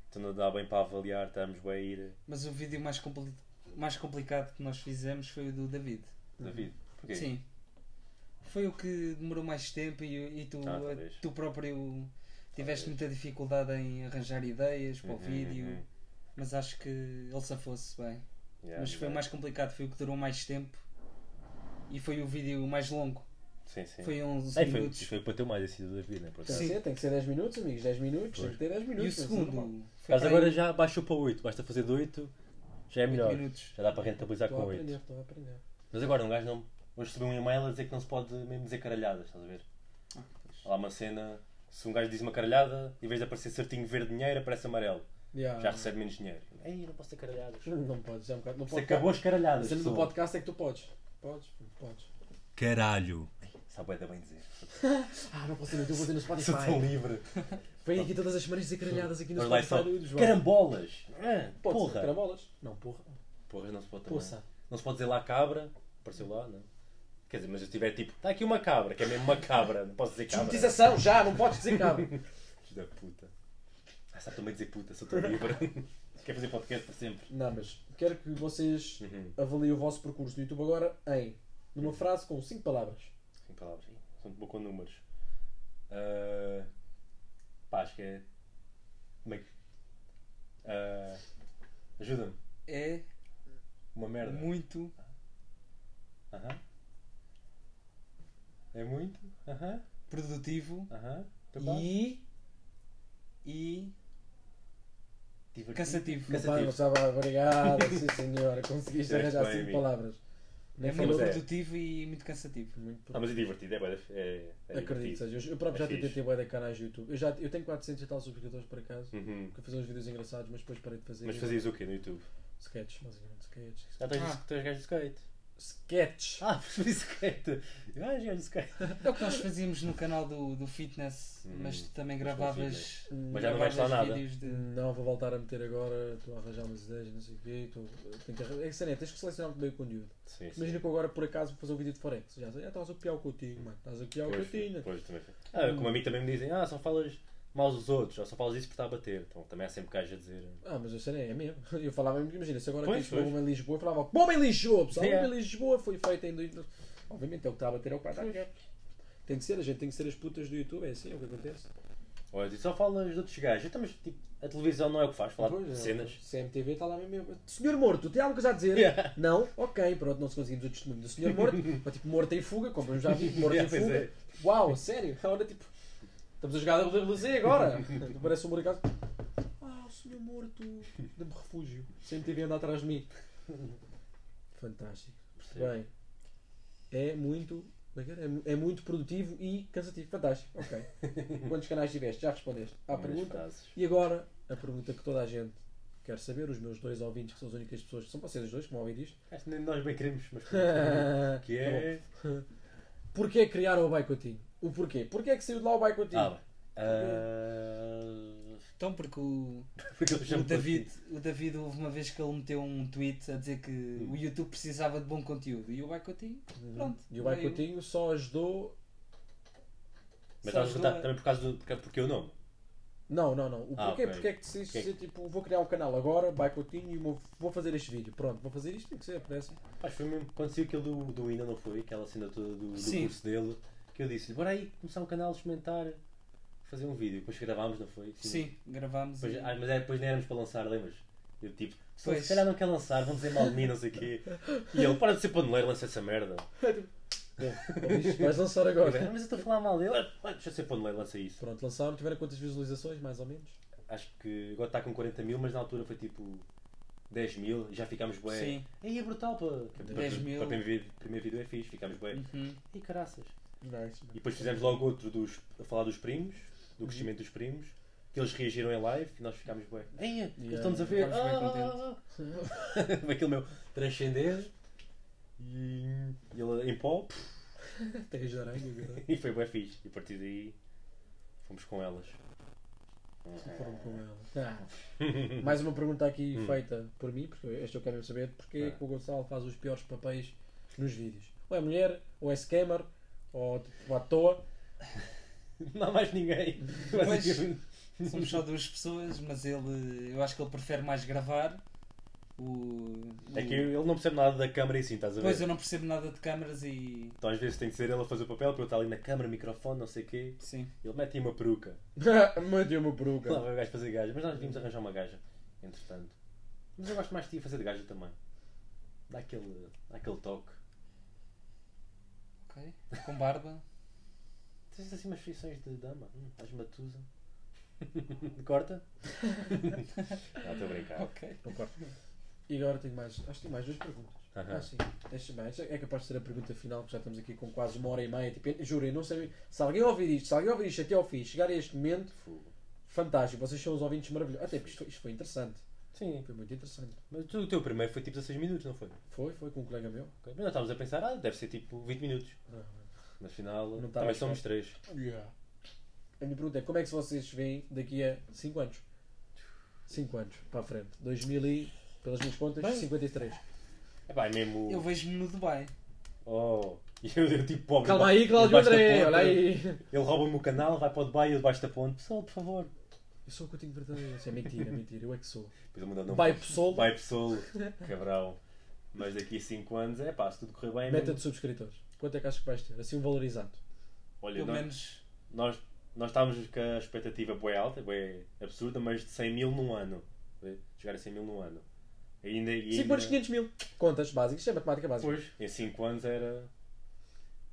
Speaker 2: Então não dá bem para avaliar, estamos bué a ir eh,
Speaker 3: Mas o vídeo mais, compli- mais complicado que nós fizemos foi o do David.
Speaker 2: da vida. Porquê?
Speaker 3: Sim. Foi o que demorou mais tempo e, e tu, eh,
Speaker 2: Ah, talvez.
Speaker 3: tu próprio tiveste muita dificuldade em arranjar ideias para o
Speaker 2: Uhum,
Speaker 3: vídeo.
Speaker 2: uhum.
Speaker 3: Mas acho que ele safou-se bem.
Speaker 2: Yeah,
Speaker 3: mas foi o mais complicado, foi o que durou mais tempo e foi o vídeo mais longo.
Speaker 2: Sim, sim.
Speaker 3: Foi 11
Speaker 2: É, foi,
Speaker 3: minutos.
Speaker 2: foi para ter mais esse do David, né? Por
Speaker 1: Tem
Speaker 2: acaso.
Speaker 1: que, ser, tem que ser 10 minutos, amigos. 10 minutos, tem que ter 10
Speaker 3: E
Speaker 1: minutos.
Speaker 3: o
Speaker 1: tem que ser normal.
Speaker 3: segundo foi
Speaker 2: Mas
Speaker 3: para
Speaker 2: agora
Speaker 3: aí
Speaker 2: já baixou para 8, basta fazer de 8, já é
Speaker 3: oito
Speaker 2: melhor.
Speaker 3: minutos.
Speaker 2: Já dá para rentabilizar
Speaker 1: Estou a
Speaker 2: com
Speaker 1: aprender,
Speaker 2: 8.
Speaker 1: estou a aprender.
Speaker 2: Mas agora um gajo não. Hoje recebi um e-mail a dizer que não se pode mesmo dizer caralhadas, estás a ver? Há lá uma cena. Se um gajo diz uma caralhada, em vez de aparecer certinho verde dinheiro, aparece amarelo.
Speaker 1: Yeah.
Speaker 2: Já recebe menos dinheiro. Ei, não posso ter caralhadas.
Speaker 1: Não podes, já é um bocado. Não
Speaker 2: Você
Speaker 1: podes.
Speaker 2: acabou as
Speaker 1: A
Speaker 2: caralhadas.
Speaker 1: cena do
Speaker 2: pessoal.
Speaker 1: podcast é que tu podes. Podes, podes.
Speaker 2: Caralho. Sabe é bem dizer.
Speaker 1: Ah, não posso ser, eu vou dizer no
Speaker 2: Sou tão
Speaker 1: Spotify.
Speaker 2: livre.
Speaker 1: Vem aqui todas as semanas dizer caralhadas aqui no
Speaker 2: Mas lá é só.
Speaker 1: Spotify do do João.
Speaker 2: Carambolas. Ah,
Speaker 1: Pode ser,
Speaker 2: porra.
Speaker 1: Carambolas? Não, porra.
Speaker 2: Porra, não se pode também.
Speaker 1: Poça.
Speaker 2: Não se pode dizer lá cabra. Apareceu lá, não. Quer dizer, mas eu tiver tipo, está aqui uma cabra, que é mesmo uma cabra, não posso dizer cabra.
Speaker 1: Desmonetização, já, não podes dizer cabra.
Speaker 2: Filho da puta. Ah, sabe também dizer puta, sou tão livre. Quer fazer podcast para sempre.
Speaker 1: Não, mas quero que vocês
Speaker 2: Uhum.
Speaker 1: avaliem o vosso percurso do YouTube agora em numa frase com 5 palavras.
Speaker 2: Sem palavras. Ih, Sou muito bom com números. Ah, pá, acho que é. Como é que. Ah, Ajuda-me.
Speaker 3: É
Speaker 2: Uma merda.
Speaker 3: muito.
Speaker 2: Aham. É muito? Aham.
Speaker 3: produtivo
Speaker 2: Aham. Então vá.
Speaker 3: e. e.
Speaker 2: Divertido.
Speaker 3: cansativo.
Speaker 1: Meu pai não estava obrigado, sim senhora, conseguiste
Speaker 2: Fizeste
Speaker 1: arranjar
Speaker 2: bem,
Speaker 1: 5
Speaker 2: amigo.
Speaker 1: palavras.
Speaker 3: É
Speaker 1: Nem
Speaker 3: muito
Speaker 1: falou
Speaker 2: mas é.
Speaker 3: produtivo e muito cansativo.
Speaker 1: muito.
Speaker 2: Ah, mas é divertido, é, bué da- é, é
Speaker 1: Acredito,
Speaker 2: divertido.
Speaker 1: seja, eu- eu próprio
Speaker 2: É
Speaker 1: já tentei
Speaker 2: fixe.
Speaker 1: ter bué de canais de YouTube. Eu, já, eu tenho 400 e tal subscritores por acaso,
Speaker 2: Uhum.
Speaker 1: porque eu fazia uns vídeos engraçados, mas depois parei de fazer.
Speaker 2: Mas fazias o quê no YouTube?
Speaker 1: Sketches, basicamente, sketches.
Speaker 2: Ah, tens,
Speaker 3: Ah.
Speaker 2: tens gajo de skate.
Speaker 1: Sketch!
Speaker 2: Ah, fui skate. Ah, gajo de skate.
Speaker 3: É o que nós fazíamos no canal do, do fitness,
Speaker 2: Hum,
Speaker 3: mas tu também
Speaker 2: mas com
Speaker 3: gravavas. eh,
Speaker 2: Mas já não vais lá
Speaker 3: gravavas
Speaker 2: nada.
Speaker 3: vídeos de-
Speaker 1: Não, vou voltar a meter agora, estou a arranjar umas ideias, não sei o quê. Estou, tenho que, arran- é que sério, tens que selecionar muito bem o conteúdo.
Speaker 2: Sim, sim.
Speaker 1: Imagina que eu agora por acaso vou fazer um vídeo de Forex. Já sei, ah, estás a piar o Coutinho, mano. Estás a piar é o
Speaker 2: Pois,
Speaker 1: Coutinho.
Speaker 2: pois, também. foi. Ah,
Speaker 1: Hum.
Speaker 2: como a mim também me dizem, ah, só falas mal dos outros, ou só falas isso por estar a bater. Então também há sempre gajo a dizer.
Speaker 1: Ah, mas a cena é a mesmo. Eu falava, imagina, se agora
Speaker 2: Pois,
Speaker 1: aqui
Speaker 2: pois.
Speaker 1: bomba em Lisboa, eu falava bomba em Lisboa, pessoal.
Speaker 2: Yeah.
Speaker 1: Bomba em Lisboa foi feita em. dois- Obviamente é o que está a bater, é o que vai dar. Tem que ser, a gente tem que ser as putas do YouTube, é assim, é o que acontece.
Speaker 2: Olha, tu só falas de outros gajos. Então, mas tipo, a televisão não é o que faz, falar
Speaker 1: Pois,
Speaker 2: de
Speaker 1: é.
Speaker 2: cenas.
Speaker 1: CMTV está lá mesmo. Senhor Morto, tem alguma coisa a dizer?
Speaker 2: Yeah.
Speaker 1: Não? Ok, pronto, não se conseguimos o testemunho do Senhor Morto. mas tipo, morto em fuga, como eu já vi, morto
Speaker 2: Yeah,
Speaker 1: em
Speaker 2: pois
Speaker 1: fuga.
Speaker 2: é.
Speaker 1: Uau, sério? Agora tipo, estamos a jogar WWC agora. Parece um mercado. Ah, o Senhor Morto. Dê-me refúgio. CMTV anda atrás de mim. Fantástico. Bem, é muito. como é que era? É mu- É muito produtivo e cansativo. Fantástico. Ok. Quantos canais tiveste? Já respondeste à
Speaker 2: Muitas
Speaker 1: pergunta.
Speaker 2: frases.
Speaker 1: E agora, a pergunta que toda a gente quer saber, os meus dois ouvintes, que são as únicas pessoas, são vocês os dois que me ouvem disto.
Speaker 2: Acho que nem nós bem queremos, mas. que
Speaker 1: Tá bom.
Speaker 2: é.
Speaker 1: Porquê criaram o Baicotinho? O porquê? Porquê é que saiu de lá o Baicotinho?
Speaker 2: Ah, bem. Ah,
Speaker 3: Então, porque o,
Speaker 2: porque eu
Speaker 3: o
Speaker 2: chamo
Speaker 3: David, o David, houve uma vez que ele meteu um tweet a dizer que
Speaker 2: Hum.
Speaker 3: o YouTube precisava de bom conteúdo e o Baicotinho,
Speaker 2: Uhum.
Speaker 3: pronto.
Speaker 1: e o
Speaker 3: veio-
Speaker 1: Baicotinho só ajudou.
Speaker 2: Mas
Speaker 3: só
Speaker 2: estás a
Speaker 3: ajudou
Speaker 2: perguntar
Speaker 3: a-
Speaker 2: também por causa do. Porque, porque eu não.
Speaker 1: Não, não, não. O
Speaker 2: Ah,
Speaker 1: porquê?
Speaker 2: ok.
Speaker 1: Porquê é que decidiste
Speaker 2: Porquê?
Speaker 1: dizer, tipo, vou criar um canal agora, Baicotinho, e vou- vou fazer este vídeo. Pronto, vou fazer isto, tem que ser, parece.
Speaker 2: Acho que foi mesmo. Aconteceu aquilo do, do Ina, não foi? Aquela cena toda do, do
Speaker 3: Sim.
Speaker 2: curso dele. Que eu disse-lhe, bora aí começar um canal, experimentar, fazer um vídeo. Depois gravámos, não foi?
Speaker 3: Sim, gravámos.
Speaker 2: Depois-
Speaker 3: e-
Speaker 2: ah, mas é, depois nem éramos para lançar, lembras? Eu tipo, se
Speaker 3: Pois.
Speaker 2: se calhar não quer lançar, vão dizer mal de mim, não sei o quê. E ele, para de ser paneleiro, lança essa merda.
Speaker 1: É, ouviste? vais lançar
Speaker 2: Eu,
Speaker 1: agora.
Speaker 2: "Ah, mas eu estou a falar mal dele. "Ah, ah, Deixa eu ser paneleiro, lança isso.
Speaker 1: Pronto, lançaram, tiveram quantas visualizações, mais ou menos?
Speaker 2: Acho que agora está com 40 mil, mas na altura foi tipo 10 mil e já ficámos bué.
Speaker 3: Sim.
Speaker 2: Aí é brutal para, para,
Speaker 3: 10 mil.
Speaker 2: para primeiro, vídeo- primeiro vídeo é fixe, ficámos bué.
Speaker 3: Uhum.
Speaker 2: E caraças.
Speaker 1: Nice.
Speaker 2: E depois fizemos logo outro dos, a falar dos primos, do crescimento dos primos, que eles reagiram em live e nós ficámos bem. Ei, É, eles estão-nos a ver.
Speaker 3: ficámos bem
Speaker 2: Ah, ah, ah, ah. Aquele meu transcender e, e ele em pó pff,
Speaker 1: Tens de aranha, caralho.
Speaker 2: e foi bem fixe. E a partir daí fomos com elas.
Speaker 1: Foram com ela. Mais uma pergunta aqui feita por mim, porque esta eu quero mesmo saber porque é
Speaker 2: Ah.
Speaker 1: que o Gonçalo faz os piores papéis nos vídeos. Ou é mulher, ou é scammer, ou tipo à toa.
Speaker 2: Não há mais ninguém. Basicamente.
Speaker 3: Somos só duas pessoas, mas ele. Eu acho que ele prefere mais gravar. O.
Speaker 2: É que
Speaker 3: o-
Speaker 2: ele não percebe nada da câmara e sim, estás a ver?
Speaker 3: Pois eu não percebo nada de câmaras e.
Speaker 2: Então às vezes tem que ser ele a fazer o papel, para eu estar ali na câmara, microfone, não sei o quê.
Speaker 3: Sim.
Speaker 2: Ele mete aí uma peruca.
Speaker 1: Mandei uma peruca.
Speaker 2: Lá vai o gajo fazer gaja, mas nós devíamos arranjar uma gaja, entretanto. Mas eu gosto mais de ti a fazer de gaja também. Dá aquele, dá aquele toque.
Speaker 3: Ok. Com barba.
Speaker 2: Tens assim umas feições de dama? Hum, estás matusa? Corta? Não, estou a brincar.
Speaker 3: Ok.
Speaker 1: Concordo. E agora tenho mais, acho que tenho mais duas perguntas.
Speaker 2: Aham.
Speaker 1: Ah, sim. Deixa bem, esta é capaz de ser a pergunta final, porque já estamos aqui com quase uma hora e meia. Tipo, eu- juro, eu não sei. Se alguém ouvir isto, se alguém ouvir isto até ao fim, chegar a este momento,
Speaker 2: Fogo.
Speaker 1: fantástico. Vocês são os ouvintes maravilhosos. Até porque isto foi, isto foi interessante.
Speaker 2: Sim,
Speaker 1: Foi muito interessante.
Speaker 2: mas tu- o teu primeiro foi tipo 16 minutos, não foi?
Speaker 1: Foi, foi com um colega meu.
Speaker 2: Ok. Mas nós estávamos a pensar, ah, deve ser tipo 20 minutos. Mas afinal,
Speaker 1: Não tá estava à espera.
Speaker 2: também somos três.
Speaker 1: A minha pergunta é como é que vocês veem daqui a 5 anos? 5 anos para a frente. 2000 e, pelas minhas contas,
Speaker 2: Bem.
Speaker 1: 53.
Speaker 2: É pá, é mesmo.
Speaker 3: Eu vejo-me no Dubai.
Speaker 2: Oh, e eu, eu tipo pobre.
Speaker 1: Calma
Speaker 2: deba-
Speaker 1: aí, Cláudio
Speaker 2: debaixo da
Speaker 1: André,
Speaker 2: ponte.
Speaker 1: olha aí.
Speaker 2: Ele rouba-me o canal, vai para o Dubai e eu debaixo da ponte. Pessoal, por favor.
Speaker 1: Eu sou o Coutinho verdadeiro. Isso é mentira, é mentira. Eu é que sou.
Speaker 2: Depois eu mando o nome.
Speaker 1: Vai pessoal,
Speaker 2: Vai pessoal, cabrão. Mas daqui a 5 anos, é pá, se tudo correr bem.
Speaker 1: meta
Speaker 2: mesmo.
Speaker 1: de subscritores. Quanto é que achas que vais ter? Assim um valorizado.
Speaker 2: Olha, é?
Speaker 3: Pelo
Speaker 2: nós,
Speaker 3: menos.
Speaker 2: nós, nós estávamos com a expectativa bem alta, bem absurda, mas de 100 mil num ano. Chegar a 100 mil num ano. E Ainda, e
Speaker 1: 5
Speaker 2: ainda-
Speaker 1: anos, 500 mil. Contas básicas, isto é matemática básica.
Speaker 2: Pois, em 5 anos era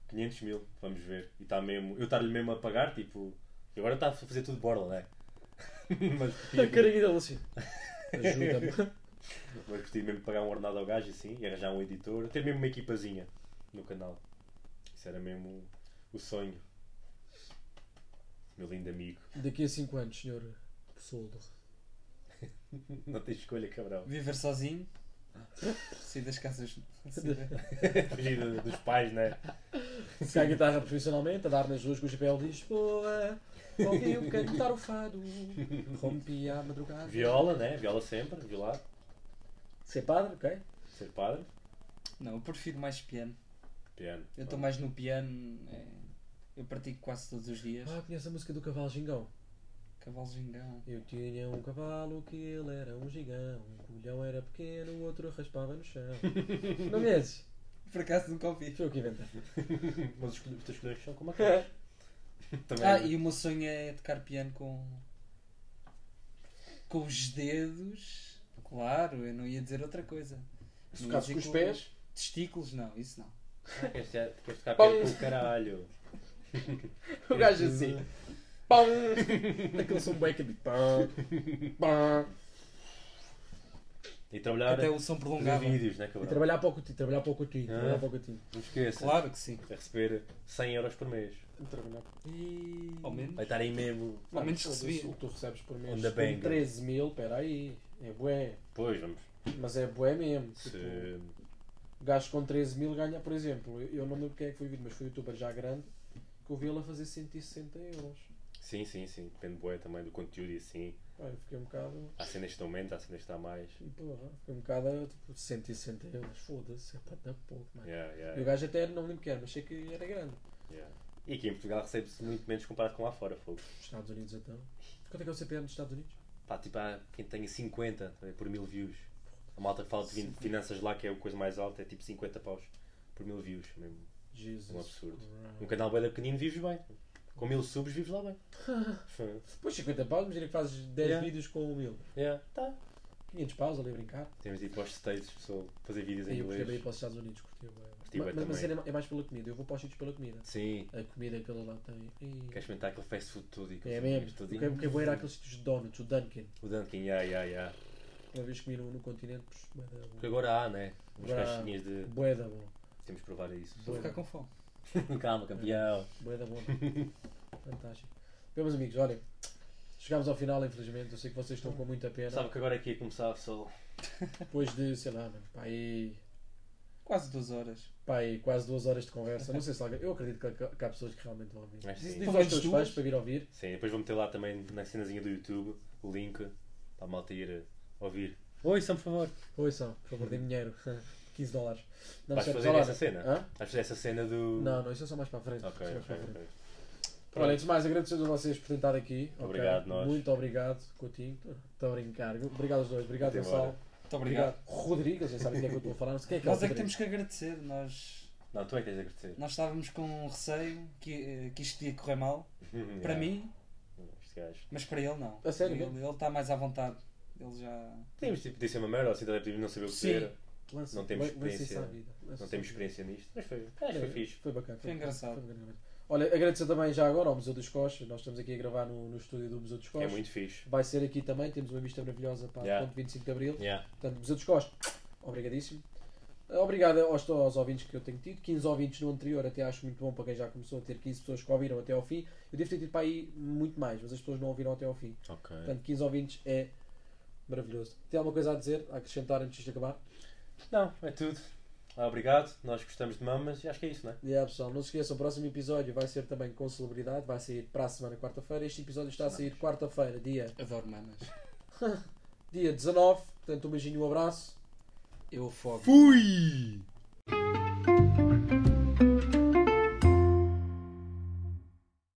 Speaker 2: 500 mil, vamos ver. E está mesmo, eu estar-lhe mesmo a pagar, tipo, e agora está a fazer tudo borla, né? mas
Speaker 1: A
Speaker 2: curti,
Speaker 1: carinha dele assim. Ajuda-me.
Speaker 2: mas curti mesmo de pagar um ordenado ao gajo e assim, e arranjar um editor, ter mesmo uma equipazinha no canal. Isso era mesmo o sonho. Meu lindo amigo.
Speaker 1: Daqui a 5 anos, senhor pessoal.
Speaker 2: Não tens escolha, cabrão.
Speaker 3: Viver sozinho. Sair das casas.
Speaker 2: Fugir do- dos pais, né?
Speaker 1: Tocar guitarra profissionalmente, a dar nas ruas com o chapéu de Lisboa. Ouviu cantar o fado. Rompi à madrugada.
Speaker 2: Viola, né? Viola sempre, violar,
Speaker 1: Ser padre, ok?
Speaker 2: ser padre,
Speaker 3: Não, eu prefiro mais piano.
Speaker 2: piano.
Speaker 3: Eu estou mais no piano. é, Eu pratico quase todos os dias.
Speaker 1: Ah, conhece a música do Cavalo Gingão?
Speaker 3: Cavalo gingão.
Speaker 1: Eu tinha um cavalo que ele era um gigão. Um colhão era pequeno, o outro raspava no chão. Não conheces?
Speaker 3: Por acaso nunca ouvi.
Speaker 1: Foi eu que inventei.
Speaker 2: Mas os teus escolhas são como aquelas. Também.
Speaker 3: Ah, e o meu sonho é tocar piano com. com os dedos. Claro, eu não ia dizer outra coisa.
Speaker 1: Se
Speaker 3: Não ia
Speaker 1: tocasse
Speaker 3: dizer
Speaker 1: com os pés,
Speaker 3: Testículos, não, isso não.
Speaker 2: Ah, Queres queres tocar
Speaker 1: Pau.
Speaker 2: pelo cu, caralho.
Speaker 1: o gajo assim. Pão! Aquele som bem que é tipo, de pão. Pão.
Speaker 2: E trabalhar
Speaker 3: Até o som
Speaker 2: fazer
Speaker 3: prolongado.
Speaker 2: vídeos, né,
Speaker 1: E
Speaker 2: cabrão?
Speaker 1: trabalhar para o cutinho, trabalhar para o cutinho, trabalhar para o cutinho.
Speaker 2: Não esqueça.
Speaker 3: Claro que sim.
Speaker 2: A receber 100 euros por mês.
Speaker 1: Trabalhar.
Speaker 3: Ao menos.
Speaker 2: Vai estar aí mesmo.
Speaker 1: Mano,
Speaker 3: menos
Speaker 1: foda-se,
Speaker 3: recebi.
Speaker 1: O que tu recebes por
Speaker 2: On
Speaker 1: mês.
Speaker 2: the
Speaker 1: Com
Speaker 2: banger.
Speaker 1: 13 mil, peraí. É bué.
Speaker 2: Pois, vamos.
Speaker 1: Mas é bué mesmo. Tipo,
Speaker 2: Se...
Speaker 1: gajo com 13 mil ganha, por exemplo, eu eu não me lembro quem é que foi o vídeo, mas foi um youtuber já grande, que eu vi ele a fazer 160 euros.
Speaker 2: Sim, sim, sim. Depende bué também do conteúdo e assim.
Speaker 1: Pá, eu fiquei um bocado.
Speaker 2: Há cenas que estão menos, há cenas que está mais.
Speaker 1: Porra, fiquei um bocado tipo 160 euros, foda-se, é pá, dá pouco, mano.
Speaker 2: Yeah,
Speaker 1: E o
Speaker 2: yeah,
Speaker 1: gajo até não me lembro que era, mas sei que era grande.
Speaker 2: yeah. E aqui em Portugal recebe-se muito menos comparado com lá fora, fogo.
Speaker 1: Nos Estados Unidos então. Quanto é que é o CPM dos Estados Unidos?
Speaker 2: Pá, tipo, há quem tenha 50 eh, por mil views. A malta que fala de vin- finanças lá, que é a coisa mais alta, é tipo 50 paus por mil views mesmo.
Speaker 1: Jesus.
Speaker 2: Um absurdo.
Speaker 1: Christ.
Speaker 2: Um canal bem pequenino vives bem. Com mil subs vives lá bem. Foi.
Speaker 1: Pois 50 paus, imagina que fazes 10
Speaker 2: Yeah.
Speaker 1: vídeos com 1000.
Speaker 2: yeah. tá.
Speaker 1: 500 paus ali a brincar.
Speaker 2: Temos de ir para os States, pessoal, fazer vídeos
Speaker 1: E
Speaker 2: em
Speaker 1: eu gostei bem
Speaker 2: inglês.
Speaker 1: para os Estados Unidos, curti bué.
Speaker 2: Curti bué
Speaker 1: Mas, mas a
Speaker 2: também.
Speaker 1: cena é mais pela comida, eu vou para os sítios pela comida.
Speaker 2: Sim.
Speaker 1: A comida que eles lá têm. Ih.
Speaker 2: Queres experimentar aquele fast food tudo e
Speaker 1: É
Speaker 2: coisa
Speaker 1: mesmo.
Speaker 2: tudo.
Speaker 1: O que é, o que é bom era aqueles sítios de donuts, o Dunkin.
Speaker 2: O Dunkin, ya, ya, ya.
Speaker 1: Uma vez comi no, no continente, pois, bué da
Speaker 2: Porque
Speaker 1: bom.
Speaker 2: agora há, né? Umas
Speaker 1: Agora há.
Speaker 2: caixinhas de.
Speaker 1: Bué da bom.
Speaker 2: Temos de provar isso.
Speaker 3: Vou ficar com fome.
Speaker 2: Calma, campeão.
Speaker 1: Bué da bom. Fantástico. Bem, meus amigos, olhem. Chegámos ao final, infelizmente. Eu sei que vocês estão com muita pena.
Speaker 2: Sabe que agora aqui ia começar, pessoal.
Speaker 1: Depois de, sei lá, mano, pá, aí,
Speaker 3: Quase duas horas.
Speaker 1: pá, aí quase duas horas de conversa. Não sei se alguém. Eu acredito que, há- que há pessoas que realmente vão ouvir.
Speaker 2: Mas
Speaker 1: Diz, diz
Speaker 2: sim.
Speaker 3: Pelo
Speaker 1: aos
Speaker 3: menos
Speaker 1: teus
Speaker 3: duas.
Speaker 1: fãs para vir ouvir.
Speaker 2: Sim, depois vou meter lá também na cenazinha do YouTube o link para a malta ir eh, ouvir. Oi, são por favor.
Speaker 1: Ouçam, por favor, dê dinheiro. 15 dólares. Não,
Speaker 2: Vais
Speaker 1: certo,
Speaker 2: fazer
Speaker 1: olha.
Speaker 2: essa cena?
Speaker 1: Hã?
Speaker 2: Vais fazer é essa cena do.
Speaker 1: Não, não, isso é só mais para a frente.
Speaker 2: Ok,
Speaker 1: Isso é mais
Speaker 2: ok,
Speaker 1: para a frente.
Speaker 2: ok.
Speaker 1: Olha, antes de mais, agradecemos a vocês por terem estado aqui. Ok.
Speaker 2: Obrigado, nós.
Speaker 1: Muito obrigado, Coutinho. Estou a brincar. Obrigado aos dois. Obrigado,
Speaker 2: Muito
Speaker 1: Gonçalo.
Speaker 3: Muito obrigado.
Speaker 1: Obrigado, Rodrigo. Já sabem quem é que eu estou a falar. Não sei quem é que é o
Speaker 3: Nós é que
Speaker 1: Rodrigo.
Speaker 3: temos que agradecer. Nós,
Speaker 2: Não, tu é que tens de agradecer.
Speaker 3: nós estávamos com um receio que, eh, que isto ia correr mal. Para
Speaker 2: Ya.
Speaker 3: mim,
Speaker 2: Este gajo.
Speaker 3: mas para ele não.
Speaker 1: A sério?
Speaker 3: Ele ele está mais à vontade. Ele já.
Speaker 2: Temos tipo, podia ser uma merda, assim, da República não saber o que
Speaker 3: Sim.
Speaker 2: era.
Speaker 1: Lança-
Speaker 2: Não temos
Speaker 1: lança isso
Speaker 2: experiência.
Speaker 1: à vida. Lança
Speaker 2: Não
Speaker 1: isso à
Speaker 2: temos
Speaker 1: vida.
Speaker 2: experiência nisto, mas foi, acho que foi fixe.
Speaker 1: Foi bacana.
Speaker 3: Foi engraçado.
Speaker 1: foi bacana. Olha, agradecer também já agora ao Museu dos Coches. Nós estamos aqui a gravar no, no estúdio do Museu dos
Speaker 2: É
Speaker 1: Coches.
Speaker 2: muito fixe.
Speaker 1: Vai ser aqui também. Temos uma vista maravilhosa para
Speaker 2: Yeah.
Speaker 1: a ponte 25 de Abril.
Speaker 2: Yeah.
Speaker 1: Portanto, Museu dos Coches, obrigadíssimo. Ah, Obrigado aos, aos ouvintes que eu tenho tido. 15 ouvintes no anterior, até acho muito bom para quem já começou a ter 15 pessoas que ouviram até ao fim. Eu devo ter tido para aí muito mais, mas as pessoas não ouviram até ao
Speaker 2: É.
Speaker 1: fim.
Speaker 4: Ok.
Speaker 1: Portanto, 15 ouvintes é maravilhoso. Tem alguma coisa a dizer, a acrescentar antes de acabar?
Speaker 2: Não, é tudo. Ah, obrigado, nós gostamos de mamas e acho que é isso, não é?
Speaker 1: E é, pessoal, não se esqueçam, o próximo episódio vai ser também com celebridade, vai sair para a semana, quarta-feira. Este episódio está a sair quarta-feira, dia,
Speaker 3: Adoro mamas.
Speaker 1: dia 19. Portanto, um beijinho e um abraço.
Speaker 3: Eu fogo.
Speaker 4: Fui!